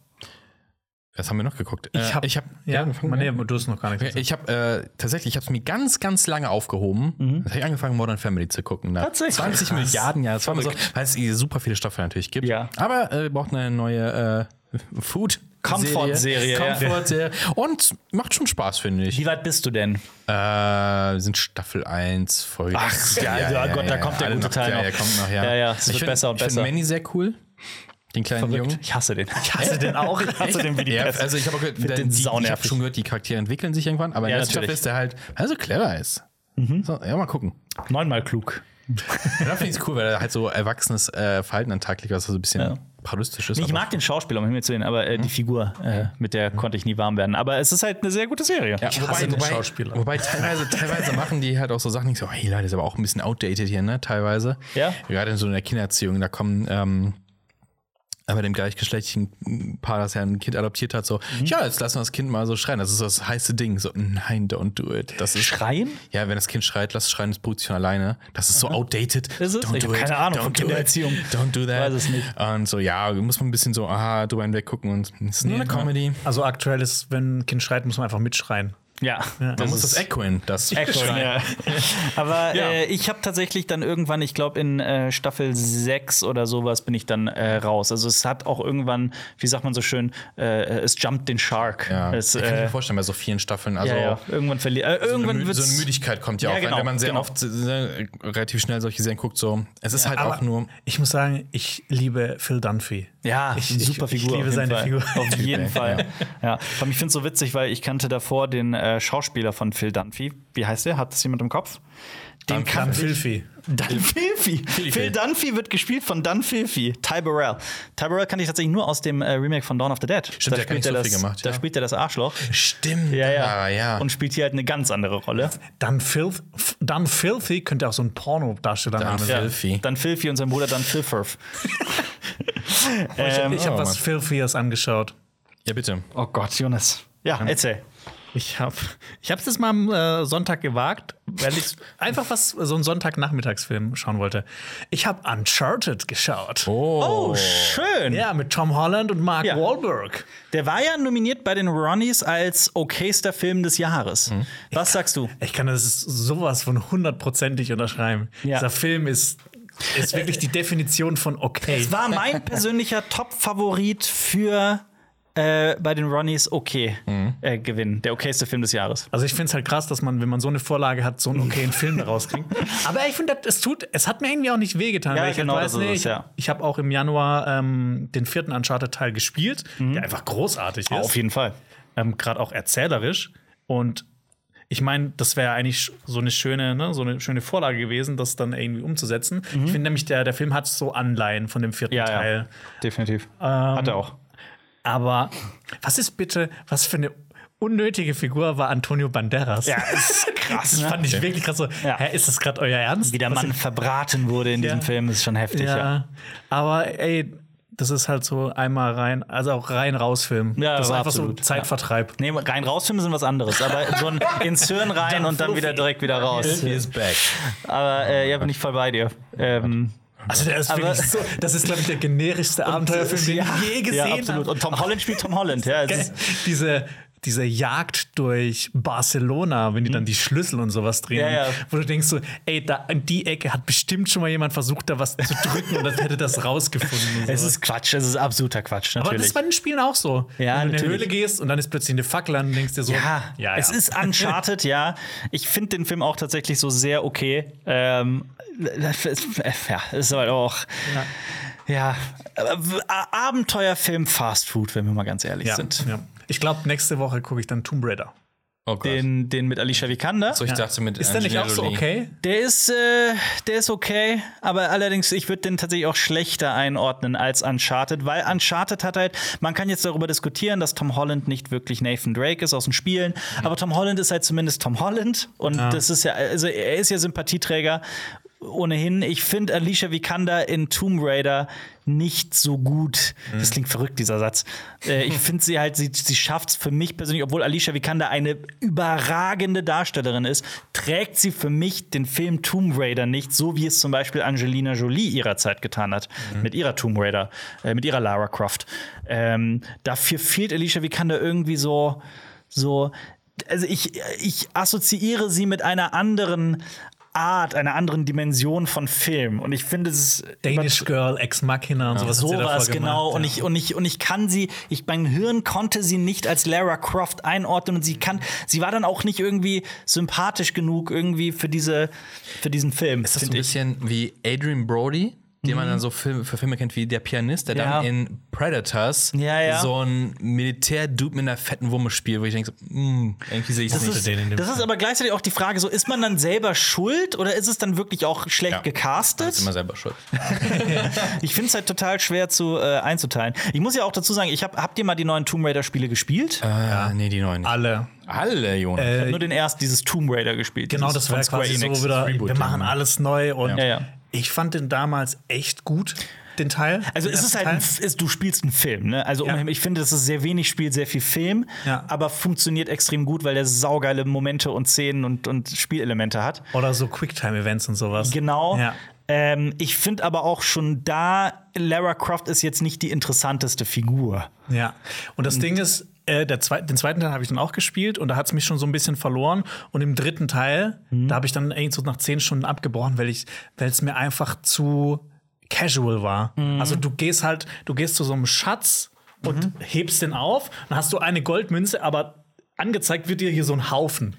Was haben wir noch geguckt? Äh,
ich habe,
ich hab,
ja,
ja, fang-
nee, du hast noch gar nichts.
Okay, Ich habe äh, tatsächlich, ich habe es mir ganz, ganz lange aufgehoben. Dann habe ich angefangen, Modern Family zu gucken. Nach
Mhm. Tatsächlich?
20 Milliarden Jahre. Das war mir so, weil es eh super viele Staffeln natürlich gibt.
Ja.
Aber äh, wir brauchen eine neue äh, Food.
Comfort-Serie, ja.
Comfort-Serie. Und macht schon Spaß, finde ich.
Wie weit bist du denn?
Äh, wir sind Staffel 1, Folge
Ach,
sechs.
ja, ja, Gott, da kommt der
Alle
gute
noch,
Teil
ja, Ja,
noch.
kommt noch, ja.
Ja, ja, es
ich
wird
find-
besser und
Ich
besser.
finde Manny sehr cool. Den kleinen Jungen.
Ich hasse den. Ich hasse
den auch?
Ich hasse den wie die
Ja,
Pest.
also ich habe auch gehört,
Find
der-
den
die- ich hab
saunervig.
schon gehört, die Charaktere entwickeln sich irgendwann, aber
Ja,
in der Staffel
natürlich. Mhm.
ist der halt also clever ist. So, ja, mal gucken.
Neunmal klug.
Ja, Da finde ich es cool, weil er halt so erwachsenes äh, Verhalten an den Tag legt, was so ein bisschen
Ja.
parodistisch ist.
Ich
aber- Hm?
mag den Schauspieler, um Himmel zu sehen, aber äh, die Figur, äh, mit der konnte ich nie warm werden. Aber es ist halt eine sehr gute Serie.
ja,
hasse
wobei,
den
wobei,
Schauspieler.
wobei teilweise, teilweise machen die halt auch so Sachen, ich so, hey Leute, ist aber auch ein bisschen outdated hier, ne? Teilweise.
Ja.
Gerade in so einer Kindererziehung, da kommen ähm, äh, bei dem gleichgeschlechtlichen Paar, das ja ein Kind adoptiert hat, so,
Mhm.
ja, jetzt lassen wir das Kind mal so schreien. Das ist das heiße Ding. So, nein, don't do it. Das ist
Schreien?
Ja, wenn das Kind schreit, lass es schreien, es beruhigt sich von alleine. Das ist so outdated.
Ist es? Ich hab keine Ahnung von
do it.
Kindererziehung.
Don't do that.
Weiß es nicht.
Und so, ja, muss man ein bisschen so, aha, drüber hinweg gucken und es ist nur
ne.
eine Comedy.
Also aktuell ist, wenn ein Kind schreit, muss man einfach mitschreien.
Ja.
Man muss das echoen, das
Echoing, ja. Aber
Ja.
äh, ich habe tatsächlich dann irgendwann, ich glaube in äh, Staffel 6 oder sowas bin ich dann äh, raus. Also es hat auch irgendwann, wie sagt man so schön, äh, es jumpt den Shark.
Ja,
Es,
ich kann
äh,
mir vorstellen, bei so vielen Staffeln, also
ja, ja. Irgendwann verliert. Äh,
So, eine,
irgendwann
Mü-
wird's,
so eine Müdigkeit kommt ja,
Ja,
auch, wenn-
genau,
wenn man sehr
genau.
oft äh, äh, relativ schnell solche Serien guckt, so, es ist halt
Aber
auch nur,
ich muss sagen, ich liebe Phil Dunphy.
Ja,
Ich-
eine
ich-
super
ich
Figur.
liebe
auf jeden
seine
Fall.
Figur.
Auf jeden
Ja.
Fall. Ja. Vor allem, Ich finde es so witzig, weil ich kannte davor den äh, Schauspieler von Phil Dunphy. Wie heißt der? Hat das jemand im Kopf? Den
Dann
kannte ich.
Filfi.
Dunphy. Phil Dunphy wird gespielt von Dunphy. Ty Burrell. Ty Burrell kannte ich tatsächlich nur aus dem äh, Remake von Dawn of the Dead.
Stimmt, der hat gar nicht
er
so
das,
viel gemacht,
Da
ja.
spielt er das Arschloch.
Stimmt.
Ja, ja.
Ah, ja.
Und spielt hier halt eine ganz andere Rolle.
Dann, Filth, dann Filthy könnte auch so ein Porno-Darsteller
Dann
machen.
Ja.
Filthy.
Dann Filthy Oh, und sein Bruder dann Filfurf. ähm,
Ich habe
Oh,
was
Mann.
Filthyes angeschaut.
ja, bitte.
oh Gott, Jonas. Ja, erzähl.
Ich habe ich hab's jetzt mal am äh, Sonntag gewagt, weil ich einfach was so einen Sonntagnachmittagsfilm schauen wollte. Ich habe Uncharted geschaut.
Oh.
Oh, schön.
Ja, mit Tom Holland und Mark
Ja.
Wahlberg.
Der war ja nominiert bei den Ronnies als okayster Film des Jahres.
Mhm.
Was sagst du?
Ich kann das sowas von hundertprozentig unterschreiben.
Ja.
Dieser Film ist, ist wirklich die Definition von okay.
Es war mein persönlicher Top-Favorit für äh, bei den Ronnies okay
Mhm.
äh, gewinnen. Der okayste Film des Jahres.
Also ich finde es halt krass, dass man, wenn man so eine Vorlage hat, so einen okayen Film daraus kriegt. Aber ich finde, das- es tut, es hat mir irgendwie auch nicht wehgetan.
Ja,
weil ich
genau,
halt
das ist es,
ich,
ja.
ich habe auch im Januar ähm, den vierten Uncharted-Teil gespielt, der einfach großartig ist.
Auf jeden Fall.
ähm, gerade auch erzählerisch. Und ich meine, das wäre eigentlich sch- so eine schöne, ne, so eine schöne Vorlage gewesen, das dann irgendwie umzusetzen. Ich finde nämlich, der, der Film hat so Anleihen von dem vierten
Ja,
Teil. Ähm,
ja. Definitiv. Hat er auch.
Aber was ist bitte, was für eine unnötige Figur war Antonio Banderas?
Ja, ist krass.
Das
ne?
fand ich wirklich krass so. Hä, ist das gerade euer Ernst?
Wie der
Was
Mann verbraten wurde in diesem
Ja.
Film, ist schon heftig.
Ja,
Ja.
aber ey, das ist halt so einmal rein, also auch rein raus Film.
Ja,
das ist
aber
einfach
absolut,
so
ja.
Zeitvertreib.
Nee, rein raus Filme sind was anderes, aber so ein ins Hirn rein und dann wieder direkt wieder raus.
Filthy is back.
Aber äh, ja, bin ich voll bei dir. Ähm,
Also der ist
Aber-
wirklich so, das ist glaube ich der generischste Abenteuerfilm, den ich je gesehen
ja, absolut.
habe.
Und Tom Holland spielt Tom Holland. Ja, es ist,
Geil. Also diese, diese Jagd durch Barcelona, wenn die dann die Schlüssel und sowas drehen,
Mhm. Ja, ja.
wo du denkst so, ey, da an die Ecke hat bestimmt schon mal jemand versucht, da was zu drücken und das hätte das rausgefunden. und
es
sowas.
ist Quatsch, es ist absoluter Quatsch,
aber das
natürlich.
ist bei den Spielen auch so.
Ja,
wenn du in
natürlich.
eine Höhle gehst und dann ist plötzlich eine Fackel an und denkst dir so,
ja, es ist Uncharted, ja. Ich finde den Film auch tatsächlich so sehr okay. Ähm, das ist- äh, ja, ist aber auch. Ja. aber w- A- Abenteuerfilm Fast Food, wenn wir mal ganz ehrlich
ja,
sind.
ja. Ich glaube, nächste Woche gucke ich dann Tomb Raider.
Oh Gott.
Den, den mit Alicia Vikander.
so, ich dachte mit
Ist der nicht auch
Angelina
so
Jolie.
okay?
Der ist, äh, der ist okay, aber allerdings, ich würde den tatsächlich auch schlechter einordnen als Uncharted, weil Uncharted hat halt, man kann jetzt darüber diskutieren, dass Tom Holland nicht wirklich Nathan Drake ist aus den Spielen, aber Tom Holland ist halt zumindest Tom Holland und das ist ja, also er ist ja Sympathieträger ohnehin. Ich finde Alicia Vikander in Tomb Raider nicht so gut. Das klingt verrückt, dieser Satz. Äh, ich finde sie halt, sie, sie schafft es für mich persönlich, obwohl Alicia Vikander eine überragende Darstellerin ist, trägt sie für mich den Film Tomb Raider nicht, so wie es zum Beispiel Angelina Jolie ihrer Zeit getan hat, mit ihrer Tomb Raider, äh, mit ihrer Lara Croft. Ähm, dafür fehlt Alicia Vikander irgendwie so, so, also ich, ich assoziiere sie mit einer anderen Art, einer anderen Dimension von Film. Und ich finde, es ist
Danish Girl, Ex Machina und sowas. hat sie davor
sowas,
gemacht,
genau. Und
ja.
ich, und, ich, und ich kann sie, ich, mein Hirn konnte sie nicht als Lara Croft einordnen und sie kann, sie war dann auch nicht irgendwie sympathisch genug irgendwie für diese, für diesen Film.
Ist das so ein
find ich.
bisschen wie Adrian Brody, den man dann so für, für Filme kennt wie Der Pianist, der
Mhm. Ja.
dann in Predators
Ja, ja.
so ein Militär-Dude mit einer fetten Wumme spielt, wo ich denke, so, mm, irgendwie sehe ich das,
Das
nicht.
ist,
den in dem
das ist aber gleichzeitig auch die Frage, so ist man dann selber schuld oder ist es dann wirklich auch schlecht
Ja.
gecastet?
Also
Das ist immer selber schuld.
Ich finde es halt total schwer zu äh, einzuteilen. Ich muss ja auch dazu sagen, ich hab, habt ihr mal die neuen Tomb Raider Spiele gespielt?
Ah, nee, die neuen. nicht.
alle.
Alle, Jone.
ich habe nur den ersten, dieses Tomb Raider gespielt.
Äh, Genau,
dieses
das war
von
ja
Square
quasi
Enix.
so wieder,
Reboot,
wir machen
ja.
alles neu und
Ja, ja.
ich fand den damals echt gut, den Teil.
Also
den
es ist
ersten
halt, ein,
Teil.
F- ist, du spielst einen Film, ne? Also
Ja.
um- ich finde, das ist sehr wenig Spiel, sehr viel Film,
Ja.
aber funktioniert extrem gut, weil der saugeile Momente und Szenen und, und Spielelemente hat.
Oder so Quicktime-Events und sowas.
Genau.
Ja.
Ähm, ich finde aber auch schon da, Lara Croft ist jetzt nicht die interessanteste Figur.
Ja. Und das Ding ist, äh, der zweit, den zweiten Teil habe ich dann auch gespielt und da hat es mich schon so ein bisschen verloren. Und im dritten Teil,
Mhm.
da habe ich dann irgendwie so nach zehn Stunden abgebrochen, weil ich, weil es mir einfach zu casual war.
Mhm.
Also du gehst halt, du gehst zu so einem Schatz und hebst den auf, dann hast du eine Goldmünze, aber angezeigt wird dir hier so ein Haufen.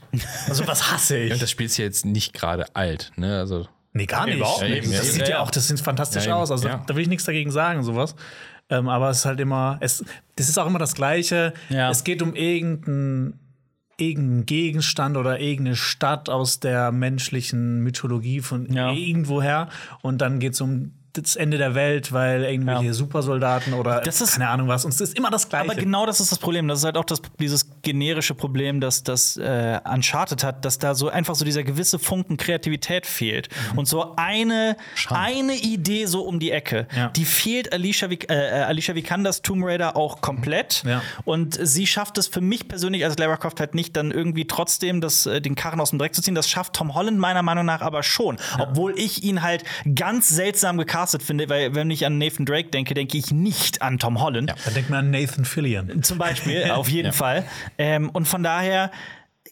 Also was hasse ich.
Und das Spiel ist ja jetzt nicht gerade alt, ne? Also,
Nee, gar nicht.
überhaupt nicht.
Das
Ja,
sieht
ja.
ja auch, das sieht fantastisch
Ja, eben.
aus. Also
Ja.
da will ich nichts dagegen sagen und sowas. Ähm, aber es ist halt immer, es, das ist auch immer das Gleiche.
Ja.
Es geht um irgendeinen irgendeinen Gegenstand oder irgendeine Stadt aus der menschlichen Mythologie von
Ja.
irgendwoher. Und dann geht es um das Ende der Welt, weil irgendwelche
Ja.
Supersoldaten oder
Das ist-
keine Ahnung was. Und es ist immer das Gleiche.
Aber genau das ist das Problem. Das ist halt auch das, dieses generische Problem, dass das äh, Uncharted hat, dass da so einfach so dieser gewisse Funken Kreativität fehlt.
Mhm.
Und so eine, eine Idee so um die Ecke.
Ja.
Die fehlt Alicia, Vik äh, äh, Alicia Vikandas Tomb Raider auch komplett.
Ja.
Und sie schafft es für mich persönlich als Lara Croft halt nicht, dann irgendwie trotzdem das, äh, den Karren aus dem Dreck zu ziehen. Das schafft Tom Holland meiner Meinung nach aber schon. Obwohl ich ihn halt ganz seltsam gecastet finde, weil wenn ich an Nathan Drake denke, denke ich nicht an Tom Holland.
dann denkt man an Nathan Fillion.
Zum Beispiel, auf jeden Fall. Ähm, und von daher,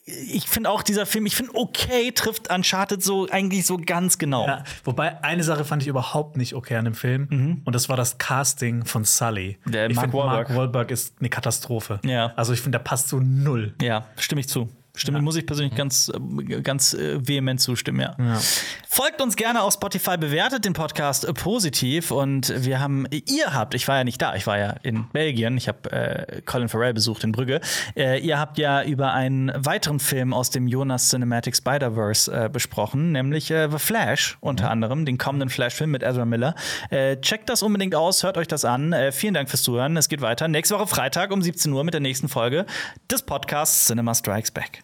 ich finde auch dieser Film, ich finde, okay, trifft Uncharted so eigentlich so ganz genau.
Ja, wobei eine Sache fand ich überhaupt nicht okay an dem Film und das war das Casting von Sully.
Mhm. Der
ich
Mark
find,
Wahlberg.
Mark Wahlberg ist eine Katastrophe.
Ja.
Also ich finde, der passt so null.
Ja, stimme ich zu. Stimme, muss ich persönlich ganz, äh, ganz äh, vehement zustimmen, ja. Folgt uns gerne auf Spotify, bewertet den Podcast äh, positiv und wir haben, ihr habt, ich war ja nicht da, ich war ja in Belgien, ich habe äh, Colin Farrell besucht in Brügge, äh, ihr habt ja über einen weiteren Film aus dem Jonas Cinematic Spider-Verse äh, besprochen, nämlich äh, The Flash unter anderem, den kommenden Flash-Film mit Ezra Miller. Äh, checkt das unbedingt aus, hört euch das an. Äh, vielen Dank fürs Zuhören, es geht weiter. Nächste Woche Freitag um 17 Uhr mit der nächsten Folge des Podcasts Cinema Strikes Back.